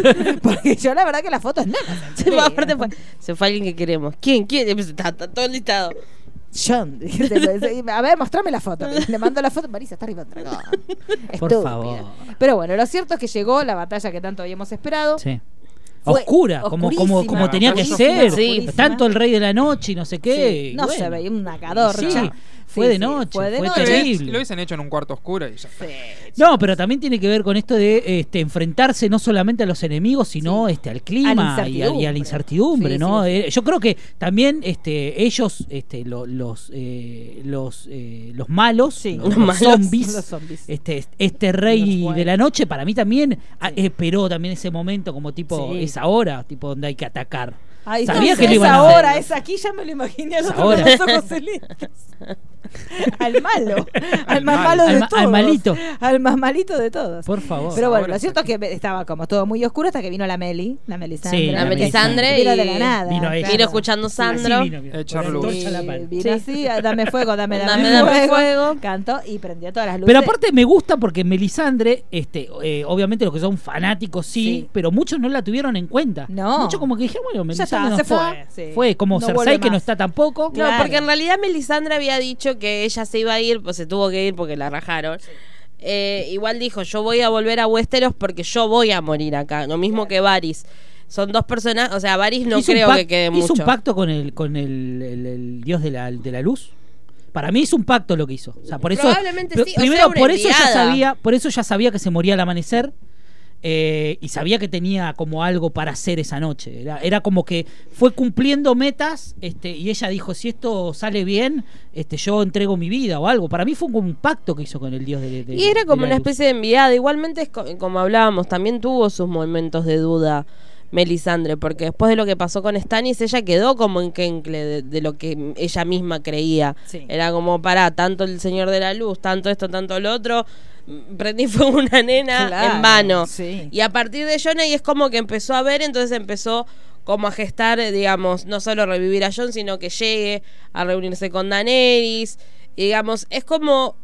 S2: porque yo la verdad que la foto es nada.
S5: Sí, pues, aparte fue, se fue alguien que queremos. ¿Quién? ¿Quién? Y pues, Está, está todo listado.
S2: John, a ver, mostrame la foto. Le mando la foto. Marisa está arriba del dragón.
S3: Por
S2: Estúpida.
S3: favor.
S2: Pero bueno, lo cierto es que llegó la batalla que tanto habíamos esperado.
S3: Sí.
S2: Fue
S3: Oscura, como, como,
S2: oscurísima,
S3: como tenía que
S2: oscurísima,
S3: ser.
S2: oscurísima.
S3: Tanto el rey de la noche y no sé qué.
S2: Sí,
S3: y
S2: No
S3: bueno.
S2: se veía una cadorra.
S3: Sí, fue de noche,
S2: Fue de
S3: fue
S2: noche.
S3: terrible.
S4: Lo hubiesen hecho en un cuarto oscuro y ya está.
S2: Sí.
S3: No, pero también tiene que ver con esto de este, enfrentarse no solamente a los enemigos, sino
S2: Sí.
S3: este, al clima
S2: A la
S3: y, a, y a la
S2: incertidumbre.
S3: incertidumbre,
S2: Sí,
S3: ¿no?
S2: sí, sí.
S3: Eh, Yo creo que también este, ellos, este, lo- los, eh, los, eh, los malos,
S2: Sí.
S3: los,
S5: Los
S3: los
S5: malos,
S3: zombies,
S2: Los zombies.
S3: este, este rey
S2: Los buenos.
S3: de la noche, para mí también a- esperó también ese momento, como tipo,
S2: Sí.
S3: es ahora, tipo, donde hay que atacar.
S2: Ay,
S3: Sabía
S2: no,
S3: que lo
S2: es
S3: iban a
S2: ahora,
S3: hacer.
S2: es aquí, ya me lo imaginé al
S3: Es
S2: otro con
S3: ahora.
S2: los ojos celestes. Al malo, al
S4: Al
S2: más
S4: mal.
S2: malo de
S3: Al ma- al
S2: todos.
S3: malito.
S2: Al más malito de todos.
S3: Por favor.
S2: Pero bueno,
S4: Ahora
S2: lo
S4: es
S2: cierto es
S4: aquí.
S2: que estaba como todo muy oscuro hasta que vino la Meli, la Melisandre.
S3: Sí,
S5: La
S3: Meli.
S5: Melisandre.
S2: Vino de
S5: y-
S2: la nada.
S3: vino ella.
S2: claro.
S5: Vino escuchando Sandro.
S3: Así vino, mira,
S4: Echar
S3: con la
S4: luz.
S3: antorcha a la pala.
S2: Eh, vino así, ah, dame fuego, dame, dame,
S5: Dame, dame
S2: fuego.
S5: fuego.
S2: Cantó y prendió todas las luces.
S3: Pero aparte me gusta porque Melisandre, este, eh, obviamente los que son fanáticos sí,
S2: Sí.
S3: pero muchos no la tuvieron en cuenta.
S2: No.
S3: Muchos como que dijeron, bueno,
S2: Ya está,
S3: Melisandre no
S2: se
S3: está.
S2: fue, sí.
S3: Fue como
S2: No
S3: Cersei
S2: vuelve
S3: que no
S2: más.
S3: está tampoco.
S5: No,
S2: Claro.
S5: porque en realidad Melisandre había dicho que ella se iba a ir, pues se tuvo que ir porque la rajaron. Eh, igual dijo, yo voy a volver a Westeros porque yo voy a morir acá, lo mismo que Varys. Son dos personas, o sea, Varys no
S3: Hizo un
S5: creo
S3: pac-
S5: que quede
S3: Hizo
S5: mucho.
S3: un pacto con el, con el, el- el dios de la, de la luz. Para mí hizo un pacto lo que hizo. O sea, por eso,
S5: Probablemente
S3: pr-
S5: sí, o
S3: Primero,
S5: sea, una
S3: por eso ya
S5: enviada.
S3: sabía, por eso ya sabía que se moría al amanecer. eh, y sabía que tenía como algo para hacer esa noche. Era, era como que fue cumpliendo metas, este, y ella dijo, si esto sale bien, este, yo entrego mi vida o algo. Para mí fue como un pacto que hizo con el dios de, de-
S5: Y era
S3: de
S5: como
S3: la
S5: una
S3: luz.
S5: especie de enviada. Igualmente, es co- como hablábamos, también tuvo sus momentos de duda Melisandre, porque después de lo que pasó con Stannis, ella quedó como en Kenkle de, de lo que ella misma creía.
S2: Sí.
S5: Era como, pará, tanto el Señor de la Luz, tanto esto, tanto lo otro. mm, Prendí fuego a una nena
S2: Claro,
S5: en vano.
S2: sí.
S5: Y a partir de John ahí es como que empezó a ver, entonces empezó como a gestar, eh, digamos, no solo revivir a John, sino que llegue a reunirse con Daenerys. Y, digamos, es como.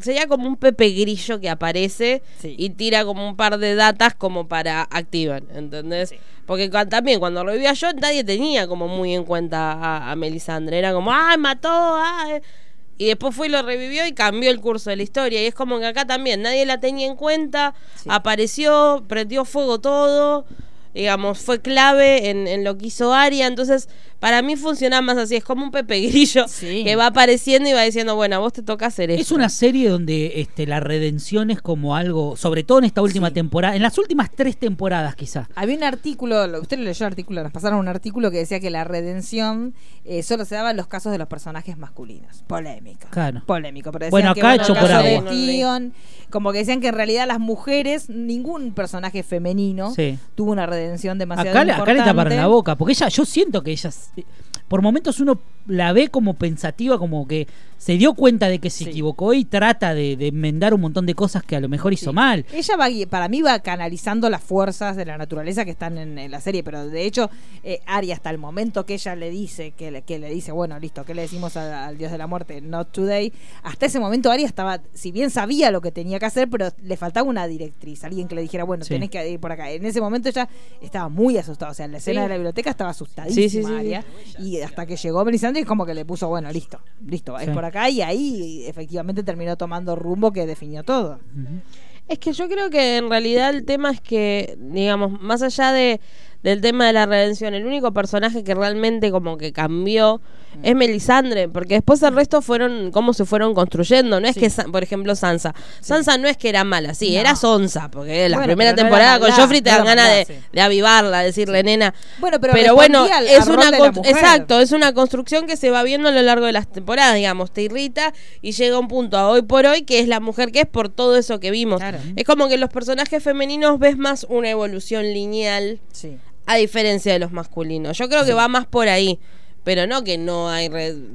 S5: Sería como un Pepe Grillo que aparece
S2: Sí.
S5: y tira como un par de datas como para activar, ¿entendés? Porque cua- también cuando revivía a John nadie tenía como muy en cuenta a, a Melisandre. Era como, ¡ay, mató! ah, eh". Y después fue y lo revivió y cambió el curso de la historia. Y es como que acá también nadie la tenía en cuenta.
S2: Sí.
S5: Apareció, prendió fuego todo. Digamos, fue clave en, en lo que hizo Aria. Entonces, para mí funciona más así. Es como un Pepe Grillo
S2: Sí.
S5: que va apareciendo y va diciendo, bueno, a vos te toca hacer esto.
S3: Es una serie donde este, la redención es como algo, sobre todo en esta última
S2: Sí.
S3: temporada, en las últimas tres temporadas quizás.
S2: Había un artículo, lo- usted lo leyó el artículo, nos pasaron un artículo que decía que la redención eh, solo se daba en los casos de los personajes masculinos. Polémico.
S3: Claro.
S2: Polémico. Pero decían
S3: Bueno,
S2: que,
S3: acá
S5: hecho
S2: el
S5: por
S2: caso de
S5: agua.
S2: Tyrion, como que decían que en realidad las mujeres, ningún personaje femenino
S3: Sí.
S2: tuvo una redención demasiado
S3: Acá, le- acá
S2: importante.
S3: le taparon la boca, porque ella, yo siento que ella, s- por momentos uno la ve como pensativa, como que se dio cuenta de que se
S2: Sí.
S3: equivocó y trata de, de enmendar un montón de cosas que a lo mejor hizo
S2: Sí.
S3: mal.
S2: Ella va, gui- para mí va canalizando las fuerzas de la naturaleza que están en, en la serie, pero de hecho, eh, Aria hasta el momento que ella le dice, que le, que le dice, bueno, listo, ¿qué le decimos a- al dios de la muerte? Not today. Hasta ese momento Aria estaba, si bien sabía lo que tenía que hacer, pero le faltaba una directriz, alguien que le dijera, bueno,
S3: Sí.
S2: tenés que ir por acá. En ese momento ella estaba muy asustada, o sea, en la escena
S5: Sí.
S2: de la biblioteca estaba asustadísima
S5: Sí, sí, sí, sí.
S2: Aria, y hasta que llegó Melisandre es como que le puso, bueno, listo, listo, es
S3: Sí.
S2: por acá, y ahí efectivamente terminó tomando rumbo que definió todo.
S3: Ujú.
S5: Es que yo creo que en realidad el tema es que, digamos, más allá de, del tema de la redención, el único personaje que realmente como que cambió
S2: Mm.
S5: es Melisandre, porque después el resto fueron, cómo se fueron construyendo. No es que, Sa- por ejemplo, Sansa. Sansa no es que era mala, sí,
S2: No.
S5: era Sonsa, porque la
S2: Bueno,
S5: primera
S2: pero no era
S5: temporada con
S2: maldad,
S5: Joffrey te
S2: no
S5: dan
S2: era
S5: ganas
S2: maldad,
S5: de,
S2: sí.
S5: de avivarla, decirle nena.
S2: Bueno, pero,
S5: Pero bueno,
S2: respondía al-
S5: es
S2: al
S5: una
S2: rol de la
S5: constru-
S2: mujer.
S5: exacto, es una construcción que se va viendo a lo largo de las temporadas, digamos, te irrita y llega un punto a hoy por hoy que es la mujer que es por todo eso que vimos.
S2: Claro.
S5: Es como que en los personajes femeninos ves más una evolución lineal
S2: Sí.
S5: a diferencia de los masculinos. Yo creo que va más por ahí, pero no que no hay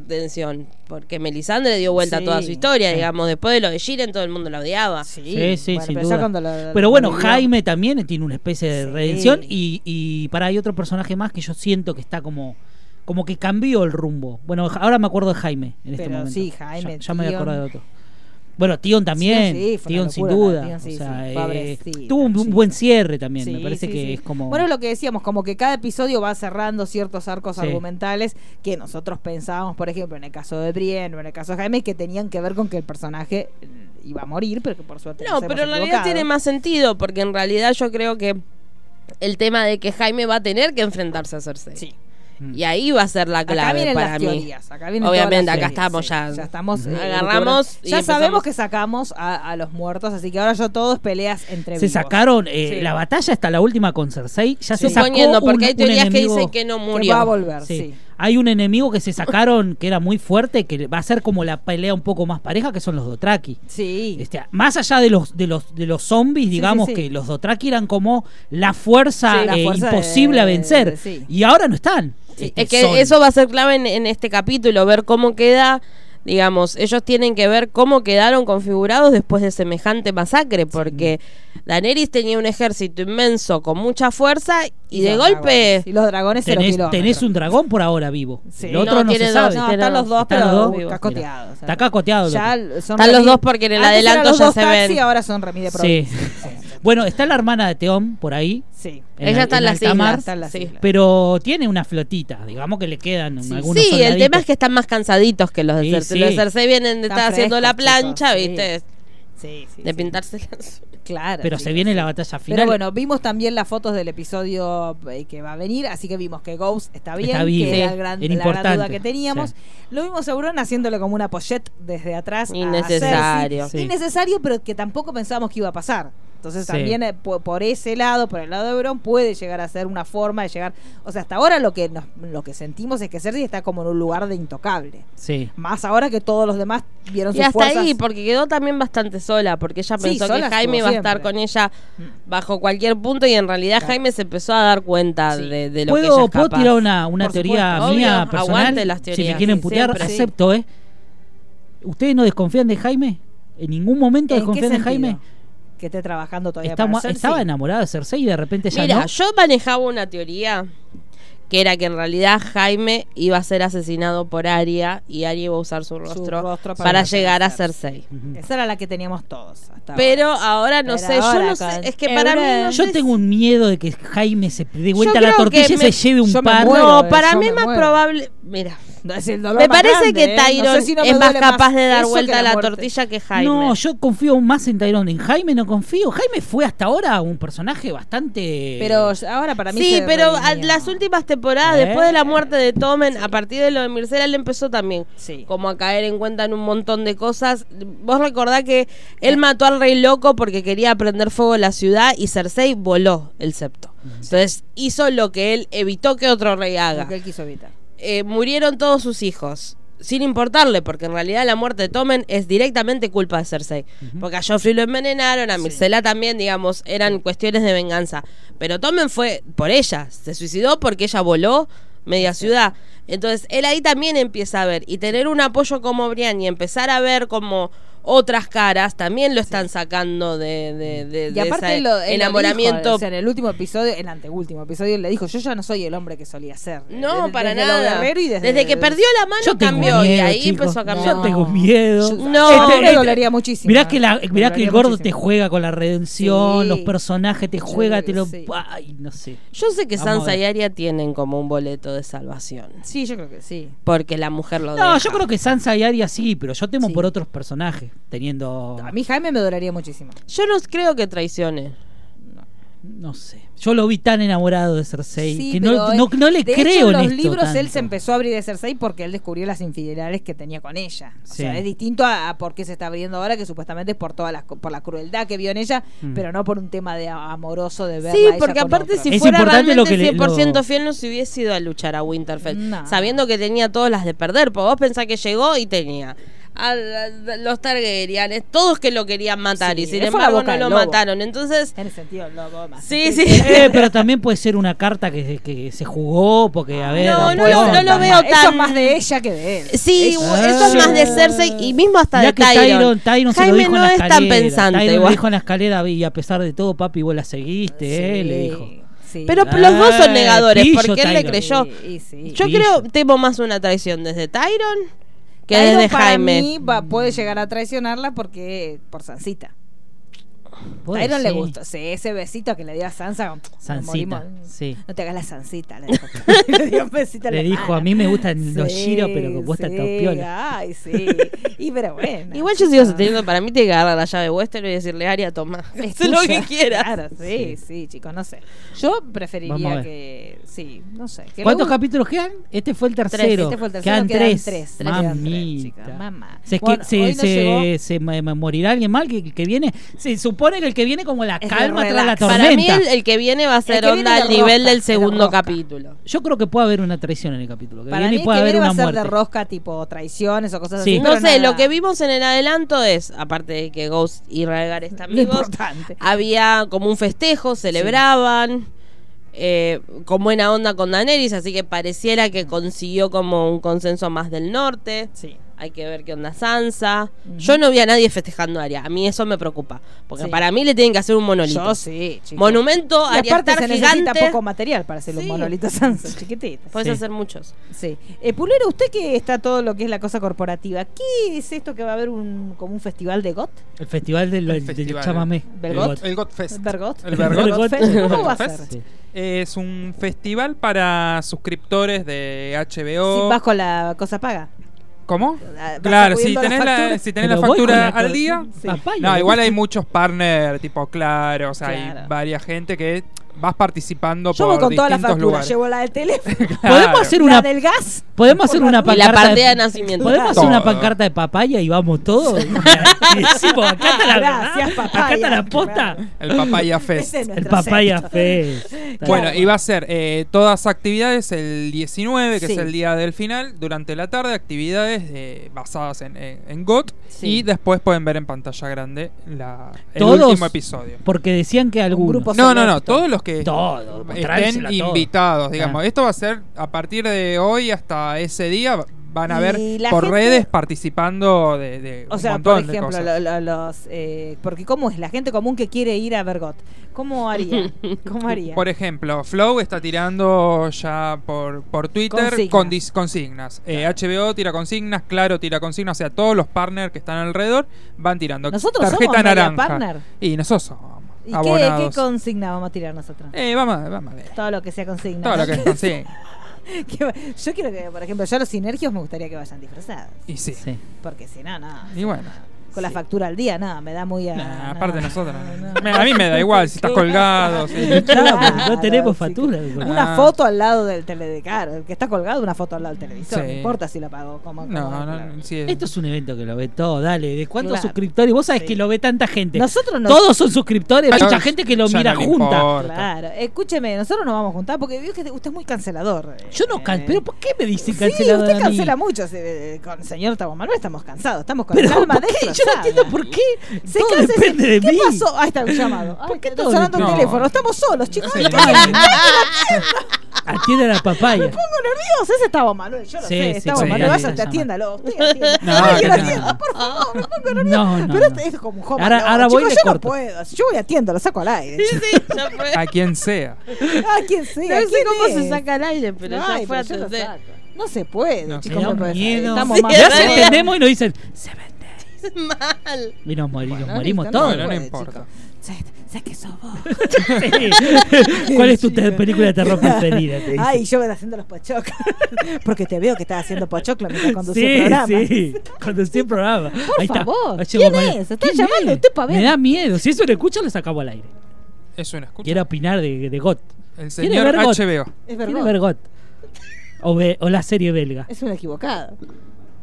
S5: redención, porque Melisandre dio vuelta
S2: Sí,
S5: a toda su historia,
S3: sí.
S5: digamos, después de lo de Jiren todo el mundo la odiaba.
S3: Sí, sí,
S2: Ah, bueno,
S3: sin
S2: pero ya
S3: duda.
S2: cuando la-
S3: pero
S2: la
S3: bueno,
S2: vivió-
S3: Jaime también tiene una especie de
S2: Sí.
S3: redención y, y para hay otro personaje más que yo siento que está como como que cambió el rumbo. Bueno, ja- ahora me acuerdo de Jaime en este
S2: Pero
S3: momento.
S2: sí, Jaime,
S3: Ya, ya me voy a
S2: Tion.
S3: acordar de otro. Bueno, Tion
S2: Tion
S3: también,
S2: sí, fue una
S3: Tion sin
S2: locura la
S3: duda.
S2: de Tion, sí,
S3: o sea,
S2: sí,
S3: eh,
S2: pobrecita,
S3: tuvo un, un
S2: sí.
S3: buen cierre también, me
S2: Sí,
S3: parece
S2: sí,
S3: que
S2: sí.
S3: es como...
S2: Bueno, lo que decíamos, como que cada episodio va cerrando ciertos arcos
S3: Sí.
S2: argumentales que nosotros pensábamos, por ejemplo, en el caso de Brienne o en el caso de Jaime, que tenían que ver con que el personaje mm, iba a morir, pero que por suerte
S5: No,
S2: nos hemos
S5: pero en realidad
S2: equivocado.
S5: tiene más sentido, porque en realidad yo creo que el tema de que Jaime va a tener que enfrentarse a Cersei.
S2: Sí.
S3: Mm.
S5: Y ahí va a ser la
S2: Acá
S5: clave
S2: vienen
S5: para
S2: las
S5: mí.
S2: teorías, acá vienen todas
S5: Obviamente,
S2: las
S5: acá
S2: teorías,
S5: estamos
S2: sí.
S5: ya.
S2: Ya estamos. eh,
S5: Agarramos y
S2: Ya sabemos
S5: empezamos.
S2: que sacamos a, a los muertos, así que ahora yo todo es peleas entre
S3: se
S2: vivos.
S3: sacaron eh,
S2: Sí.
S3: la batalla hasta la última con Cersei. Ya se sacó
S5: Suponiendo, porque
S3: un-
S5: hay
S3: un
S5: teorías que
S3: enemigo-
S5: dicen que no
S2: Que va a
S5: murió.
S2: volver,
S3: Sí.
S2: sí.
S3: Hay un enemigo que se sacaron que era muy fuerte, que va a ser como la pelea un poco más pareja, que son los Dotraki.
S2: Sí.
S3: Este, más allá de los, de los, de los zombies, digamos
S2: sí, sí.
S3: que los Dotraki eran como la fuerza,
S2: Sí, la
S3: eh,
S2: fuerza
S3: imposible
S2: de-
S3: a vencer.
S2: sí.
S3: Y ahora no están.
S5: Sí,
S3: Este,
S5: Es que
S3: son-
S5: eso va a ser clave en, en este capítulo, ver cómo queda. Digamos, ellos tienen que ver cómo quedaron configurados después de semejante masacre, porque Daenerys tenía un ejército inmenso con mucha fuerza y, de
S2: los
S5: golpe.
S2: dragones. Y los dragones cero
S3: tenés,
S2: kilómetros.
S3: tenés un dragón por ahora vivo.
S2: Sí.
S3: El otro no,
S5: No, tiene
S3: se
S5: dos,
S3: sabe.
S2: No,
S5: Tiene
S2: están los dos,
S3: Están
S2: pero
S3: los dos
S2: uy,
S3: vivos,
S2: cascoteados.
S3: mira. Está cascoteado el
S2: Ya
S3: otro.
S2: l- son
S5: Están los
S2: remi-
S5: dos porque en el
S2: Antes eran
S5: adelanto
S2: los
S5: ya
S2: dos
S5: se
S2: taxi,
S5: ven.
S2: ahora son Remy de
S3: Sí.
S2: provincia. Sí.
S3: Bueno, está la hermana de Teón por ahí.
S2: Sí.
S3: en
S5: Ella
S3: al-
S5: está en
S3: en
S5: las
S3: alta
S5: islas.
S3: mar,
S2: está en las
S5: sí.
S2: islas.
S3: Pero tiene una flotita, digamos que le quedan
S2: Sí,
S3: algunos
S5: sí, el tema
S3: soldaditos.
S5: es que están más cansaditos que los de
S3: Sí,
S5: Cersei.
S3: sí.
S5: Los de Cersei vienen de
S2: Están
S5: estar haciendo la
S2: frescos,
S5: plancha,
S2: chicos, sí.
S5: ¿viste?
S2: Sí, sí,
S5: De
S2: sí.
S5: pintarse las...
S2: Claro.
S3: Pero se
S2: chicos,
S3: viene
S2: sí.
S3: la batalla final.
S2: Pero bueno, vimos también las fotos del episodio eh, que va a venir, así que vimos que Ghost está bien,
S3: Está vivo,
S2: que era
S3: sí,
S2: el gran,
S3: era
S2: la gran duda
S3: importante,
S2: que teníamos.
S3: sí.
S2: Lo vimos a Euron haciéndole como una pochette desde atrás. a
S5: Innecesario.
S2: Cersei.
S3: Sí.
S2: Innecesario, pero que tampoco pensábamos que iba a pasar. Entonces
S3: Sí.
S2: también eh, po- por, ese lado, por el lado de Euron, puede llegar a ser una forma de llegar. O sea, hasta ahora lo que nos, lo que sentimos es que Cersei está como en un lugar de intocable.
S3: Sí.
S2: Más ahora que todos los demás vieron
S5: Y
S2: sus
S5: hasta
S2: fuerzas.
S5: ahí, porque quedó también bastante sola, porque ella
S2: Sí,
S5: pensó que
S2: sola
S5: Jaime iba
S2: estuvo
S5: a estar
S2: siempre.
S5: con ella
S2: Mm.
S5: bajo cualquier punto y en realidad
S2: Claro.
S5: Jaime se empezó a dar cuenta
S2: Sí.
S5: de, de lo que ella
S3: ¿Puedo,
S5: es
S3: ¿Puedo
S5: capaz.
S3: tirar una, una
S2: Por
S3: teoría
S5: supuesto.
S3: mía
S5: Obvio, aguante
S3: personal?
S5: las
S3: si me
S5: teorías,
S3: quieren
S5: sí,
S3: putear,
S5: siempre.
S3: acepto, ¿eh? ¿Ustedes no desconfían de Jaime? ¿En ningún momento
S2: ¿En qué
S3: desconfían de
S2: sentido?
S3: Jaime?
S2: Que esté trabajando todavía
S3: Está
S2: para
S3: mu-
S2: Cersei.
S3: estaba enamorada de Cersei y de repente ya
S5: Mira,
S3: no.
S5: yo manejaba una teoría que era que en realidad Jaime iba a ser asesinado por Aria y Aria iba a usar su rostro,
S2: rostro para
S5: para, llegar a
S2: hacer.
S5: Cersei.
S2: Esa era la que teníamos todos. hasta
S5: Pero ahora no
S2: Pero
S5: sé,
S2: ahora
S5: yo no
S2: con
S5: sé, es que para mí no
S2: Euron-
S5: sé
S3: Yo tengo un miedo de que Jaime se dé vuelta
S5: Yo
S3: la
S5: creo
S3: tortilla
S5: que
S3: y
S5: me-
S3: se lleve un
S2: yo me
S3: par.
S2: muero.
S5: No,
S2: eh,
S5: para
S2: yo
S5: mí
S2: me
S5: es más
S2: muero.
S5: probable. Mira,
S2: ahora. Es el dolor
S5: me
S2: más
S5: parece
S2: grande,
S5: que
S2: eh. No sé
S5: Tyron
S2: si no me
S5: es más
S2: duele
S5: capaz de dar
S2: eso
S5: vuelta
S2: que
S5: a la
S2: muerte.
S5: tortilla que Jaime.
S3: No, yo confío más en Tyrone. En Jaime no confío. Jaime fue hasta ahora un personaje bastante.
S2: Pero ahora para mí.
S5: sí,
S2: se
S5: pero a-
S2: redimió.
S5: las últimas temporadas,
S3: Eh.
S5: después de la muerte de Tommen, a partir de lo de Mircela, él empezó también
S2: Sí.
S5: como a caer en cuenta en un montón de cosas. Vos recordá que él mató al rey loco porque quería prender fuego la ciudad y Cersei voló el septo. Entonces hizo lo que él evitó que otro rey haga.
S2: Lo que él quiso evitar.
S5: Eh, murieron todos sus hijos. Sin importarle, porque en realidad la muerte de Tommen es directamente culpa de Cersei. Porque a Joffrey lo envenenaron, a Myrcella también, digamos, eran cuestiones de venganza. Pero Tommen fue por ella, se suicidó porque ella voló media ciudad. Entonces él ahí también empieza a ver. Y tener un apoyo como Brian y empezar a ver como otras caras también lo están sacando de, de, de-
S2: Y
S5: de
S2: aparte
S5: ese
S2: lo- él lo dijo,
S5: enamoramiento
S2: o sea, en el último episodio, en el anteúltimo episodio, él le dijo, yo ya no soy el hombre que solía ser. eh,
S5: No,
S2: Desde-
S5: para
S2: desde lo
S5: nada.
S2: guerrero y desde,
S5: desde, que perdió la mano
S3: Yo tengo
S5: cambió y
S3: miedo,
S5: ahí
S3: chicos.
S5: empezó a cambiar.
S3: Yo tengo miedo.
S2: Yo-
S5: No.
S2: a mí
S5: Este-
S2: me dolería muchísimo.
S3: Mirá que, la,
S2: Me
S3: mirá que el
S2: dolería
S3: gordo te
S2: muchísimo.
S3: juega con la redención,
S2: Sí.
S3: los personajes te
S2: Yo
S3: juega,
S2: creo
S3: te
S2: que
S3: lo.
S2: sí.
S3: Ay, no sé.
S5: Yo sé que
S3: Vamos a
S5: Sansa
S3: ver.
S5: y Arya tienen como un boleto de salvación.
S2: Sí, yo creo que sí.
S5: Porque la mujer lo
S3: No,
S5: deja.
S3: yo creo que Sansa y Arya sí, pero yo temo
S2: Sí.
S3: por otros personajes, teniendo.
S2: A mí Jaime me dolería muchísimo.
S5: Yo no creo que traicione.
S3: No sé. Yo lo vi tan enamorado de Cersei
S2: Sí,
S3: que no,
S2: pero, eh,
S3: no- no le
S2: de
S3: creo
S2: hecho, en
S3: en
S2: los
S3: esto
S2: libros él
S3: tanto.
S2: se empezó a abrir de Cersei porque él descubrió las infidelidades que tenía con ella. O
S3: Sí.
S2: sea, es distinto a, a por qué se está abriendo ahora, que supuestamente es por todas las co- por la crueldad que vio en ella,
S3: Mm.
S2: pero no por un tema de a- amoroso de ver.
S5: Sí, porque aparte si
S3: Es
S5: fuera
S3: importante
S5: realmente
S3: lo que le-
S5: 100%
S3: lo-
S5: fiel no se hubiese ido a luchar a Winterfell.
S2: No.
S5: Sabiendo que tenía todas las de perder. Porque vos pensás que llegó y tenía a la- a los Targaryenes, todos que lo querían matar
S2: Sí,
S5: y sin
S2: él fue la
S5: embargo
S2: boca
S5: no
S2: del
S5: lo
S2: lobo.
S5: mataron. Entonces...
S2: En el sentido lobo más.
S5: Sí, sí.
S3: Eh, pero también puede ser una carta que, que se jugó, porque a ver.
S5: Ah, No,
S3: a
S5: no
S3: ver,
S5: lo-
S3: onda.
S5: no lo veo
S2: Eso es
S5: tan-
S2: más de ella que de él.
S3: Eh,
S5: Sí,
S2: Ella-
S5: eso es más de Cersei y mismo hasta
S3: Ah. Mirá
S5: de
S3: que
S5: Tyron.
S3: Tyron, Tyron se lo
S5: Jaime
S3: dijo en
S5: no
S3: la
S5: es
S3: escalera.
S5: tan pensante
S3: Tyron
S5: igual.
S3: lo dijo en la escalera y a pesar de todo, papi, vos la seguiste, eh, le dijo.
S2: Sí.
S5: Pero los dos son
S3: Eh,
S5: negadores,
S3: pillo,
S5: porque él le
S3: Tyron.
S5: creyó.
S2: Y- y sí.
S5: Yo
S3: Pillo.
S5: creo, temo más una traición desde Tyron que
S2: Tyrion
S5: desde
S2: para
S5: Jaime.
S2: mí va- puede llegar a traicionarla porque por Sansita.
S3: Vos
S2: a Tyrion le
S3: decís.
S2: gustó sí, ese besito que le dio a Sansa. como, nos
S3: Pues, Sansita,
S2: morimos.
S3: sí.
S2: No te hagas la Sansita. Le dijo, le dio un besito a la
S3: Le dijo,
S2: mano.
S3: a mí me gustan los
S2: Sí,
S3: giros, pero vos estás
S2: sí, Ah,
S3: todo piola.
S2: Ay, sí. Y pero bueno.
S5: Igual yo sigo
S2: chicos.
S5: sosteniendo, para mí tiene que agarrar la llave de Westeros y decirle, Aria, toma,
S2: Es
S5: haz lo
S2: tuya.
S5: que quieras.
S2: Claro, sí, sí, chicos, no sé. Yo
S3: Vamos a
S2: preferiría
S3: ver.
S2: que. Sí, no sé. que le
S3: ¿Cuántos
S2: guste.
S3: capítulos quedan? Este fue el tercero.
S2: Este fue el tercero,
S3: Quedan,
S2: quedan
S3: tres.
S2: tres. Quedan tres,
S3: Mamita.
S2: chicas, mamá.
S3: Se, es que-
S2: Bueno,
S3: se-
S2: hoy no
S3: se-
S2: llegó-
S3: se me- me morirá alguien mal que, que viene. Se supone que el que viene como la
S2: Es
S3: calma
S2: el
S3: tras la
S2: relax.
S3: tormenta.
S5: Para mí el, el que viene va a ser
S2: que viene
S5: onda
S2: de
S5: al nivel
S2: rosca,
S5: del
S2: de
S5: segundo
S2: rosca.
S5: capítulo.
S3: Yo creo que puede haber una traición en el capítulo. Que
S2: Para
S3: viene
S2: mí
S3: y
S2: el
S3: puede
S2: que
S3: haber
S2: viene va
S3: una
S2: a ser de
S3: muerte.
S2: rosca, tipo traiciones o cosas
S3: Sí.
S2: así.
S5: No
S2: pero
S5: sé,
S2: nada.
S5: lo que vimos en el adelanto es, aparte de que Ghost y Rhaegar están
S2: Lo
S5: vivos,
S2: importante.
S5: había como un festejo, celebraban eh, con buena onda con Daenerys, así que pareciera que consiguió como un consenso más del norte.
S2: Sí.
S5: Hay que ver qué onda Sansa. Yo no vi a nadie festejando a Aria. A mí eso me preocupa. Porque
S2: Sí.
S5: para mí le tienen que hacer un monolito.
S2: Yo sí, chicos.
S5: Monumento a
S2: Y
S5: Aria
S2: aparte
S5: Stark
S2: se necesita
S5: gigante.
S2: poco material para hacer un
S5: Sí.
S2: monolito Sansa, chiquitito.
S5: Puedes
S3: Sí.
S5: hacer muchos.
S2: Sí. Eh, Pulero, usted que está todo lo que es la cosa corporativa, ¿qué es esto que va a haber un, como un festival de GOT?
S3: El festival del,
S4: El
S3: del
S4: festival.
S3: chamamé.
S2: Belgot.
S3: Belgot.
S4: El Godfest.
S2: ¿Bergot?
S4: El Bergot.
S2: Fest? ¿Cómo va a
S4: Fest.
S2: ser?
S3: Sí.
S4: Es un festival para suscriptores de
S2: Si
S4: HBO.
S2: vas con la cosa paga.
S4: ¿Cómo?
S2: Vas
S4: Claro, si
S2: sacudiendo
S4: tenés
S2: las
S4: la,
S2: facturas.
S4: si tenés la
S3: Pero voy con
S4: factura
S3: la
S4: al día.
S3: colección.
S2: sí.
S3: Papá,
S4: No,
S3: yo-
S4: igual hay muchos partners, tipo claro, o sea,
S2: Claro.
S4: hay varias gente que vas participando
S2: Yo voy
S4: por
S2: con toda la
S4: distintos
S2: factura,
S4: lugares.
S2: llevo la del teléfono,
S4: Claro.
S3: Podemos hacer
S2: la
S3: una
S2: del gas.
S3: podemos hacer una
S5: Y la
S3: pancarta
S5: partida de nacimiento.
S3: Podemos hacer una
S4: Todo.
S3: pancarta de papaya y vamos todos. y decimos, acá está la verdad,
S2: Gracias, papaya.
S3: acá está la posta.
S4: El Papaya Fest.
S2: Ese es
S3: El
S2: nuestro
S3: papaya
S2: centro.
S3: fest.
S4: Bueno, y va a ser eh, todas actividades el 19, que
S2: Sí.
S4: es el día del final, durante la tarde, actividades eh, basadas en, en, en GOT.
S2: Sí.
S4: Y después pueden ver en pantalla grande la, el
S3: Todos.
S4: último episodio.
S3: Porque decían que algunos.
S2: grupo
S4: No, no, no,
S2: selecto.
S4: todos los que
S3: Todo,
S4: estén
S3: tráenselo a todos.
S4: invitados, digamos.
S3: Claro.
S4: Esto va a ser a partir de hoy hasta ese día. van a ver
S2: Y la
S4: por
S2: gente-
S4: redes participando de, de
S2: O
S4: un
S2: sea, por
S4: montón de
S2: ejemplo,
S4: cosas.
S2: lo- lo- los. eh, porque, ¿cómo es la gente común que quiere ir a Bergot? ¿Cómo haría? ¿Cómo haría?
S4: Por ejemplo, Flow está tirando ya por, por Twitter
S2: Consignas.
S4: con dis- consignas. Eh, HBO tira consignas, Claro tira consignas, o sea, todos los partners que están alrededor van tirando.
S2: Nosotros
S4: Tarjeta
S2: somos media
S4: naranja.
S2: partner.
S4: Y nosotros somos
S2: ¿Y qué, qué
S4: abonados.
S2: consigna vamos a tirar nosotros?
S4: Eh, vamos, a- vamos a ver.
S2: Todo lo que sea consigna.
S4: Todo lo que es consigna.
S2: Que va- yo quiero que, por ejemplo, yo a los sinergios me gustaría que vayan disfrazados.
S4: Y sí.
S3: Sí.
S2: Porque si no, no.
S4: Y bueno.
S2: Con la factura al día, nada, me da muy a.
S4: Nah,
S2: no,
S4: aparte nosotros.
S2: no,
S4: Me- A mí me da igual si estás colgado. si-
S3: Claro, porque no tenemos
S2: Claro, sí que-
S3: factura.
S2: Una
S4: Ah.
S2: foto al lado del teledecar. El que está colgado, una foto al lado del televisor.
S4: Sí.
S2: No importa si lo pago. Como,
S4: No, no, no, sí.
S3: Esto es un evento que lo ve todo, dale. ¿De cuántos
S2: Claro.
S3: suscriptores? Vos sabés
S2: Sí.
S3: que lo ve tanta gente.
S2: Nosotros no.
S3: Todos son suscriptores,
S4: Claro,
S3: mucha gente que lo
S4: ya
S3: mira
S4: no le
S3: junta.
S4: importa.
S2: Claro, escúcheme, nosotros nos vamos a juntar porque vio que usted es muy cancelador. eh.
S3: Yo no cancelo. ¿Pero por qué me dicen
S2: Sí,
S3: cancelador
S2: usted
S3: a mí?
S2: cancela mucho. se- eh, con señor Tabo Manuel estamos cansados, estamos con
S3: Pero
S2: el alma
S3: ¿por qué? Yo no
S2: destrozada.
S3: entiendo por qué.
S2: Se
S3: todo
S2: cansa-
S3: depende de
S2: ¿Qué
S3: mí.
S2: pasó? Ahí está el llamado. Ay,
S3: ¿Por qué
S2: está
S3: todo
S2: sonando un
S4: depende?
S2: teléfono.
S4: No.
S2: Estamos solos, chicos.
S4: Sí.
S2: No tengo
S3: Atiende a la papaya.
S2: nervios. Ese es Tabo Manuel. Yo lo
S3: Sí,
S2: sé.
S3: sí,
S2: Estaba
S4: sí,
S2: Manuel.
S4: sí,
S2: Vaya,
S4: sí,
S2: te
S3: llama.
S2: atiéndalo. Usted atienda.
S4: No,
S2: Ay, que
S4: que
S2: lo
S4: no.
S2: atienda, Por favor, no pongo nervioso.
S3: No, no.
S2: Pero
S3: no.
S2: este es como un joven.
S3: Ahora-
S2: no,
S3: ahora voy y
S2: chicos,
S3: le
S2: yo no
S3: corto.
S2: puedo. Si yo voy atiendo, lo saco al aire.
S5: Sí, ya fue.
S4: A quien sea.
S2: Ah, quién sea.
S5: No sé
S2: ¿quién
S5: cómo se
S2: es?
S5: saca al aire, pero
S2: Ay,
S5: ya fue
S2: pero
S5: a
S2: yo lo
S5: atender.
S2: saco. No se puede,
S4: No,
S2: chicos.
S3: Me da
S2: no
S3: un
S2: puede ser.
S3: miedo.
S2: Estamos
S5: Sí,
S2: más
S3: Ya
S5: en
S3: se
S5: realidad-
S3: entendemos y nos dicen, se vende.
S5: Mal.
S3: Y nos morimos,
S2: Bueno,
S3: morimos
S2: listo, no,
S3: todos.
S4: Bueno, no
S2: puede,
S4: importa.
S2: Sé, sé que sos vos.
S3: Sí. ¿Cuál es tu te- película de terror preferida? Te dice.
S2: Ay, yo voy haciendo los pochoclos. Porque te veo que estás haciendo pochoclo mientras conducís el
S3: Sí,
S2: programa.
S3: sí, conducí el programa.
S2: Por
S3: Ahí está.
S2: favor,
S3: Ahí llegó
S2: ¿quién
S3: María.
S2: es? Está
S3: ¿Quién
S2: llamando
S3: es?
S2: usted pa' ver.
S3: Me da miedo. Si eso lo escucha, lo sacamos al aire.
S4: Es una escucha.
S3: Quiero opinar de, de GOT.
S4: El
S3: ¿Quiere
S4: señor
S3: ver Got?
S4: HBO.
S2: Es
S3: Quiero
S2: verdad.
S3: ver GOT. O, ve- o la serie belga.
S2: Es un equivocado.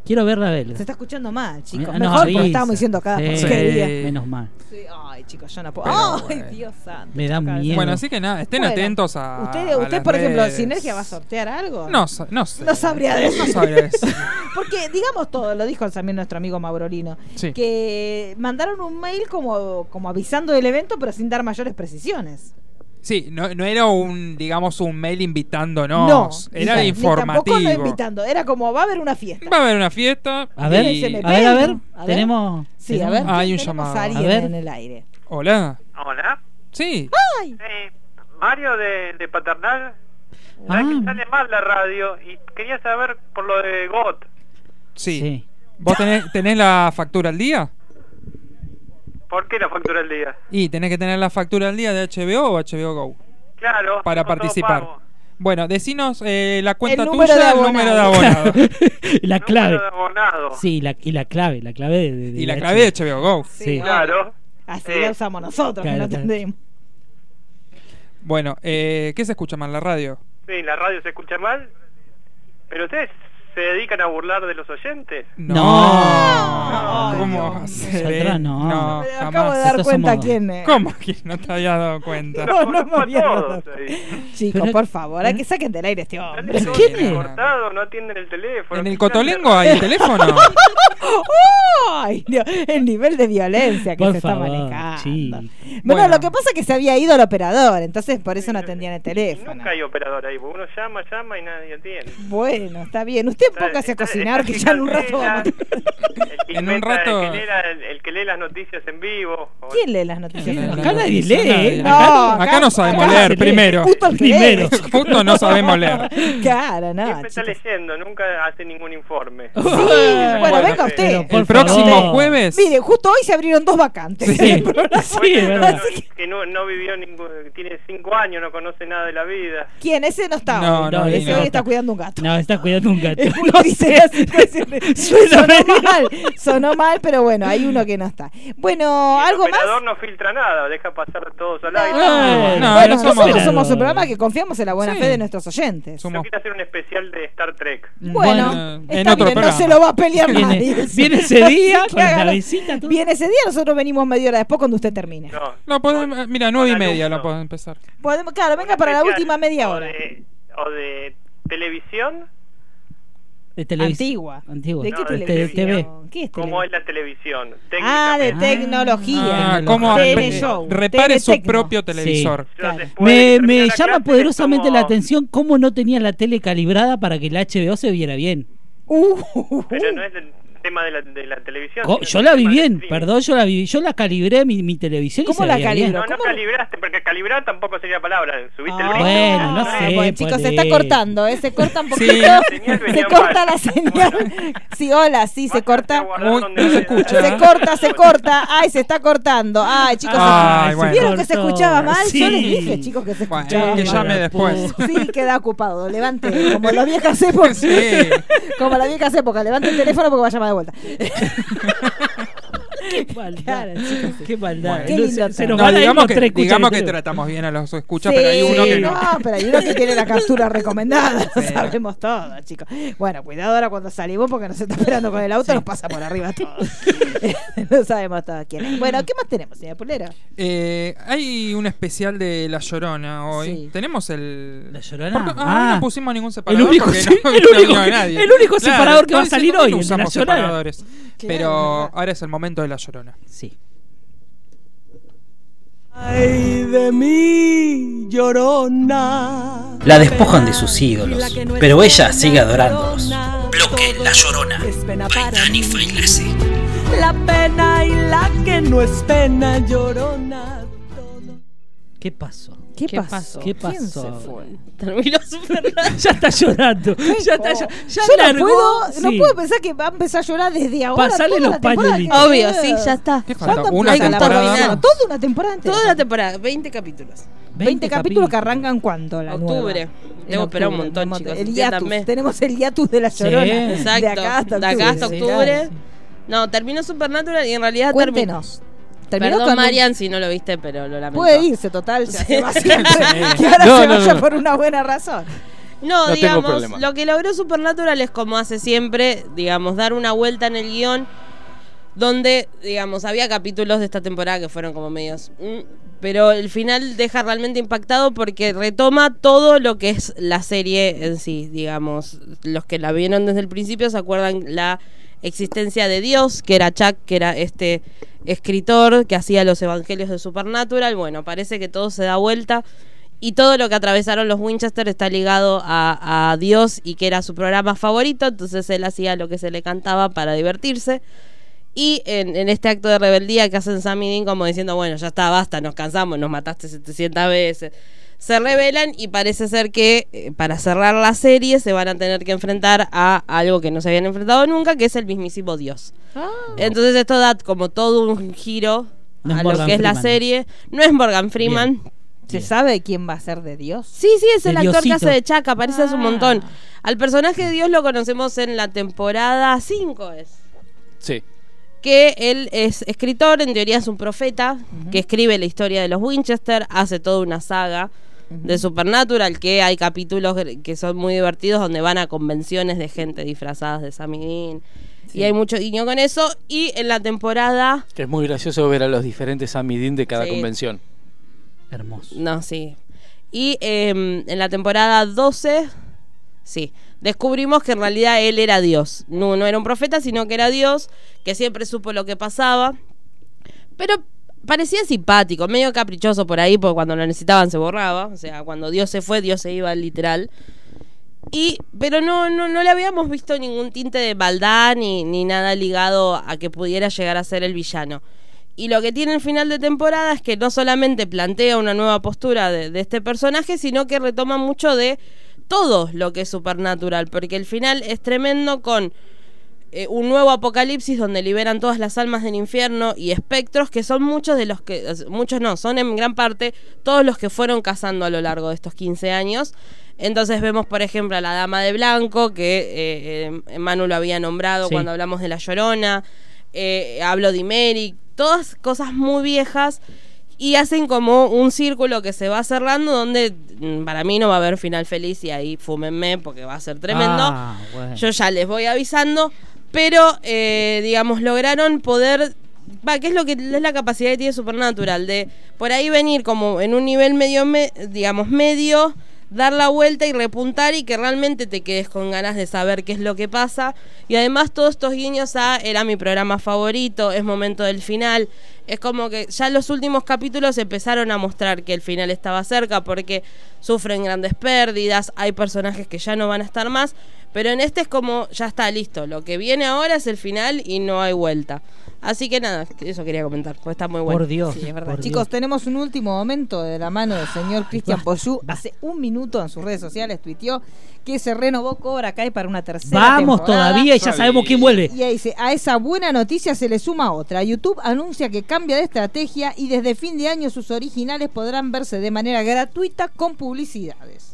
S3: Quiero ver la belga.
S2: Se está escuchando mal, chicos.
S3: Ah, no,
S2: Mejor
S3: avisa.
S2: porque estábamos diciendo cada
S3: Sí.
S2: porquería.
S4: Sí.
S3: Menos mal.
S2: Sí, Ay, chicos, yo no puedo.
S4: Pero,
S2: Ay,
S4: bueno.
S2: Dios santo.
S3: Me da
S2: chicos,
S3: miedo.
S4: Bueno, así que nada, estén
S2: Bueno,
S4: atentos a.
S2: Usted,
S4: a
S2: usted
S4: las
S2: por ejemplo,
S4: redes.
S2: ¿Sinergia va a sortear algo?
S4: No, sa- no sé.
S2: No sabría decir.
S4: No sabría decir.
S2: Porque, digamos todo, lo dijo también nuestro amigo Maurolino,
S4: Sí.
S2: que mandaron un mail como, como avisando del evento, pero sin dar mayores precisiones.
S4: Sí, no, no era un, digamos, un mail invitándonos.
S2: No,
S4: era
S2: ni- ni
S4: informativo.
S2: Tampoco lo invitando, era como va a haber una fiesta.
S4: Va a haber una fiesta.
S3: A ver,
S4: y-
S2: se me-
S3: a ver, a ver.
S2: A ver.
S3: Tenemos.
S2: Sí, a
S3: tenemos-
S2: ver.
S4: Hay un
S2: tenemos
S4: llamado.
S2: A alguien
S3: A ver.
S2: en el aire.
S4: Hola.
S9: Hola.
S4: Sí.
S2: Ah.
S9: Eh, Mario de, de Paternal. Sabés
S3: Ah.
S9: que sale mal la radio y quería saber por lo de GOT.
S4: Sí.
S3: Sí.
S4: ¿Vos tenés, tenés la factura al día?
S9: ¿Por qué la factura del día?
S4: Y tenés que tener la factura al día de HBO o HBO Go
S9: Claro.
S4: para
S9: tengo todo
S4: participar.
S9: pago.
S4: Bueno, decinos eh, la cuenta
S2: número de
S4: tuya, el
S2: abonado.
S4: número de abonado.
S3: la
S9: Número
S3: clave.
S9: de abonado.
S3: Sí, la, y la clave, la clave de. de-
S4: y la
S3: de
S4: clave de HBO Go.
S3: Sí.
S9: Claro.
S2: Así
S9: Eh.
S2: la usamos nosotros, que
S3: Claro,
S2: no
S3: claro.
S2: entendemos.
S4: Bueno, eh, ¿qué se escucha más? ¿La radio?
S9: Sí, la radio se escucha mal. Pero ustedes se dedican a burlar de los oyentes.
S3: No.
S4: No.
S2: No.
S4: ¿Cómo
S2: Ay, Dios
S4: hacer? eh?
S3: mío. Sandra, no.
S4: No,
S2: Me acabo de
S4: Ah, jamás.
S2: dar
S3: Nosotros
S2: cuenta
S3: somos-
S2: quién es.
S4: ¿Cómo que no te había dado cuenta?
S2: No, no me
S9: Culpa a
S2: había dado
S9: todos
S2: cuenta.
S9: ahí.
S2: Chicos,
S3: Pero-
S2: por favor, hay que saquen del aire a este hombre.
S9: Sale todo
S4: ¿quién es?
S9: cortado, no atienden el teléfono.
S4: Ah. ¿En el
S9: Escuchan la
S4: Cotolengo hay teléfono?
S2: Ay, Dios, el nivel de violencia que
S3: Por
S2: se
S3: favor,
S2: está manejando.
S3: sí.
S2: Bueno,
S4: Bueno.
S2: lo que pasa es que se había ido el operador, entonces por eso no atendían el teléfono.
S9: Nunca hay operador ahí, porque uno llama, llama y nadie atiende.
S2: Bueno, está bien. Usted
S9: Está-
S2: póngase a
S9: está-
S2: cocinar,
S9: está
S2: que ya en un rato
S9: Gisela,
S2: vamos.
S9: el que
S4: En un
S9: inventa,
S4: rato-
S9: El que, lee la- el- el que lee las noticias en vivo. o-
S2: ¿Quién lee las noticias?
S4: ¿Quién lee
S3: Acá
S4: No,
S3: nadie
S4: no,
S3: lee.
S4: nadie.
S3: ¿eh?
S2: No,
S3: Acá no-
S4: acá no sabemos
S3: acá
S4: leer,
S3: se lee.
S4: primero.
S2: Justo el que
S3: Primero.
S2: lee.
S4: Justo no sabemos leer.
S2: Claro, no.
S9: Siempre está
S2: chicos.
S9: leyendo, nunca hace ningún informe.
S2: Sí, bueno, venga
S9: Pero
S2: usted.
S3: por
S4: El próximo
S3: favor.
S4: jueves.
S2: Mire, justo hoy se abrieron dos vacantes.
S3: Sí, sí, es verdad.
S9: Que, no, no vivió ningún. Tiene cinco años, no conoce nada de la vida.
S2: ¿Quién? Ese no está.
S4: No,
S2: hoy.
S4: no,
S2: ese
S4: no,
S2: hoy
S4: no.
S2: está cuidando un gato.
S3: No, está cuidando un gato.
S2: Es muy
S3: No
S2: triste
S3: sé.
S2: la situación.
S3: Suena
S2: sonó
S3: medio-
S2: mal, sonó mal, pero bueno, hay uno que no está. Bueno,
S9: el
S2: algo más.
S9: operador no filtra nada, deja pasar todos al aire.
S3: Ah, No,
S4: no,
S2: bueno,
S4: no somos-
S2: nosotros
S3: Pero-
S2: somos un programa que confiamos en la buena
S4: Sí.
S2: fe de nuestros oyentes.
S9: No
S4: Somos-
S9: quiere hacer un especial de Star Trek.
S2: Bueno,
S4: en
S2: está
S4: otro
S2: bien, no
S4: programa.
S2: se lo va a pelear
S3: Viene-
S2: nadie.
S3: viene ese día
S2: Así que
S3: con la
S2: hágalo.
S3: visita, todo.
S2: Viene ese día, nosotros venimos media hora después cuando usted termine.
S9: No.
S4: No, podemos- eh, mira, nueve y
S9: Con
S4: media
S9: alumno.
S4: lo podemos empezar.
S2: Podemos- claro, venga
S9: Un
S2: para la
S9: especial
S2: última media
S9: o
S2: hora.
S9: de- o de televisión,
S3: De televis-
S2: Antigua.
S3: Antigua.
S2: ¿De qué
S9: No,
S3: Te-
S9: de
S3: TV.
S2: televisión? ¿Qué es
S9: ¿cómo es
S2: televisión?
S9: la televisión?
S2: Ah, de
S9: Técnicamente.
S2: tecnología.
S4: Ah, ¿cómo
S2: Tele
S4: re-
S2: show,
S4: repare
S2: tele
S4: su
S2: tecno.
S4: propio televisor?
S9: Yo
S2: claro.
S9: después de
S3: Me,
S9: terminar
S3: me
S9: la
S3: llama
S9: clase,
S3: poderosamente
S9: tomo-
S3: la atención cómo no tenía la tele calibrada para que el HBO se viera bien.
S2: Uh,
S9: Pero no es el tema de la, de la televisión.
S3: Co-
S9: sino
S3: Yo
S9: el
S3: la
S9: tema
S3: vi
S9: del
S3: bien,
S9: streaming.
S3: perdón, yo la vi, yo la calibré mi, mi televisión y
S2: ¿Cómo
S3: se
S2: la
S3: veía
S2: calibró?
S3: bien.
S9: No, no
S2: ¿Cómo?
S9: calibraste, porque calibrar tampoco sería palabra. Subiste el
S2: Ah,
S9: brillo.
S3: Bueno, no
S2: ah,
S3: sé,
S2: bueno, chicos, se
S3: ponele.
S2: está cortando, ¿eh? Se corta un
S4: Sí.
S2: poquito.
S4: La
S9: señal
S2: se
S9: venía
S2: corta
S9: mal.
S2: la señal. Sí, hola, sí, se corta.
S4: Muy- no se escucha.
S2: Se corta, se corta. Ay, se está cortando. Ay, chicos, se-
S4: Ah, Ay, bueno.
S2: ¿vieron que se escuchaba mal? Yo les
S3: Sí.
S2: dije, chicos, que se
S4: Bueno,
S2: escuchaba
S4: que
S2: mal.
S4: llame después.
S2: Sí, queda ocupado. Levante, como las viejas épocas.
S4: Sí.
S2: Como las viejas épocas. Levante el teléfono porque va a llamar de vuelta.
S3: Qué maldad,
S2: Claro, chicos, sí.
S3: qué maldad.
S2: Qué
S3: No,
S2: lindo
S3: se, se
S2: tema.
S3: nos
S4: No,
S3: van a ir
S4: digamos
S3: los
S4: que,
S3: tres
S4: digamos que
S3: cucharaderos.
S4: tratamos bien a los escuchas, pero hay
S2: Sí,
S4: uno que no.
S2: pero hay uno que tiene la captura recomendada.
S4: Sí.
S2: Sabemos todo, chicos. Bueno, cuidado ahora cuando salimos porque nos está esperando con el auto, nos pasa por arriba todo. no sabemos todo quién es. Bueno, ¿qué más tenemos, señora Pulera?
S4: Eh, hay un especial de La Llorona hoy.
S2: Sí.
S4: Tenemos el.
S3: ¿La Llorona?
S4: ¿Por qué? Ah,
S3: Ah.
S4: no pusimos ningún separador.
S3: El único
S4: porque
S3: se-
S4: no,
S3: el
S4: no
S3: único
S4: vino
S3: que-
S4: nadie.
S3: el único separador que va a
S4: no,
S3: salir
S4: no, no
S3: hoy, el de La
S4: usamos
S3: Llorona.
S4: separadores. Pero
S2: es verdad.
S4: ahora es el momento de La Llorona.
S3: Sí.
S10: La despojan de sus ídolos, pero ella sigue adorándolos. Bloque La Llorona.
S3: ¿Qué pasó?
S2: ¿Qué,
S5: ¿Qué
S2: pasó?
S5: pasó?
S3: ¿Qué
S2: ¿Quién se
S3: pasó?
S2: fue?
S5: Terminó súper rápido.
S3: Ya está llorando. ya está, ya, ya
S2: Yo no
S3: largó,
S2: puedo, no
S3: sí.
S2: puedo pensar que va a empezar a llorar desde ahora.
S3: Pasale
S2: toda
S3: los
S2: la temporada
S3: pañuelitos.
S2: que
S5: Obvio,
S2: queda.
S5: sí, ya está.
S4: ¿Qué
S2: Falta
S4: falta? Una
S5: hay que
S4: temporada
S5: terminar.
S4: más.
S2: Toda una temporada entera.
S5: Toda la temporada, 20 capítulos.
S2: 20, capítulos que arrancan cuando la nueva?
S5: Octubre.
S2: En
S5: Tengo que esperar un
S2: octubre,
S5: montón,
S2: un
S5: chicos.
S2: El hiatus.
S5: entiéndanme.
S2: Tenemos el hiatus de la
S3: Sí.
S2: llorona.
S5: Exacto.
S2: De acá hasta
S5: De
S2: octubre.
S5: acá hasta
S2: Sí,
S5: octubre.
S2: claro.
S5: No, terminó Supernatural y en realidad terminó.
S2: Cuéntenos. Terminó
S5: Perdón,
S2: cuando-
S5: Marian, si no lo viste, pero lo lamento.
S2: Puede irse, total. Ya se va siempre. Que ahora
S6: No,
S2: se
S6: no,
S2: vaya
S6: no.
S2: por una buena razón.
S5: No,
S6: No tengo
S5: digamos,
S6: problema.
S5: lo que logró Supernatural es como hace siempre, digamos, dar una vuelta en el guión, donde, digamos, había capítulos de esta temporada que fueron como medios... mm, pero el final deja realmente impactado porque retoma todo lo que es la serie en sí, digamos. Los que la vieron desde el principio se acuerdan la existencia de Dios, que era Chuck, que era este escritor que hacía los evangelios de Supernatural. Bueno, parece que todo se da vuelta. Y todo lo que atravesaron los Winchester está ligado a, a Dios y que era su programa favorito, entonces él hacía lo que se le cantaba para divertirse. Y en, en este acto de rebeldía que hacen Sam y Dean como diciendo, bueno, ya está, basta, nos cansamos, nos mataste 700 veces. Se rebelan y parece ser que eh, para cerrar la serie se van a tener que enfrentar a algo que no se habían enfrentado nunca, que es el mismísimo Dios.
S3: Ah.
S5: Entonces esto da como todo un giro
S3: No es
S5: a lo
S3: Morgan
S5: que es la
S3: Freeman.
S5: serie. No es Morgan Freeman.
S2: ¿Se
S3: Bien.
S2: sabe quién va a ser de Dios?
S5: Sí, sí, es
S3: De
S5: el actor
S3: Diosito.
S5: que hace de Chaca, aparece hace un
S2: Ah.
S5: montón. Al personaje de Dios lo conocemos en la temporada 5, es.
S6: Sí.
S5: Que él es escritor, en teoría es un profeta, que escribe la historia de los Winchester, hace toda una saga de Supernatural, que hay capítulos que son muy divertidos donde van a convenciones de gente disfrazadas de Sammy Dean. Y hay mucho guiño con eso. Y en la temporada...
S6: Que es muy gracioso ver a los diferentes Amidin de cada
S5: Sí.
S6: convención.
S3: Hermoso.
S5: No, sí. Y em, en la temporada 12, sí, descubrimos que en realidad él era Dios. No, no era un profeta, sino que era Dios, que siempre supo lo que pasaba. Pero parecía simpático, medio caprichoso por ahí, porque cuando lo necesitaban se borraba. O sea, cuando Dios se fue, Dios se iba literal. Y, pero no, no, no le habíamos visto ningún tinte de maldad ni, ni nada ligado a que pudiera llegar a ser el villano. Y lo que tiene el final de temporada es que no solamente plantea una nueva postura de, de este personaje, sino que retoma mucho de todo lo que es supernatural, porque el final es tremendo con eh, un nuevo apocalipsis donde liberan todas las almas del infierno y espectros que son muchos de los que eh, muchos no, son en gran parte todos los que fueron cazando a lo largo de estos 15 años. Entonces vemos, por ejemplo, a la Dama de Blanco, que eh, eh, Manu lo había nombrado
S3: Sí.
S5: cuando hablamos de La Llorona, eh, hablo de Imeri, todas cosas muy viejas y hacen como un círculo que se va cerrando donde mm, para mí no va a haber final feliz y ahí fúmenme porque va a ser tremendo.
S3: Ah, bueno.
S5: Yo ya les voy avisando, pero eh, digamos, lograron poder. Va, que es lo que es la capacidad que tiene Supernatural, de por ahí venir como en un nivel medio, me- digamos, medio, dar la vuelta y repuntar y que realmente te quedes con ganas de saber qué es lo que pasa. Y además todos estos guiños a era mi programa favorito, es momento del final. Es como que ya los últimos capítulos empezaron a mostrar que el final estaba cerca porque sufren grandes pérdidas, hay personajes que ya no van a estar más, Pero en este es como, ya está, listo. Lo que viene ahora es el final y no hay vuelta. Así que nada, eso quería comentar, porque está muy bueno.
S3: Por Dios,
S5: Sí, es verdad.
S3: por Dios.
S2: Chicos, tenemos un último momento de la mano del señor Cristian Poyú. Hace un minuto en sus redes sociales tuiteó que se renovó Cobra Kai para una tercera
S3: Vamos
S2: temporada.
S3: todavía y ya sabemos quién vuelve.
S2: Y ahí dice, a esa buena noticia se le suma otra. YouTube anuncia que cambia de estrategia y desde fin de año sus originales podrán verse de manera gratuita con publicidades.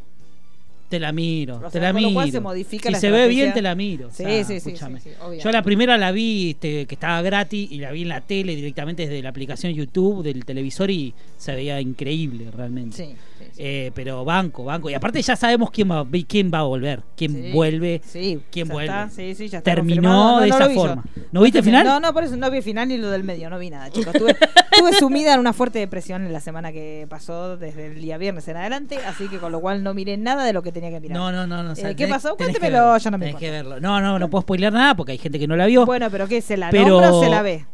S3: Te la miro,
S2: O sea,
S3: te la
S2: con lo
S3: miro.
S2: cual se modifica
S3: si
S2: la
S3: se ve
S2: estrategia.
S3: bien, te la miro. o
S2: Sí,
S3: sea,
S2: sí, sí, sí,
S3: escúchame.
S2: sí, obviamente.
S3: Yo la primera la vi este, que estaba gratis y la vi en la tele directamente desde la aplicación YouTube del televisor y se veía increíble realmente.
S2: Sí, sí, sí.
S3: Eh, pero banco, banco. Y aparte ya sabemos quién va, quién va a volver, quién
S2: Sí.
S3: vuelve.
S2: Sí,
S3: ¿Quién
S2: ya
S3: vuelve?
S2: está, sí, sí, ya está
S3: Terminó
S2: confirmado. No,
S3: de
S2: no
S3: esa
S2: lo vi yo.
S3: forma. ¿No viste el final?
S2: No, no, por eso no vi el final ni lo del medio, no vi nada, chicos. Estuve, estuve sumida en una fuerte depresión en la semana que pasó desde el día viernes en adelante, así que con lo cual no miré nada de lo que tenía que mirar.
S3: No, no, no. no, o sea,
S2: Eh, ¿Qué
S3: tenés-
S2: pasó?
S3: tenés que
S2: Cuéntemelo,
S3: verlo,
S2: yo no me
S3: tenés que
S2: importa.
S3: verlo. No, no, no puedo spoiler nada porque hay gente que no la vio.
S2: Bueno, pero ¿qué? ¿Se la
S3: Pero-
S2: nombra o se la ve?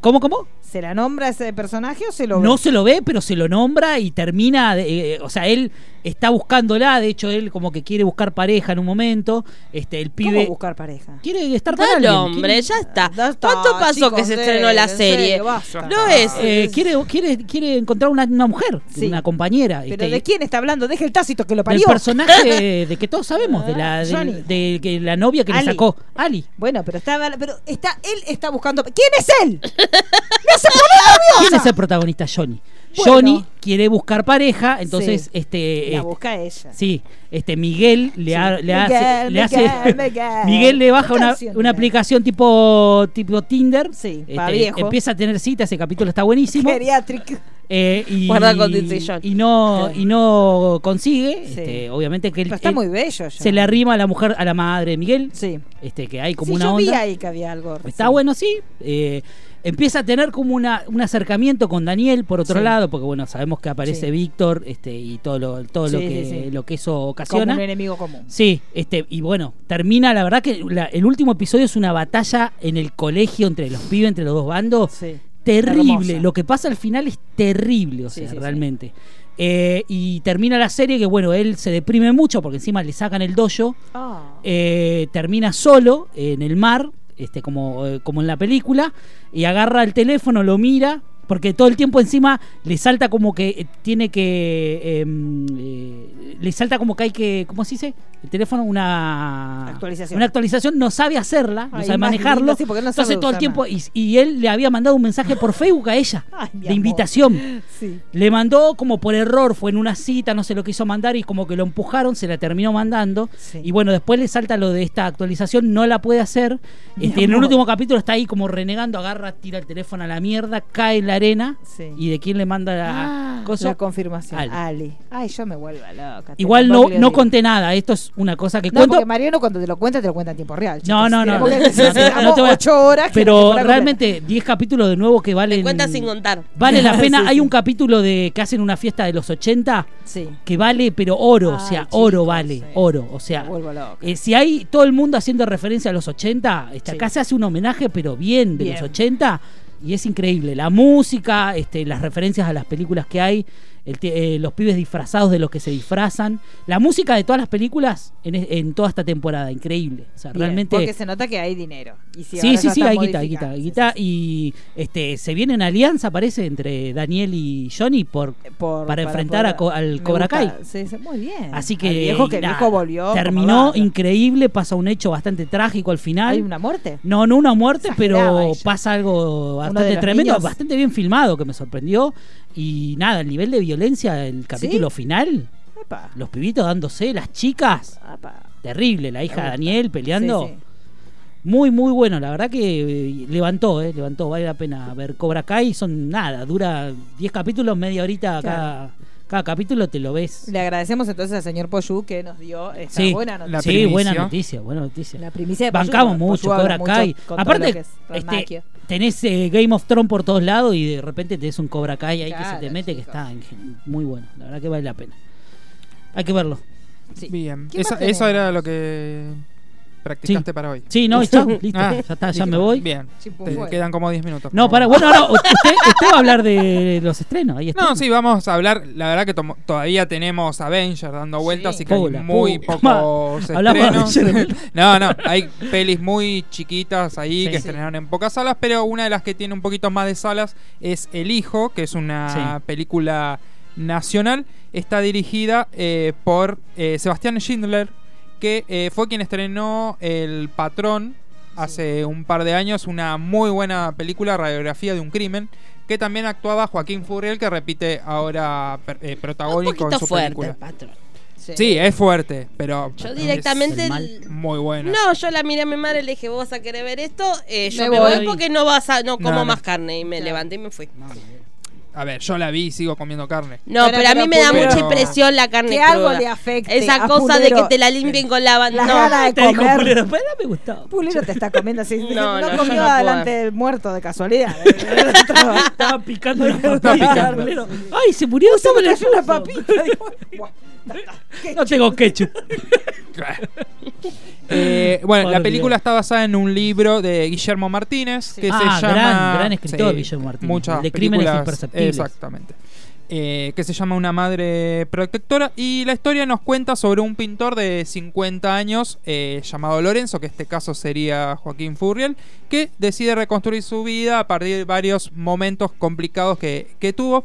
S3: ¿Cómo, cómo?
S2: ¿Se la nombra ese personaje o se lo ve?
S3: No se lo ve, pero se lo nombra y termina. de- eh, o sea, él está buscándola. De hecho, él como que quiere buscar pareja en un momento. Este, el
S2: ¿Cómo
S3: pibe
S2: buscar pareja?
S3: quiere estar con
S5: Dale,
S3: alguien.
S5: hombre,
S3: quiere-
S5: ya está.
S2: Ya está,
S5: ¿Cuánto pasó
S2: chicos,
S5: que se
S2: en
S5: estrenó la
S2: serio, en
S5: serie?
S2: serio, basta.
S5: no es.
S3: Eh, quiere, quiere, quiere encontrar una, una mujer,
S2: Sí.
S3: una compañera.
S2: ¿Pero
S3: este,
S2: de quién está hablando? Deja el tácito que lo
S3: del
S2: parió. Ah,
S3: personaje de que todos sabemos, de la, del-
S2: Johnny.
S3: de que la novia que
S2: Ali.
S3: le sacó, Ali.
S2: Bueno, pero está, pero está, él está buscando. ¿Quién es él? ¡Me hace poner
S3: ¿Quién
S2: nerviosa!
S3: es el protagonista? Johnny.
S2: Bueno.
S3: Johnny quiere buscar pareja, entonces
S2: Sí.
S3: este,
S2: La
S3: este,
S2: busca ella.
S3: Sí, este Miguel le, ha- le hace,
S2: Miguel,
S3: le hace-
S2: Miguel, Miguel.
S3: Miguel le
S2: ¿Qué
S3: baja una,
S2: canción
S3: una
S2: era?
S3: aplicación tipo tipo Tinder.
S2: Sí,
S3: Este,
S2: pa' viejo.
S3: Empieza a tener cita, ese capítulo está buenísimo.
S2: Geriatric.
S3: eh, y,
S5: Guarda con decisión.
S3: y no y no consigue,
S2: Sí.
S3: este, obviamente que él,
S2: Pero está
S3: él
S2: muy bello.
S3: se le arrima a la mujer a la madre de Miguel,
S2: Sí.
S3: este que hay como
S2: sí,
S3: una
S2: yo vi
S3: onda.
S2: ahí que había algo.
S3: Está
S2: sí.
S3: bueno, sí. Eh, empieza a tener como una, un acercamiento con Daniel, por otro
S2: Sí.
S3: lado, porque bueno, sabemos que aparece
S2: Sí.
S3: Víctor este, y todo lo, todo lo,
S2: Sí,
S3: que,
S2: sí, sí.
S3: lo que eso
S2: Como
S3: ocasiona.
S2: un enemigo común.
S3: Sí, este, y bueno, termina, la verdad que la- el último episodio es una batalla en el colegio entre los pibes, entre los dos bandos.
S2: Sí.
S3: Terrible.
S2: Hermosa.
S3: Lo que pasa al final es terrible, o
S2: Sí,
S3: sea,
S2: sí, sí.
S3: realmente. Eh, y termina la serie que, bueno, él se deprime mucho porque encima le sacan el dojo.
S2: Ah.
S3: Eh, termina solo eh, en el mar, este, como, eh, como en la película, y agarra el teléfono, lo mira, porque todo el tiempo encima le salta como que eh, tiene que. eh, eh, le salta como que hay que. ¿Cómo se dice? El teléfono, una.
S2: Actualización.
S3: Una actualización, no sabe hacerla, no
S2: Ay,
S3: sabe
S2: más
S3: manejarlo.
S2: lindo, sí, porque él no sabe
S3: Entonces todo el
S2: usar
S3: tiempo. Y, y él le había mandado un mensaje por Facebook a ella,
S2: Ay, mi
S3: de
S2: amor.
S3: invitación.
S2: Sí.
S3: Le mandó como por error, fue en una cita, no se lo quiso mandar y como que lo empujaron, se la terminó mandando.
S2: Sí.
S3: Y bueno, después le salta lo de esta actualización, no la puede hacer.
S2: Mi
S3: Este, en el
S2: amor.
S3: último capítulo está ahí como renegando, agarra, tira el teléfono a la mierda, cae en la arena.
S2: Sí.
S3: ¿Y de quién le manda la
S2: Ah,
S3: cosa?
S2: la confirmación.
S3: Ali.
S2: Ali. Ay, yo me vuelvo loca.
S3: Igual
S2: Tengo
S3: no,
S2: bucle
S3: no
S2: de-
S3: conté nada, esto es una cosa que
S2: No,
S3: cuento.
S2: porque Mariano cuando te lo cuenta, te lo cuenta en tiempo real. chicos.
S3: No, no, no.
S2: Porque
S3: no,
S2: necesitamos
S3: no te voy a-
S2: ocho horas. que la
S3: Pero
S2: temporada
S3: realmente 10 capítulos de nuevo que valen.
S5: Te cuenta sin contar.
S3: Vale la pena.
S2: Sí,
S3: Hay
S2: sí.
S3: un capítulo de que hacen una fiesta de los 80
S2: completa. Sí.
S3: que vale, pero oro, o
S2: Ay,
S3: sea,
S2: chicos,
S3: oro vale,
S2: sí.
S3: oro, o sea,
S2: Me vuelvo loca.
S3: eh, si hay todo el mundo haciendo referencia a los 80, esta
S2: Sí.
S3: acá se hace un homenaje, pero bien, de
S2: Bien.
S3: los 80, y es increíble. La música, este, las referencias a las películas que hay, el te- eh, los pibes disfrazados de los que se disfrazan, la música de todas las películas en, es- en toda esta temporada, increíble. O sea,
S2: Bien,
S3: realmente...
S2: Porque se nota que hay dinero. Y si
S3: Sí,
S2: ahora
S3: sí,
S2: ya
S3: sí,
S2: están
S3: hay guita, hay guita,
S2: modificando,
S3: hay
S2: sí,
S3: guita.
S2: sí,
S3: Y este, se viene una alianza, parece, entre Daniel y Johnny por
S2: sí. Por-
S3: para enfrentar a co- al
S2: me
S3: Cobra Kai.
S2: gusta, sí, sí, muy bien.
S3: Así que,
S2: Al viejo que el
S3: nada,
S2: viejo volvió.
S3: terminó
S2: como va.
S3: increíble, pasa un hecho bastante trágico al final.
S2: Hay una muerte.
S3: No, no una muerte,
S2: Exageraba
S3: pero
S2: ella.
S3: pasa algo
S2: de
S3: bastante
S2: los
S3: tremendo,
S2: niños.
S3: bastante bien filmado que me sorprendió. Y nada, el nivel de violencia, el capítulo final,
S2: Epa,
S3: los pibitos dándose, las chicas,
S2: apa.
S3: terrible, la hija de
S2: gusta.
S3: Daniel peleando.
S2: Sí, sí.
S3: Muy, muy bueno, la verdad que eh, levantó, eh, levantó, vale la pena ver Cobra Kai, son nada, dura 10 capítulos, media horita cada, cada capítulo, te lo ves.
S2: Le agradecemos entonces al señor Poyu que nos dio esta
S3: Sí,
S2: buena noticia.
S4: La
S3: sí,
S4: primicia.
S3: buena noticia, buena noticia.
S2: La primicia de Poyu,
S3: Bancamos
S2: porque
S3: mucho,
S2: Poyu habla
S3: Cobra
S2: mucho
S3: Kai.
S2: con todo lo que
S3: Aparte,
S2: es
S3: este,
S2: Ranmaquia.
S3: tenés eh, Game of Thrones por todos lados y de repente tenés un Cobra Kai ahí que se
S2: Claro,
S3: te mete
S2: chicos.
S3: que está en- muy bueno. La verdad que vale la pena. Hay que verlo.
S2: Sí.
S4: Bien.
S2: ¿Qué
S4: Esa,
S2: más
S4: eso
S2: tenemos?
S4: era lo que practicaste para hoy.
S3: Sí, no, y chau, listo, ya está, ya me voy.
S4: Bien,
S3: Chimpum
S4: te
S3: fue.
S4: quedan como 10 minutos.
S3: No, para, bueno, no, usted, usted va a hablar de los estrenos. Ahí está.
S4: No, sí, vamos a hablar. La verdad que tomo- todavía tenemos Avengers dando vueltas, así que
S3: Pula,
S4: hay muy
S3: pula.
S4: pocos
S3: Ma, hablamos de
S4: estrenos.
S3: Avengers.
S4: no, no, hay pelis muy chiquitas ahí
S3: Sí.
S4: que
S3: Sí.
S4: estrenaron en pocas salas, pero una de las que tiene un poquito más de salas es El Hijo, que es una
S3: Sí.
S4: película nacional. Está dirigida eh, por eh, Sebastián Schindler, que eh, fue quien estrenó El Patrón hace un par de años, una muy buena película, radiografía de un crimen, que también actuaba Joaquín Furriel, que repite ahora per- eh, protagónico en
S5: poquito
S4: su
S5: fuerte,
S4: película.
S5: patrón.
S4: Sí, es fuerte, pero
S5: Yo directamente.
S4: es muy buena.
S5: No, yo la miré a mi madre y le dije, ¿vos vas a querer ver esto? Eh, yo
S2: Me
S5: me,
S2: voy.
S5: voy. porque no vas a, no como
S4: No, no.
S5: más carne. Y me levanté y me fui. No,
S4: A ver, yo la vi y sigo comiendo carne.
S5: pero, a mí me da mucha impresión la carne
S2: Que
S5: cruda.
S2: algo le afecte
S5: Esa
S2: a
S5: cosa de
S2: Pulero.
S5: que te la limpien con la
S2: La
S5: bandera.
S2: gana de
S3: Te dijo pues,
S2: comer.
S3: Pulero, pero no me gustó.
S2: Pulero te está comiendo así. No,
S5: No, no, yo
S2: comió
S5: no puedo.
S2: adelante del muerto de casualidad.
S3: Estaba picando la
S4: picando.
S3: papita, Pulero. Ay, se murió.
S2: Se
S3: estaba
S2: me
S3: en el
S2: cayó una
S3: pozo.
S2: papita. Digo,
S3: No tengo ketchup.
S4: Eh, bueno,
S3: Por
S4: la película
S3: Dios.
S4: está basada en un libro de Guillermo Martínez que se
S3: Ah,
S4: llama.
S3: gran- gran escritor Guillermo Martínez,
S4: Muchas
S3: el de Crímenes
S4: películas-
S3: Imperceptibles.
S4: Exactamente. Eh, que se llama Una Madre Protectora. Y la historia nos cuenta sobre un pintor de 50 años eh, llamado Lorenzo, que este caso sería Joaquín Furriel, que decide reconstruir su vida a partir de varios momentos complicados que, que tuvo.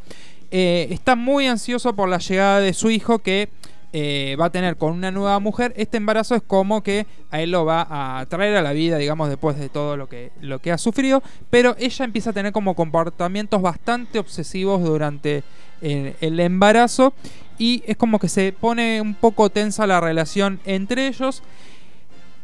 S4: Eh, está muy ansioso por la llegada de su hijo que eh, va a tener con una nueva mujer. Este embarazo es como que a él lo va a traer a la vida, digamos, después de todo lo que, lo que ha sufrido. Pero ella empieza a tener como comportamientos bastante obsesivos durante eh, el embarazo. Y es como que se pone un poco tensa la relación entre ellos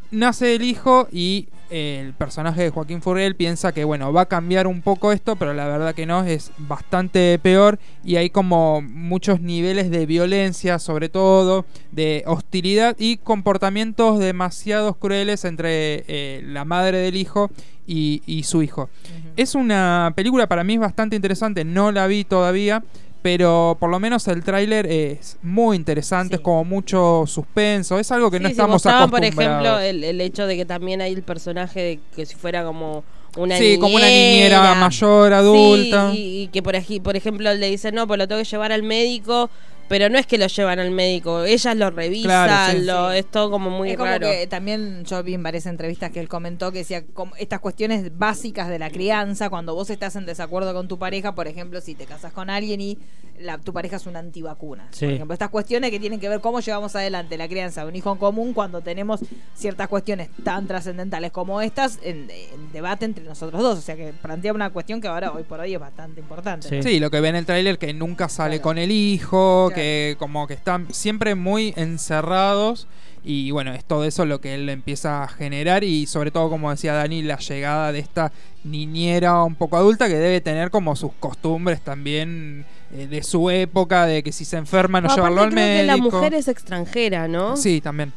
S4: nace el hijo y eh, el personaje de Joaquín Furriel piensa que bueno, va a cambiar un poco esto, pero la verdad que no, es bastante peor y hay como muchos niveles de violencia, sobre todo de hostilidad y comportamientos demasiados crueles entre eh, la madre del hijo y, y su hijo. Es una película para mí es bastante interesante, no la vi todavía. Pero por lo menos el tráiler es muy interesante,
S5: Sí.
S4: es como mucho suspenso, es algo que no
S5: Sí, sí,
S4: estamos
S5: mostraban, por
S4: acostumbrados.
S5: ejemplo, el, el hecho de que también hay el personaje de que si fuera como una
S4: sí, como una niñera mayor, adulta.
S5: Sí, y, y que por, ají- por ejemplo le dicen, no, pues lo tengo que llevar al médico, pero no es que lo llevan al médico, ellas lo revisan,
S4: Claro, sí.
S5: lo, es todo como muy
S2: es como
S5: raro.
S2: que también yo vi en varias entrevistas que él comentó que decía como estas cuestiones básicas de la crianza, cuando vos estás en desacuerdo con tu pareja, por ejemplo, si te casas con alguien y la- tu pareja es una antivacuna.
S3: Sí.
S2: Por ejemplo, estas cuestiones que tienen que ver cómo llevamos adelante la crianza de un hijo en común cuando tenemos ciertas cuestiones tan trascendentales como estas en, en debate entre nosotros dos. O sea que plantea una cuestión que ahora hoy por hoy es bastante importante.
S3: Sí.
S4: Sí, lo que ve en el tráiler que nunca sale
S2: Claro.
S4: con el hijo,
S2: Claro.
S4: que como que están siempre muy encerrados y bueno, es todo eso lo que él empieza a generar y sobre todo como decía Dani, la llegada de esta niñera un poco adulta que debe tener como sus costumbres también eh, de su época, de que si se enferma no
S5: Ah, Aparte
S4: llevarlo al
S5: creo que
S4: médico.
S5: la mujer es extranjera, ¿no?
S4: Sí, también.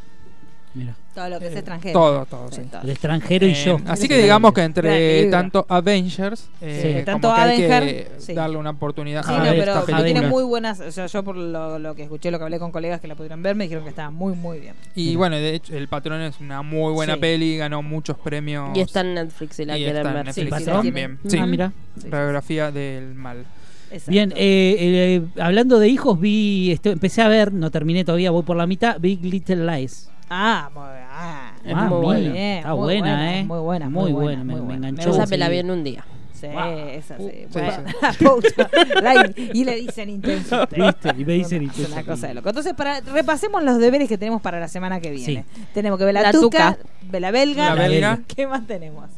S3: Mira,
S2: Todo lo que es extranjero.
S4: Todo, todo, sí.
S2: Todo.
S3: el extranjero y
S4: Eh,
S3: yo.
S4: Así que digamos que
S2: Gran
S4: entre
S2: libro.
S4: tanto Avengers, eh,
S2: Sí.
S4: como
S2: Tanto
S4: que hay
S2: Avenger,
S4: que
S2: sí.
S4: darle una oportunidad
S2: Sí,
S4: a
S2: no,
S3: ver,
S2: pero,
S4: esta
S2: pero tiene
S4: película.
S2: muy buenas. O sea, yo por lo, lo que escuché, lo que hablé con colegas que la pudieron ver, me dijeron que estaba muy, muy bien.
S4: Y bueno, de hecho, El Patrón es una muy buena
S2: Sí.
S4: peli, ganó muchos premios.
S5: Y está en Netflix si la
S4: Y
S5: quieren
S4: está en
S5: ver.
S4: Netflix
S2: Sí, sí, la
S4: también.
S3: Ah,
S4: Sí,
S3: mira.
S2: Sí, sí, sí.
S4: Radiografía del mal.
S2: Exacto.
S3: Bien, eh, eh, hablando de hijos, vi, este, empecé a ver, no terminé todavía, voy por la mitad, Big Little Lies.
S2: Ah, muy bien. Ah,
S5: Es
S3: Ah,
S5: muy
S3: mira,
S5: buena.
S3: Está
S2: muy
S3: buena,
S2: buena,
S3: ¿eh?
S2: muy buena, muy
S3: muy
S2: buena,
S3: buena. me-
S2: muy
S3: me,
S2: buena.
S3: enganchó.
S5: Esa
S2: Sí.
S5: me la vi en un día.
S2: Sí,
S3: Wow.
S2: esa
S4: Uh,
S2: sí.
S4: sí,
S2: Bueno,
S4: sí.
S2: la puta. La- y le dicen intenso.
S3: Viste, y me dicen
S2: Una-
S3: intenso.
S2: Una cosa de loco. Entonces, para, repasemos los deberes que tenemos para la semana que viene. Tenemos que ver la,
S5: La
S2: tuca,
S5: tuca.
S2: ver la belga.
S4: La belga.
S2: ¿Qué más tenemos?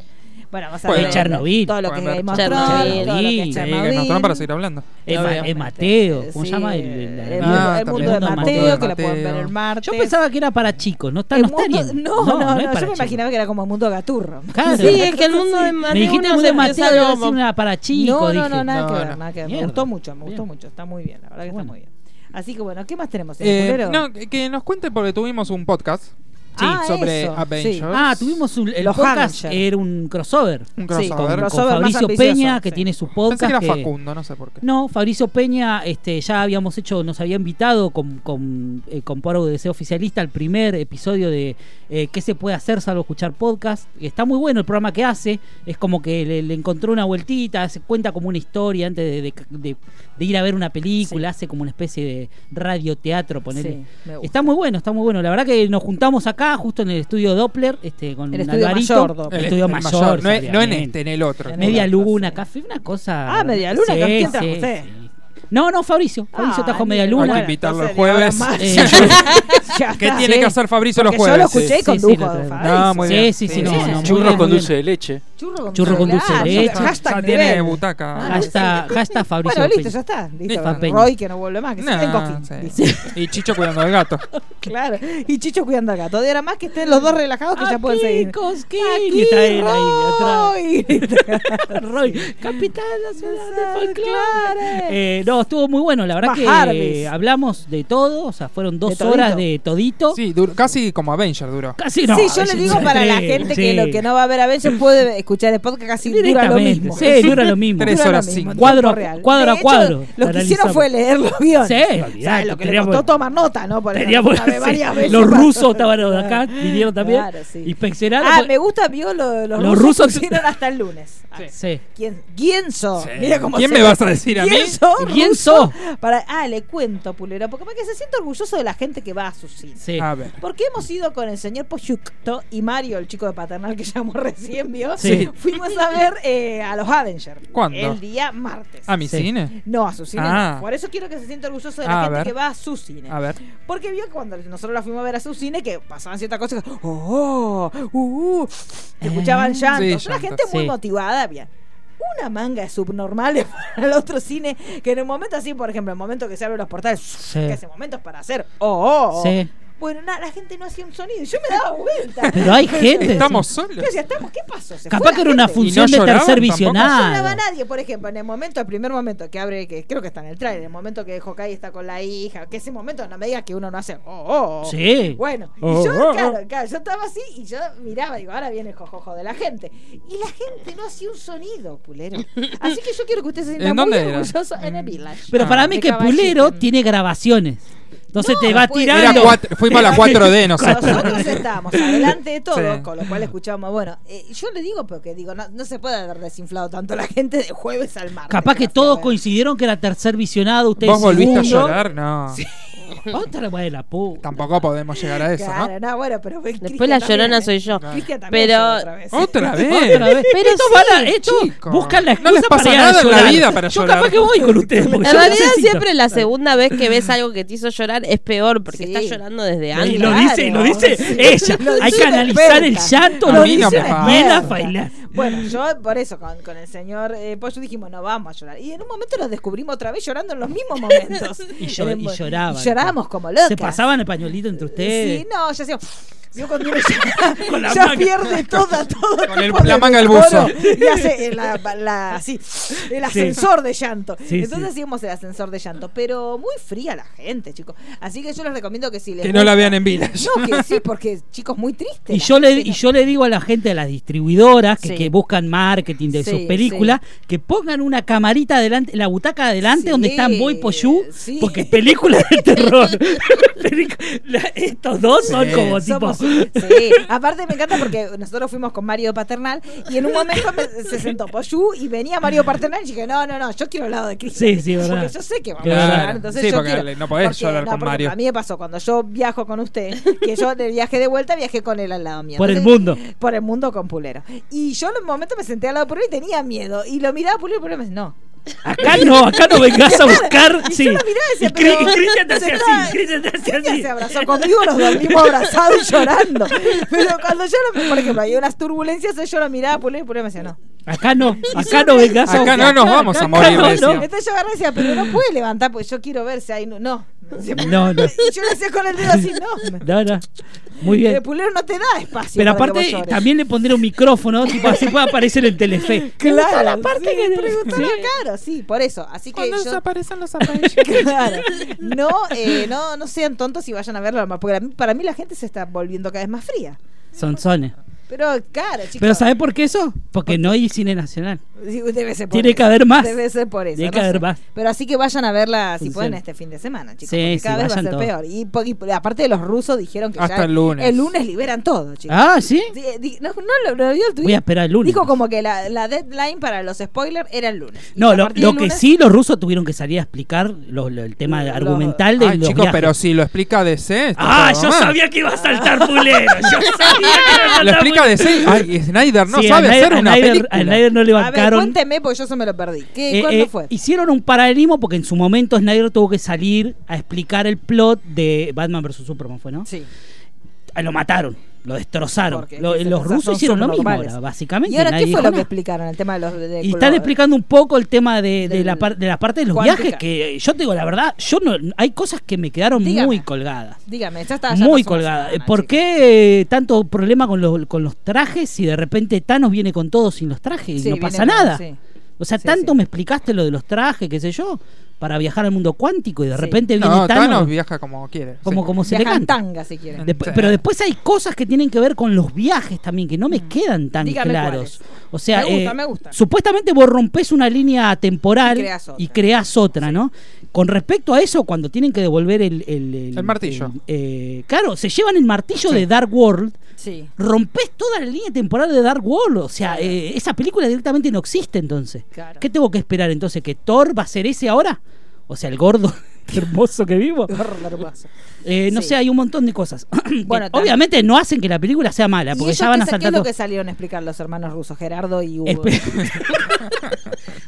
S2: Bueno, vamos a
S4: Pueden
S2: ver
S4: ver
S3: Chernobyl.
S2: todo lo que es
S4: Pueden ver
S2: Game of Thrones, todo lo
S5: Chernobyl.
S2: que es
S3: Sí,
S4: Sí, que nos
S2: Chernobyl.
S4: para seguir hablando.
S3: Es, Ma-
S2: Obviamente.
S3: es Mateo, ¿cómo se
S2: Sí,
S3: llama? El, el-
S2: el
S3: el-
S2: mundo-
S4: Ah,
S2: el mundo
S4: también.
S2: de
S4: El mundo
S2: Mateo,
S4: de
S2: que la pueden ver
S4: Mateo.
S2: el martes.
S3: Yo pensaba que era para chicos, no está,
S2: El
S3: no está
S2: mundo-
S3: bien.
S2: No, no, no,
S3: es para
S2: yo me
S3: chicos.
S2: imaginaba que era como el mundo gaturro.
S3: Claro.
S5: Ah, Sí, es que el mundo de Mateo.
S3: me dijiste el
S5: uno
S3: mundo de
S5: se
S3: Mateo,
S5: empieza
S3: iba a
S5: como-
S3: decir una para chicos.
S2: no, no,
S3: dije.
S2: no, nada
S4: No,
S2: que ver,
S4: no.
S2: nada que ver. Me
S3: Mierda.
S2: gustó mucho, me gustó
S3: Bien.
S2: mucho. Está muy bien, la verdad que está
S3: Bueno.
S2: muy bien. Así que bueno, ¿qué más tenemos? señor
S4: Eh,
S2: Pulero?
S4: no, que- que nos cuente porque tuvimos un podcast Sí,
S2: Ah,
S4: sobre
S2: eso, sí.
S4: Avengers.
S3: Ah, tuvimos un, el
S2: Los
S3: podcast,
S2: Havager.
S3: era un crossover.
S4: Un
S2: Sí,
S4: crossover.
S3: Con, con
S2: crossover más
S3: Fabricio
S2: ambicioso,
S3: Peña, que
S2: sí.
S3: tiene su
S4: Pensé
S3: podcast.
S4: que era
S3: que-
S4: Facundo, no sé por qué.
S3: No, Fabricio Peña, este, ya habíamos hecho, nos había invitado con, con, eh, con Paro de Deseo Oficialista al primer episodio de eh, qué se puede hacer salvo escuchar podcast. Y Está muy bueno el programa que hace, es como que le, le encontró una vueltita, se cuenta como una historia antes de, de- de- de ir a ver una película, hace como una especie de radioteatro, ponerle.
S2: Sí, me gusta.
S3: Está muy bueno, está muy bueno. La verdad que nos juntamos acá, justo en el estudio Doppler, este, con
S2: El estudio
S3: Alvarito.
S2: mayor, Doppler.
S3: el, estudio
S4: el
S3: mayor.
S4: no, es- no en
S3: obviamente.
S4: este, en el otro.
S2: En
S3: Media
S2: Exacto,
S3: Luna,
S2: sí.
S3: café, una cosa.
S2: Ah, Media Luna, ¿quién trajo usted?
S3: No, no, Fabricio. Fabricio
S2: Ah,
S3: trajo
S2: mira.
S3: Media
S4: Hay que
S3: Luna.
S2: Bueno,
S4: invitarlo el
S2: entonces, ahora
S4: jueves.
S2: más.
S3: Eh,
S2: Ya
S4: ¿Qué
S2: está.
S4: tiene
S3: sí.
S4: que hacer Fabricio los
S2: Porque yo lo
S4: jueves?
S2: escuché
S3: Sí,
S2: y
S3: sí, sí,
S2: condujo.
S3: lo trae.
S2: Fabricio.
S4: No, muy bien.
S3: Sí, sí, sí,
S2: no, no, muy
S6: Churros con
S3: bien.
S6: dulce de leche.
S2: Churro,
S3: Churro con dulce de
S2: chocolate.
S3: leche.
S4: Ya,
S2: Hashtag
S4: ya
S2: nivel.
S4: tiene butaca.
S2: Ah,
S3: Hasta,
S2: sí.
S3: hasta Fabricio.
S2: Bueno, listo,
S3: Peña.
S2: ya está. Listo.
S3: Fan Peña.
S2: Roy que no vuelve más, que se
S4: Nah,
S2: quede en Coquín.
S4: sí.
S2: Listo.
S4: Y Chicho cuidando al gato.
S2: Claro. Y Chicho cuidando al gato. De ahora más que estén los dos relajados que ya pueden
S3: Aquí,
S2: seguir.
S3: Ah, Cosquín.
S2: Aquí,
S3: Y está él ahí
S2: Roy.
S3: atrás. Roy, capitán de la ciudad de
S2: Claro.
S3: folclore. Eh, no, estuvo muy bueno. La verdad que
S2: Bajarles.
S3: hablamos de todo. O sea, fueron dos
S2: De
S3: horas
S2: todito.
S3: de todito.
S4: Sí, dur- casi como Avenger duró.
S3: Casi no.
S2: sí, yo le
S3: es
S2: digo para la
S3: increíble,
S2: gente que
S3: sí.
S2: lo que no va a ver a veces puede escuchar el podcast casi dura lo
S3: Directamente,
S2: mismo.
S3: Sí, dura lo mismo.
S4: Tres
S2: Dura lo
S4: horas
S2: mismo,
S4: cinco.
S2: en
S3: Cuadro a-
S2: tiempo real.
S3: cuadro a
S2: De hecho,
S3: cuadro,
S2: Lo que hicieron
S3: analizamos.
S2: fue leer los guiones.
S3: Sí,
S2: O sea, lo que le
S3: teníamos-
S2: costó tomar nota, ¿no? Por eso
S3: Teníamos-
S2: sabe varias
S3: sí,
S2: veces
S3: los
S2: para-
S3: rusos estaban acá, vinieron también.
S2: Claro, sí.
S3: Inspeccionaron.
S2: Ah,
S3: pues-
S2: me gusta, vio, lo- los,
S3: Los
S2: rusos
S3: rusos-
S2: pusieron hasta el lunes. Ah,
S3: Sí.
S2: ¿Quién, quién sos?
S4: Sí.
S2: Mira cómo
S4: ¿Quién
S2: se-
S4: me vas a decir a mí?
S2: ¿Quién sos?
S3: ¿Quién
S2: ruso?
S3: sos?
S2: Para, ah, le cuento, Pulero, porque, porque se siente orgulloso de la gente que va a sus cines.
S3: sí.
S4: A ver.
S2: Porque hemos ido con el señor Pochukto y Mario, el chico de paternal que llamó recién, ¿vio?
S3: Sí.
S2: Fuimos a ver eh, a los Avengers.
S4: ¿Cuándo?
S2: El día martes.
S4: ¿A mi
S3: Sí.
S4: cine?
S2: No, a su cine.
S4: Ah.
S2: no. Por eso quiero que se sienta orgulloso de la
S4: A
S2: gente
S4: ver. Ah.
S2: que va a su cine.
S4: A ver.
S2: Porque vio que cuando nosotros la fuimos a ver a su cine que pasaban ciertas cosas, oh, uh, que escuchaban
S3: Eh.
S2: llantos.
S4: Sí,
S2: Una
S4: llantos.
S2: gente muy
S3: Sí.
S2: motivada había. Una manga de subnormales para el otro cine que en un momento así, por ejemplo, el momento que se abren los portales,
S3: Sí.
S2: que ese momento es para hacer, oh, oh,
S3: Sí.
S2: Bueno, nada, la gente no hacía un sonido. Yo me daba vuelta.
S3: Pero hay gente.
S4: Estamos
S3: sí.
S2: Yo
S4: solos.
S2: decía, ¿estamos? ¿Qué pasó? ¿Se fue
S3: Capaz
S2: la
S3: que era una
S2: gente?
S3: función
S4: no
S3: de
S4: lloraban
S3: tercer
S4: tampoco.
S2: No sonaba
S3: visionado.
S2: nadie, por ejemplo, en el momento, el primer momento que abre, que creo que está en el trailer, el momento que Hawkeye está con la hija, que ese momento no me digas que uno no hace. "Oh, oh, oh".
S3: Sí.
S2: Bueno,
S4: Oh,
S2: y yo,
S4: oh, oh.
S2: claro, claro, yo estaba así y yo miraba, digo, ahora viene el jojojo de la gente. Y la gente no hacía un sonido, pulero. Así que yo quiero que ustedes se sientan
S4: ¿En dónde
S2: muy
S4: era?
S2: orgullosos en el village.
S3: Pero
S4: Ah.
S3: para mí
S2: De
S3: que
S2: caballito.
S3: Pulero tiene grabaciones. Entonces
S2: No,
S3: te va
S2: puede-
S3: tirando.
S4: Era cuatro- fuimos a la 4D nosotros.
S2: Nosotros estábamos adelante de todo,
S4: Sí.
S2: con lo cual escuchamos. Bueno, eh, yo le digo porque digo, no, no se puede haber desinflado tanto la gente de jueves al martes.
S3: Capaz que
S2: la fui a
S3: todos
S2: ver.
S3: coincidieron que era tercer visionado. Usted
S4: ¿Vos volviste a
S3: segundo.
S4: llorar? No.
S3: Otra vez la puta.
S4: Tampoco podemos llegar a eso,
S2: Claro,
S4: ¿no?
S2: no, bueno, pero fue
S5: Después
S2: Cristian
S5: la
S2: también,
S5: llorona
S2: ¿eh?
S5: soy yo.
S2: Cristian también
S5: Pero
S2: lloró otra vez.
S4: Otra vez.
S3: Otra vez.
S5: Pero
S3: estos
S5: sí,
S3: van a- estos
S4: chicos.
S3: buscan la
S4: No
S3: excusa
S4: les pasa
S3: para ir a
S4: nada en la
S3: llorar.
S4: vida para
S3: Yo
S4: llorar.
S3: capaz que voy con ustedes. porque
S5: En
S3: yo
S5: realidad
S3: necesito.
S5: siempre la segunda vez que ves algo que te hizo llorar es peor porque
S2: Sí.
S5: estás llorando desde
S3: Y
S5: antes. Ah,
S3: lo dice, y lo dice
S2: Sí.
S3: ella.
S2: Lo
S3: Hay
S2: dice
S3: que
S2: una
S3: analizar el
S2: experta.
S3: llanto,
S4: A
S3: lo
S4: mí no
S3: dice
S4: me
S3: la
S4: pasa.
S3: miela
S2: Mierda.
S3: bailar.
S2: Bueno, yo por eso con, con el señor eh, Pollo dijimos, no vamos a llorar. Y en un momento los descubrimos otra vez llorando en los mismos momentos.
S3: Y, llor-
S2: En el
S3: y
S2: mo-
S3: lloraban.
S2: y llorábamos como locas.
S3: Se pasaban el pañuelito entre ustedes.
S2: Sí, no, ya se Vio cuando uno ya,
S3: Con la
S2: ya
S3: manga.
S2: pierde toda, todo
S4: Con el-
S2: tipo de
S4: la manga del
S2: decoro.
S4: buzo.
S2: Y hace el, la- la- así, el ascensor de llanto.
S3: Sí,
S2: Entonces
S3: sí.
S2: hacíamos el ascensor de llanto. Pero muy fría la gente, chicos. Así que yo les recomiendo que si les.
S4: Que no la
S2: gusta-
S4: vean en Village.
S2: No, que sí, porque chicos, muy triste.
S3: Y
S2: la
S3: yo, le,
S2: gente
S3: y yo le digo a la gente de las distribuidoras que,
S2: Sí.
S3: que buscan marketing de
S2: Sí,
S3: sus películas que pongan una camarita adelante, la butaca adelante
S2: Sí,
S3: donde están Boy Poyu,
S2: sí.
S3: porque películas de terror. Pelic- la- estos dos son como tipo.
S2: Somos- sí. Aparte me encanta porque nosotros fuimos con Mario Paternal y en un momento me- se sentó Poyu y venía Mario Paternal y dije, no, no, no, yo quiero el lado de Cristo.
S3: Sí, sí, verdad.
S2: Porque yo sé que vamos a
S3: Claro.
S2: llorar, entonces
S4: Sí,
S2: yo
S4: porque
S2: quiero.
S4: no podés
S2: Porque-
S4: llorar con
S2: porque
S4: Mario.
S2: A mí me pasó cuando yo viajo con usted, que yo en el viaje de vuelta viajé con él al lado mío.
S3: Por el
S2: Entonces,
S3: mundo.
S2: Por el mundo con Pulero. Y yo en un momento me senté al lado de Pulero y tenía miedo. Y lo miraba a Pulero y Pulero me decía, no.
S3: Acá no, acá no vengas a buscar.
S2: Y
S3: sí.
S2: yo lo miraba y decía,
S3: Y Cri-
S2: pero-
S3: y Cristian te hace
S2: se
S3: así,
S2: está-
S3: Cristian te hace
S2: Silvia
S3: así.
S2: se abrazó conmigo, nos dormimos abrazados y llorando. Pero cuando yo, lo, por ejemplo, había unas turbulencias, yo lo miraba, pulé y pulé me decía, no.
S3: Acá no, acá no vengas a
S4: Acá
S3: buscar.
S4: no nos vamos a
S3: Acá
S4: morir,
S3: no,
S4: decía.
S3: no.
S2: Entonces yo agarré y decía, pero no puede levantar, porque yo quiero ver si hay. No, no,
S3: No, no.
S2: Y yo le hacía con el dedo así, no.
S3: No, no. Muy bien.
S2: El pulero no te da espacio.
S3: Pero
S2: para que
S3: aparte
S2: vos llores.
S3: también le pondría un micrófono, tipo así puede aparecer en Telefe.
S2: Claro, la
S3: parte que-
S2: claro, sí, por eso. Así que
S4: Cuando
S2: yo
S4: desaparecen los aparellos.
S2: Claro. No, eh, no, no sean tontos y vayan a verlo, porque para mí, para mí la gente se está volviendo cada vez más fría.
S3: Sonsones.
S2: Pero, claro, chicos.
S3: Pero ¿sabés por qué eso? Porque no hay cine nacional.
S2: Sí, Debe ser por
S3: Tiene
S2: eso.
S3: que haber más.
S2: Debe ser por eso.
S3: Tiene
S2: no
S3: que haber
S2: sé.
S3: más.
S2: Pero así que vayan a verla si
S3: Funciona.
S2: pueden este fin de semana, chicos.
S3: Sí,
S2: porque
S3: sí,
S2: cada vez va a
S3: vayan
S2: ser
S3: todos.
S2: peor. Y, po- y aparte los rusos dijeron que
S4: Hasta
S2: ya
S4: el lunes.
S2: liberan todo, chicos.
S3: Ah, ¿sí?
S2: Sí, eh, di- No, no, lo, lo vio el tuit.
S3: Voy a esperar el lunes.
S2: Dijo como que la, la deadline para los spoilers era el lunes. Y
S3: No,
S2: a
S3: lo,
S2: partir
S3: lo
S2: del
S3: que
S2: lunes-
S3: sí los rusos tuvieron que salir a explicar lo- lo- el tema
S2: Lo-
S3: argumental de
S4: Ay,
S3: los
S4: chicos,
S3: viajes.
S4: pero si lo explica DC. está
S3: Ah,
S4: todo
S3: yo
S4: mal.
S3: sabía que iba a saltar pulero. Yo sabía que iba a saltar
S4: Lo
S3: pulero.
S4: explica DC. Ay, y Snyder no
S3: Sí,
S4: sabe
S3: a Snyder-
S4: hacer
S3: a
S4: una
S3: Snyder-
S4: película.
S3: A Snyder no le
S2: A ver,
S3: bancaron.
S2: cuénteme porque yo eso me lo perdí. ¿Qué,
S3: Eh,
S2: ¿Cuándo
S3: eh,
S2: fue?
S3: Hicieron un paralelismo porque en su momento Snyder tuvo que salir a explicar el plot de Batman vs. Superman, ¿fue, no?
S2: Sí.
S3: Ah, Lo mataron, lo destrozaron.
S2: Porque
S3: Lo-
S2: se
S3: los
S2: desazó,
S3: rusos
S2: son
S3: hicieron lo mismo,
S2: normales.
S3: ahora, básicamente.
S2: ¿Y ahora
S3: nadie
S2: qué fue
S3: dijo
S2: lo que
S3: nada.
S2: explicaron? El tema de los. de-
S3: Y están
S2: lo-
S3: explicando un poco el tema de, de
S2: Del-
S3: la, par- de la parte de los
S2: cuántica.
S3: viajes, que eh, yo te digo la verdad, yo no hay cosas que me quedaron
S2: Dígame.
S3: muy colgadas.
S2: Dígame, ya está. ya
S3: Muy
S2: pasó una
S3: colgada.
S2: semana,
S3: ¿Por
S2: chicos.
S3: qué eh, tanto problema con los, con los trajes si de repente Thanos viene con todo sin los trajes
S2: Sí,
S3: y no
S2: viene
S3: pasa
S2: con-
S3: nada?
S2: sí.
S3: O sea,
S2: Sí,
S3: tanto
S2: sí.
S3: me explicaste lo de los trajes, qué sé yo, para viajar al mundo cuántico y de
S2: Sí.
S3: repente viene
S4: No,
S3: Thanos,
S4: Thanos viaja como quiere.
S3: como,
S4: sí.
S3: como se le
S2: Viajan
S3: canta.
S2: tanga si quieren.
S3: Despu-
S4: Sí.
S3: Pero después hay cosas que tienen que ver con los viajes también, que no me quedan tan
S2: Mm. Dígame cuáles.
S3: claros. O sea,
S2: Me gusta,
S3: eh,
S2: me gusta.
S3: supuestamente vos rompes una línea temporal
S2: Y creás otra.
S3: y creás otra, ¿no? Con respecto a eso, cuando tienen que devolver el... El,
S4: El martillo.
S3: el, eh, claro, se llevan el martillo
S4: Sí.
S3: de Dark World.
S2: Sí.
S3: Rompes toda la línea temporal de Dark World. O sea,
S2: Claro.
S3: eh, esa película directamente no existe entonces.
S2: Claro.
S3: ¿Qué tengo que esperar entonces? ¿Que Thor va a ser ese ahora? O sea, el gordo hermoso que vivo. Eh, no
S2: Sí.
S3: sé, hay un montón de cosas. Que
S2: Bueno, tam-
S3: obviamente no hacen que la película sea mala,
S2: ¿Y
S3: porque
S2: ellos
S3: ya van
S2: qué
S3: a
S2: sa- ¿Qué es
S3: saltar.
S2: lo
S3: todo.
S2: que salieron a explicar los hermanos rusos, Gerardo y Hugo?
S3: Espe-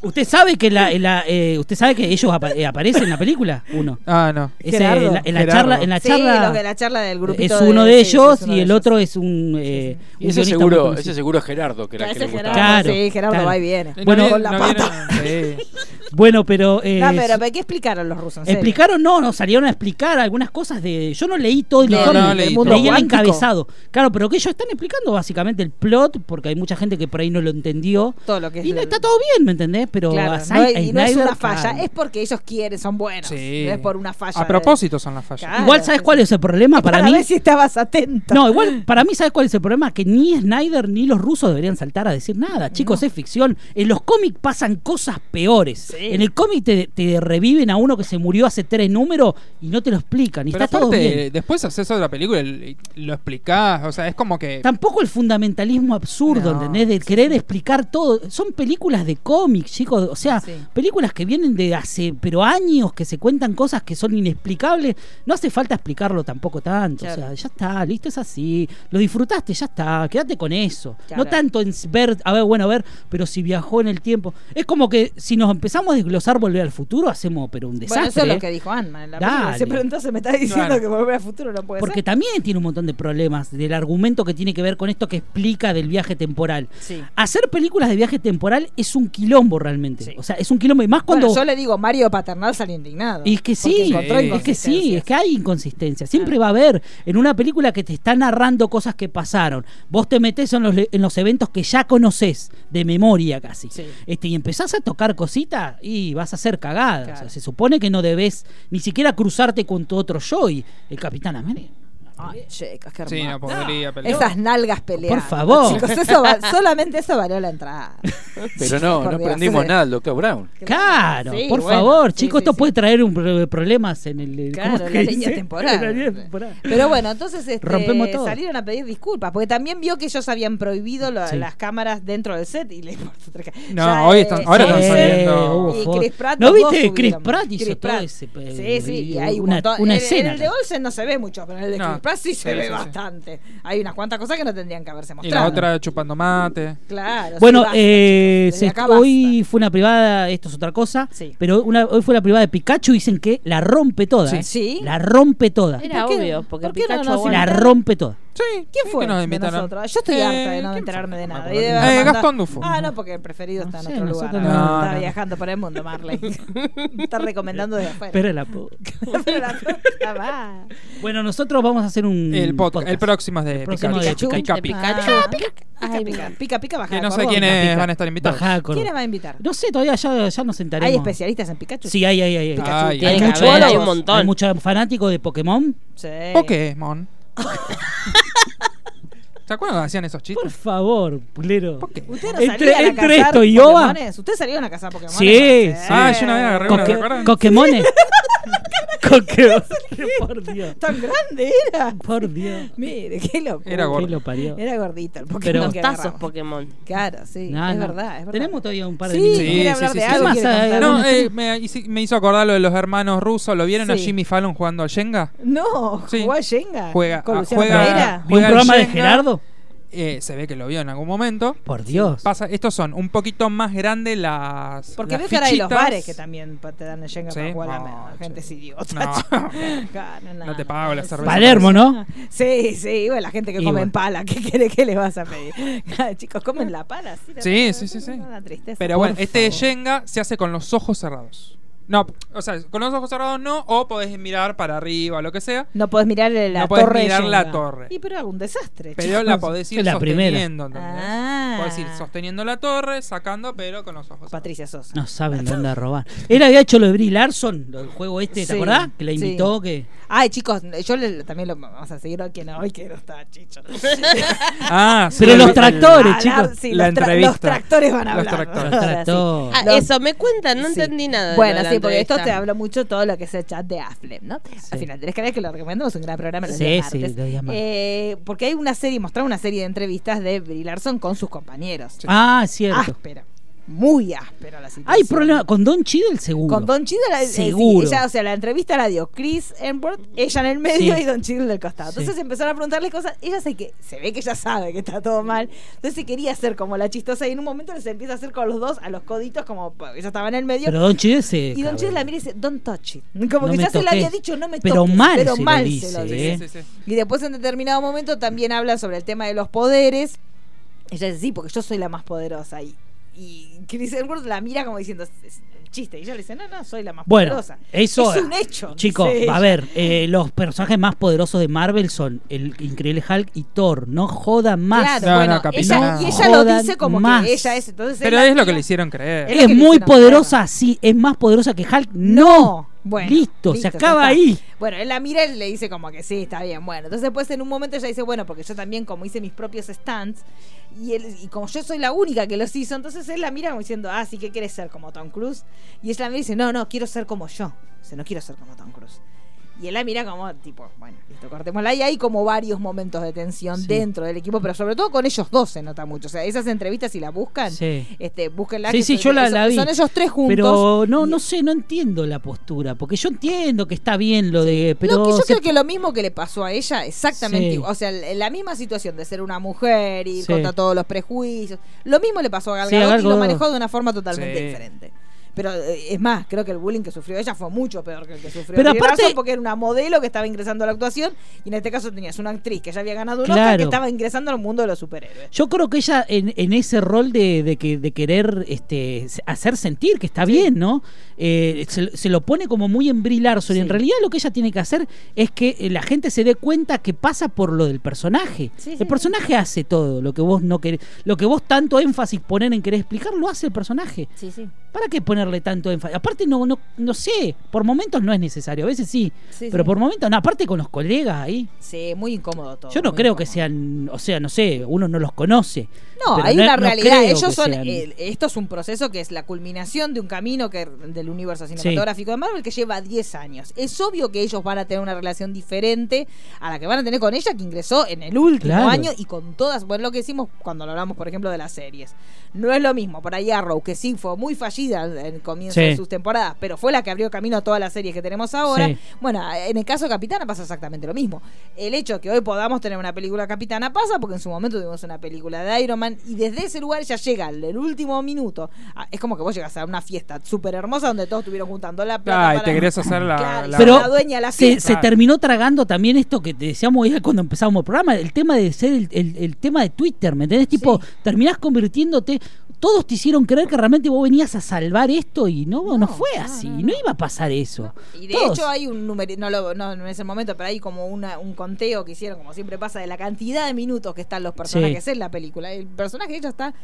S3: usted sabe que la, la, eh, usted sabe que ellos apa- eh, aparecen en la película, uno.
S4: Ah, no.
S3: Ese,
S2: Gerardo.
S3: en la, en la
S4: Gerardo.
S3: charla, en la
S2: sí,
S3: charla
S2: los de la charla del grupo.
S3: es uno de, ellos y el otro es un, eh, un
S6: Y
S3: guionista
S6: ese
S3: muy
S6: seguro,
S3: conocido.
S6: ese seguro es Gerardo, que era el que le
S2: Gerardo,
S6: gustaba.
S3: Claro,
S2: sí, Gerardo
S3: claro.
S2: va y viene.
S4: No
S3: Bueno,
S4: vi-
S2: con la
S4: no
S2: pata.
S4: vieron- sí.
S3: Bueno, pero, eh,
S2: No, pero ¿pero ¿qué explicaron los rusos? En serio?
S3: explicaron, no, nos salieron a explicar algunas cosas de. Yo no leí todo el
S4: No,
S3: informe,
S4: no leí
S3: leí
S4: todo.
S3: el
S2: Cuántico.
S3: encabezado. Claro, pero que ellos están explicando básicamente el plot, porque hay mucha gente que por ahí no lo entendió.
S2: Todo lo que es
S3: Y no,
S2: el-
S3: está todo bien, ¿me entendés? Pero
S2: Claro,
S3: a
S2: no,
S3: Zack-
S2: y
S3: a
S2: no es
S3: Snyder,
S2: una falla,
S3: claro.
S2: es porque ellos quieren, son buenos.
S4: Sí.
S2: No es por una falla.
S4: A
S2: de-
S4: propósito son las fallas.
S2: Claro.
S3: Igual, ¿sabes cuál es el problema?
S2: Es
S3: Para,
S2: Para,
S3: mí.
S2: ver si estabas atento.
S3: No, igual, para mí, ¿sabes cuál es el problema? Que ni Snyder ni los rusos deberían saltar a decir nada. Chicos, es ficción. En los cómics pasan cosas peores. En el cómic te, te reviven a uno que se murió hace tres números y no te lo explican. Y
S4: Pero
S3: está todo bien.
S4: aparte, después haces otra película y lo explicás. O sea, es como que.
S3: Tampoco el fundamentalismo absurdo,
S4: No,
S3: ¿entendés? De querer explicar todo. Son películas de cómics, chicos. O sea,
S2: Sí.
S3: películas que vienen de hace, pero años, que se cuentan cosas que son inexplicables. No hace falta explicarlo tampoco tanto.
S2: Claro.
S3: O sea, ya está, listo, es así. Lo disfrutaste, ya está. Quédate con eso.
S2: Claro.
S3: No tanto en ver, a ver, bueno, a ver, pero si viajó en el tiempo. Es como que si nos empezamos a desglosar volver al futuro, hacemos, pero un
S2: Bueno, eso
S3: desastre.
S2: es
S3: ¿eh?
S2: lo que dijo Anna en la
S3: Dale.
S2: película. Sí, Pero entonces me estás diciendo
S4: Claro.
S2: que volver al futuro no puede
S3: Porque
S2: ser.
S3: también tiene un montón de problemas del argumento que tiene que ver con esto que explica del viaje temporal.
S2: Sí.
S3: Hacer películas de viaje temporal es un quilombo realmente. O sea, es un quilombo. Y más cuando.
S2: Bueno, yo le digo Mario Paternal salió indignado.
S3: Y es que
S2: Porque
S3: sí,
S2: encontró
S3: es que sí,
S2: inconsistencias.
S3: es que hay inconsistencia. Siempre va a haber. En una película que te está narrando cosas que pasaron, vos te metés en los, le- en los eventos que ya conoces, de memoria casi.
S2: Sí.
S3: Este, y empezás a tocar cositas y vas a hacer cagadas.
S2: Claro.
S3: O sea, se supone que no debes ni siquiera cruzarte con tu otro yo y el Capitán América.
S2: Ay, chicas, qué
S4: Sí, no
S2: hermoso.
S4: podría pelear.
S2: Esas nalgas peleando.
S3: Por favor.
S2: Chicos, eso va- solamente eso valió la entrada.
S6: Pero no,
S2: Por
S6: no
S2: Dios.
S6: aprendimos nada del Doctor Brown.
S3: Claro,
S2: Sí,
S3: por
S2: bueno,
S3: favor,
S2: sí,
S3: chicos,
S2: sí,
S3: esto
S2: sí.
S3: puede traer un pro- problemas en el ¿cómo
S2: Claro,
S3: es
S2: la
S3: que
S2: línea
S3: dice?
S2: temporal.
S3: La línea temporal.
S2: Pero bueno, entonces este,
S3: Rompemos todo.
S2: salieron a pedir disculpas, porque también vio que ellos habían prohibido lo-
S3: Sí.
S2: las cámaras dentro del set y le importó tres ca-
S4: No,
S2: Ya,
S4: hoy
S2: eh,
S4: están- ahora están
S2: sí.
S4: saliendo-
S3: hubo
S2: Y
S3: fotos.
S2: Chris Pratt,
S3: ¿No
S2: los dos
S3: viste? Chris
S2: subieron.
S3: Pratt hizo
S2: Chris
S3: todo
S2: Pratt.
S3: ese, eh,
S2: Sí, sí, y hay un
S3: una,
S2: montón.
S3: una
S2: En-
S3: escena.
S2: En el de Olsen no se ve mucho, pero en el de
S4: No.
S2: Chris Pratt sí se
S4: Sí,
S2: ve
S4: sí, sí.
S2: bastante. Hay unas cuantas cosas que no tendrían que haberse
S4: Y la
S2: mostrado.
S4: otra chupando mate.
S2: Claro. sí,
S3: bueno,
S2: basta,
S3: eh, Eh,
S2: Desde
S3: se-
S2: acá
S3: hoy fue una privada, esto es otra cosa,
S2: Sí.
S3: pero una- hoy fue la privada de Pikachu y dicen que la rompe toda.
S2: Sí.
S3: ¿eh?
S2: Sí.
S3: La rompe toda.
S5: Era
S2: ¿Por qué-
S5: obvio, porque
S2: por qué no
S5: Pikachu
S2: nos
S5: aguanta.
S3: La rompe toda.
S4: Sí.
S2: ¿Quién fue
S4: que nos
S2: de
S4: invitaron?
S2: nosotros? Yo estoy
S4: Eh,
S2: harta de no
S4: ¿quién
S2: enterarme de nada.
S4: acuerdo.
S2: Y de
S4: Eh,
S2: mandar-
S4: Gastón Dufo.
S2: Ah, no, porque el preferido está en
S3: sé,
S2: otro lugar.
S3: nosotros
S2: ¿no?
S4: no.
S2: está
S4: No, no.
S2: viajando por el mundo, Marley. está recomendando desde afuera.
S3: Pero la po-
S2: Pero la puta madre.
S3: Bueno, nosotros vamos a hacer un
S4: El, pod- el
S3: podcast.
S4: próximo es de
S3: próximo de
S4: Pikachu.
S3: Pikachu.
S4: Pica, pica.
S2: Ah, pica,
S5: Ay,
S2: pica,
S5: mira.
S2: pica, pica, baja
S4: Que
S2: de
S4: no sé
S2: cordón.
S4: quiénes van a estar invitados.
S3: Bajá de cordón.
S2: ¿Quiénes va a invitar?
S3: No sé, todavía ya, ya nos sentaremos.
S2: ¿Hay especialistas en Pikachu?
S3: Sí, hay, hay, hay. hay.
S4: Pikachu. Ay,
S5: Tiene que
S3: mucho-
S5: haber, hay un montón.
S3: Hay muchos fanáticos de Pokémon.
S2: Sí.
S4: Pokémon. ¿Se acuerdan cuando hacían esos
S3: Por
S4: chistes?
S3: favor, pulero.
S2: ¿Ustedes no
S3: Entre-
S2: salían a
S3: entre
S2: cazar
S3: esto y Ova.
S2: Pokémones? ¿Ustedes salieron a cazar Pokémon?
S3: Sí, sí.
S4: Ah, yo una vez agarré una,
S3: Coque-
S4: ¿se acuerdan?
S3: Coquemones. Coque- Por Dios.
S2: ¿Tan grande era?
S3: Por Dios.
S2: Mire, qué loco.
S4: Era gordo.
S3: ¿Qué lo parió?
S2: Era gordito el Pokémon.
S3: Pero-
S2: que
S5: Tazos
S2: agarraba.
S5: Pokémon.
S2: Claro, sí.
S3: No,
S2: es
S3: no.
S2: verdad, es verdad.
S3: Tenemos todavía un par de
S2: sí,
S3: minutos.
S4: Sí,
S2: quiere
S4: sí,
S2: hablar
S4: sí,
S2: de
S4: sí,
S2: algo.
S3: sí.
S2: quiere
S3: Más,
S2: contar.
S4: No,
S3: Algunos
S4: eh, me, hice- me hizo acordar lo de los hermanos rusos. ¿Lo vieron a
S2: Sí.
S4: Jimmy Fallon jugando al Jenga?
S2: No,
S4: Sí.
S2: jugó a Jenga.
S4: Juega-
S2: Con
S4: ah,
S2: Luciano
S4: juega-
S2: Pereira.
S3: ¿Vi un
S4: Juega al
S3: programa de
S4: Jenga.
S3: Gerardo?
S4: Eh, se ve que lo vio en algún momento.
S3: Por Dios.
S4: Pasa, estos son un poquito más grandes las.
S2: Porque
S4: las
S2: ves que ahora hay los
S4: fichitas.
S2: bares que también pa- te dan el Jenga para
S4: Sí,
S2: jugar a la
S4: no,
S2: mierda. La gente es idiota.
S4: No.
S2: chico. Claro,
S4: No te pago la cerveza.
S3: Palermo, ¿no?
S2: Sí, sí, bueno, la gente que
S3: Y
S2: come
S3: bueno.
S2: en pala, ¿qué quiere que le vas a pedir? Chicos, comen la pala, sí. la
S4: Sí,
S2: verdad,
S4: sí, sí, sí.
S2: Una tristeza.
S4: Pero bueno, este Jenga se hace con los ojos cerrados. No, o sea, con los ojos cerrados no, o podés mirar para arriba, lo que sea.
S2: No podés mirar la
S4: No podés
S2: torre. de
S4: mirar la
S2: Jenga.
S4: torre.
S2: Y pero era un desastre.
S4: Pero
S2: chicos.
S4: la podés ir
S3: Es la primera.
S4: sosteniendo, ¿entendés?
S2: Ah.
S4: Podés ir sosteniendo la torre, sacando, pero con los ojos.
S2: Patricia Sosa.
S3: No saben dónde robar. Él había hecho lo de Brie Larson, lo del juego este, ¿te
S2: Sí,
S3: acordás? Que la
S2: sí.
S3: invitó, que...
S2: Ay, chicos, yo le- también lo vamos a seguir hoy que no, hoy que no está Chicho.
S4: cerrados. Ah, sí.
S3: Pero
S4: lo
S3: los
S4: vi.
S3: tractores,
S2: Hablar,
S3: chicos.
S2: sí,
S4: La
S2: los, tra-
S4: entrevista.
S2: los tractores van a
S4: Los
S2: hablar.
S4: tractores.
S3: Los
S2: Ahora sí.
S3: tractores.
S5: Ah,
S2: Los-
S5: eso, me cuentan, no
S2: Sí.
S5: entendí nada. de
S2: Bueno,
S5: lo de la
S2: sí, porque esto te
S5: entrevista.
S2: habla mucho todo lo que es el chat de Affleck, ¿no? Al final tenés que ver que lo recomendamos, un gran programa los
S3: Sí,
S2: días
S3: sí,
S2: martes.
S3: los días martes.
S2: Eh, porque hay una serie, mostraron una serie de entrevistas de Brie Larson con sus compañeros.
S3: Ah, es cierto.
S2: Áspera, muy áspera la situación.
S3: Hay problema con Don Cheadle seguro.
S2: Con Don Cheadle, eh, sí,
S3: Seguro.
S2: ella, o sea, la entrevista la dio Chris Hemsworth, ella en el medio
S3: Sí.
S2: y Don Cheadle del costado.
S3: Sí.
S2: Entonces empezaron a preguntarle cosas, ella se que se ve que ella sabe que está todo mal. Entonces se quería hacer como la chistosa y en un momento se empieza a hacer con los dos a los coditos como pa- ella estaba en el medio.
S3: Pero Don Cheadle se...
S2: y Don Cheadle la mira y dice, "Don't touch it." Como
S3: No
S2: que
S3: me
S2: ya se le había
S3: toques.
S2: dicho, "No me
S3: Pero
S2: toques",
S3: mal
S2: pero
S3: se lo
S2: mal
S3: dice,
S2: se lo dice.
S4: Sí, sí, sí.
S2: Y después en determinado momento también hablan sobre el tema de los poderes. Ella dice, sí, porque yo soy la más poderosa. Y, y Chris Hemsworth la mira como diciendo, es un chiste. Y ella le dice, no, no, soy la más
S3: Bueno,
S2: poderosa.
S3: eso
S2: es un hecho.
S3: Chicos,
S2: dice
S3: a
S2: ella.
S3: ver, eh, los personajes más poderosos de Marvel son el Increíble Hulk y Thor. No jodan más.
S2: Claro,
S4: No,
S2: bueno,
S4: no,
S2: ella,
S4: capitana.
S2: y ella lo
S3: Jodan
S2: dice como
S3: más.
S2: que ella es. Entonces
S4: Pero
S2: él la
S4: es lo que
S2: mira.
S4: le hicieron
S2: Es
S4: creer.
S2: lo que
S3: Es
S2: le
S3: muy
S2: hicieron
S3: poderosa, sí. Es más poderosa que Hulk. No.
S2: Bueno,
S3: listo, se
S2: ya
S3: acaba
S2: está.
S3: ahí.
S2: Bueno, él la mira y le dice como que sí, está bien. Bueno, entonces después en un momento ella dice, bueno, porque yo también como hice mis propios stands y, él, y como yo soy la única que los hizo, entonces él la mira como diciendo, ah, sí, ¿qué quieres ser como Tom Cruise? Y ella me dice, no, no, quiero ser como yo. O sea, no quiero ser como Tom Cruise. Y él la mira como, tipo, bueno, listo, cortémosla. Y hay como varios momentos de tensión
S3: Sí.
S2: dentro del equipo, pero sobre todo con ellos dos se nota mucho. O sea, esas entrevistas, si la buscan,
S3: Sí.
S2: este, búsquenla.
S3: Sí,
S2: que
S3: sí,
S2: son-
S3: yo la,
S2: son-
S3: la vi.
S2: Son ellos tres juntos.
S3: Pero no,
S2: y-
S3: no sé, no entiendo la postura. Porque yo entiendo que está bien lo de. Pero
S2: no, que yo
S3: se-
S2: creo que lo mismo que le pasó a ella, exactamente
S3: Sí.
S2: igual. O sea, l- la misma situación de ser una mujer y
S3: Sí.
S2: contra todos los prejuicios. Lo mismo le pasó a Gal
S3: Sí, a
S2: Gadot
S3: Gal
S2: y lo
S3: Gadot.
S2: manejó de una forma totalmente
S4: Sí.
S2: diferente. Pero eh, es más, creo que el bullying que sufrió ella fue mucho peor que el que sufrió
S3: Pero
S2: Brie
S3: aparte-
S2: Larson, porque era una modelo que estaba ingresando a la actuación y en este caso tenías una actriz que ya había ganado un Oscar
S3: Claro.
S2: que estaba ingresando al mundo de los superhéroes.
S3: Yo creo que ella en, en ese rol de, de que, de querer este, se- hacer sentir que está bien, ¿no? Eh, se, se lo pone como muy en Brie Larson. Y en
S2: Sí.
S3: realidad lo que ella tiene que hacer es que eh, la gente se dé cuenta que pasa por lo del personaje.
S2: Sí, sí,
S3: el personaje hace todo lo que vos no querés, lo que vos tanto énfasis poner en querer explicar, lo hace el personaje.
S2: Sí, sí.
S3: ¿Para qué ponerle tanto énfasis? Aparte no, no, no sé, por momentos no es necesario, a veces sí,
S2: Sí,
S3: pero
S2: sí.
S3: por momentos no, aparte con los colegas ahí.
S2: Sí, muy incómodo todo.
S3: Yo no
S2: muy
S3: creo que
S2: incómodo.
S3: sean, o sea, no sé, uno no los conoce.
S2: No,
S3: Pero
S2: hay una realidad.
S3: creo que
S2: Ellos son.
S3: sean-
S2: eh, esto es un proceso que es la culminación de un camino que del universo cinematográfico de Marvel que lleva 10 años. Es obvio que ellos van a tener una relación diferente a la que van a tener con ella, que ingresó en el último
S3: Claro.
S2: año y con todas. Bueno, lo que hicimos cuando lo hablamos, por ejemplo, de las series. No es lo mismo. Por ahí Arrow, que sí fue muy fallida conocida en el comienzo
S3: Sí.
S2: de sus temporadas, pero fue la que abrió camino a todas las series que tenemos ahora.
S3: Sí.
S2: Bueno, en el caso de Capitana pasa exactamente lo mismo. El hecho de que hoy podamos tener una película Capitana pasa porque en su momento tuvimos una película de Iron Man y desde ese lugar ya llega el, el último minuto. Ah, Es como que vos llegas a una fiesta súper hermosa donde todos estuvieron juntando la plata.
S4: Ah, y
S2: para-
S4: te querés hacer la.
S2: Claro,
S4: la-
S2: Pero- la dueña de la
S3: se,
S2: fiesta.
S3: se terminó tragando también esto que te decíamos ayer cuando empezábamos el programa, el tema de ser el, el- el tema de Twitter, ¿me entendés? Tipo, terminás convirtiéndote, todos te hicieron creer que realmente vos venías a salvar esto y no, no, fue así, no, iba a pasar eso.
S2: Y de
S3: Todos.
S2: hecho hay un número, no, lo, no en ese momento, pero hay como una- un conteo que hicieron, como siempre pasa, de la cantidad de minutos que están los personajes
S3: Sí.
S2: en la película. El personaje de ella está,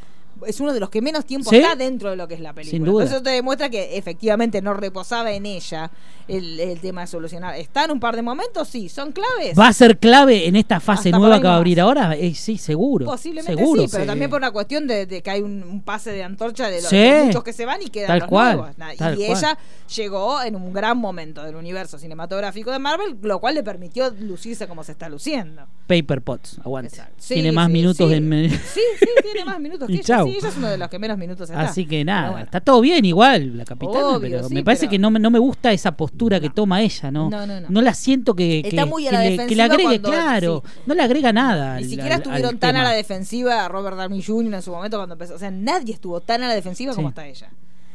S2: es uno de los que menos tiempo
S3: Sí.
S2: está dentro de lo que es la película.
S3: Sin duda.
S2: Eso te demuestra que efectivamente no reposaba en ella el, el tema de solucionar. ¿Están un par de momentos? Sí, son claves.
S3: ¿Va a ser clave en esta fase
S2: Hasta por
S3: nueva
S2: ahí
S3: que va a
S2: nomás.
S3: abrir ahora? Eh, sí, seguro.
S2: Posiblemente
S3: seguro.
S2: sí, pero también por una cuestión de, de que hay un, un pase de antorcha de los
S3: Sí.
S2: de muchos que se van y quedan
S3: Tal
S2: los
S3: cual,
S2: nuevos. Na-
S3: tal
S2: y
S3: cual.
S2: ella llegó en un gran momento del universo cinematográfico de Marvel, lo cual le permitió lucirse como se está luciendo.
S3: Paper Pots, aguante.
S2: Sí,
S3: Tiene más
S2: sí,
S3: minutos
S2: sí.
S3: en...
S2: Sí, sí, tiene más minutos que
S3: Y
S2: ella.
S3: chau.
S2: Sí, ella es uno de los que menos minutos está.
S3: Así que nada,
S2: Pero bueno.
S3: está todo bien igual la capitana,
S2: Obvio,
S3: pero
S2: sí,
S3: me parece
S2: pero-
S3: que no, me- no me gusta esa postura que toma ella, ¿no?
S2: No, no, no.
S3: la siento que, que,
S2: Está muy a la
S3: que le, que le
S2: defensiva
S3: agregue,
S2: cuando-
S3: claro, no le agrega nada.
S2: Ni
S3: al-
S2: siquiera
S3: al-
S2: estuvieron
S3: al
S2: tan a
S3: tema.
S2: la defensiva Robert Downey Jr. en su momento cuando empezó. O sea, nadie estuvo tan a la defensiva como
S3: Sí.
S2: está ella.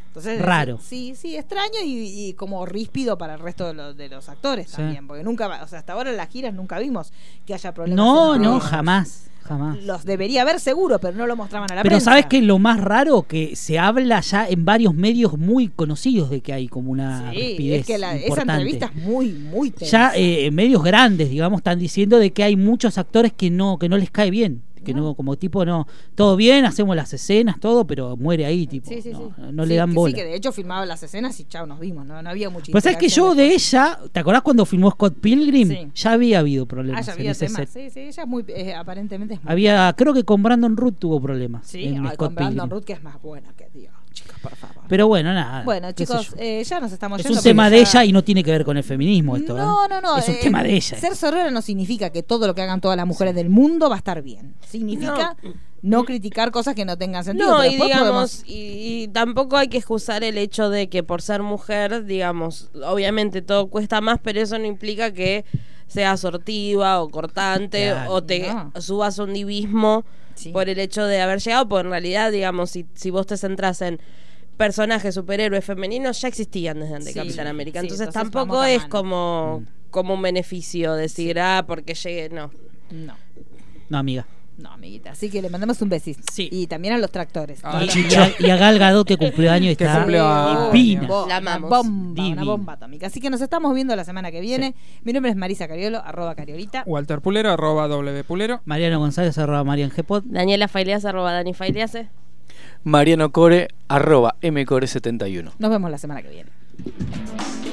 S2: Entonces,
S3: Raro.
S2: Sí, sí, extraño y, y como ríspido para el resto de, los- de los actores
S3: Sí.
S2: también. Porque nunca, va- o sea, hasta ahora en las giras nunca vimos que haya problemas.
S3: No,
S2: entre
S3: no,
S2: ellos.
S3: jamás, jamás.
S2: Los debería haber seguro, pero no lo mostraban a la
S3: Pero
S2: prensa.
S3: sabes que lo más raro que se habla ya en varios medios muy conocidos de que hay como una
S2: Sí,
S3: rispidez
S2: es que la- esa
S3: Ah, importante.
S2: entrevista es muy, muy tensa.
S3: ya eh, medios grandes, digamos, están diciendo de que hay muchos actores que no que no les cae bien, que no, como tipo no, todo bien, hacemos las escenas, todo, pero muere ahí, tipo,
S2: Sí, sí,
S3: no,
S2: sí.
S3: no le
S2: Sí,
S3: dan
S2: que
S3: bola.
S2: Sí, que de hecho filmaba las escenas y chao, nos vimos, no, no había mucha
S3: Pues es que yo
S2: interacción
S3: de ella, ¿te acordás cuando filmó Scott Pilgrim?
S2: Sí.
S3: Ya había habido
S2: Ah,
S3: problemas
S2: ya
S3: en
S2: había
S3: ese
S2: temas.
S3: set.
S2: Sí, sí, ella es muy, eh, aparentemente es muy
S3: Había, creo que con Brandon Root tuvo problemas
S2: Sí,
S3: en
S2: ay,
S3: Scott
S2: con Brandon
S3: Pilgrim.
S2: Root, que es más buena que Dios, chicos, por favor.
S3: Pero bueno, nada.
S2: bueno,
S3: qué sé
S2: chicos,
S3: yo.
S2: eh, ya nos estamos
S3: es
S2: yendo.
S3: un tema
S2: porque
S3: de
S2: ya-
S3: ella y no tiene que ver con el feminismo esto.
S2: No,
S3: ¿eh?
S2: no, no.
S3: Es un
S2: eh,
S3: tema de ella.
S2: Ser sorora no significa que todo lo que hagan todas las mujeres del mundo va a estar bien. Significa no, criticar cosas que no tengan sentido.
S5: No,
S2: pero
S5: y
S2: después
S5: digamos,
S2: podemos-
S5: y, y tampoco hay que excusar el hecho de que por ser mujer, digamos, obviamente todo cuesta más, pero eso no implica que sea sortiva o cortante
S3: Claro,
S5: o te
S2: no.
S5: subas a un divismo
S2: Sí.
S5: por el hecho de haber llegado, porque en realidad, digamos, si, si vos te centras en personajes superhéroes femeninos, ya existían desde
S2: Sí,
S5: antes de Capitán
S2: sí,
S5: América.
S2: sí,
S5: entonces,
S2: entonces
S5: tampoco
S2: vamos de
S5: es
S2: mano.
S5: como, como un beneficio decir, ah, porque llegué, no.
S2: No,
S3: No, amiga.
S2: no, amiguita. Así que le mandamos un besito.
S3: Sí.
S2: Y también a los tractores.
S4: Ah,
S3: Y,
S4: la-
S3: y a, y a Gal Gadot que cumplió año y
S4: Que
S3: está
S4: cumplió años.
S3: divina.
S2: Bo-
S5: La
S2: una
S5: amamos.
S2: bomba,
S3: Divina.
S2: una bomba atómica. Así que nos estamos viendo la semana que viene. Mi nombre es Marisa Cariolo, arroba Cariolita.
S4: Walter Pulero, arroba wpulero.
S3: Mariano González arroba Marian G. Pod.
S5: Daniela Faileas, arroba Dani Failease.
S6: Mariano Core, arroba mcore71.
S2: Nos vemos la semana que viene.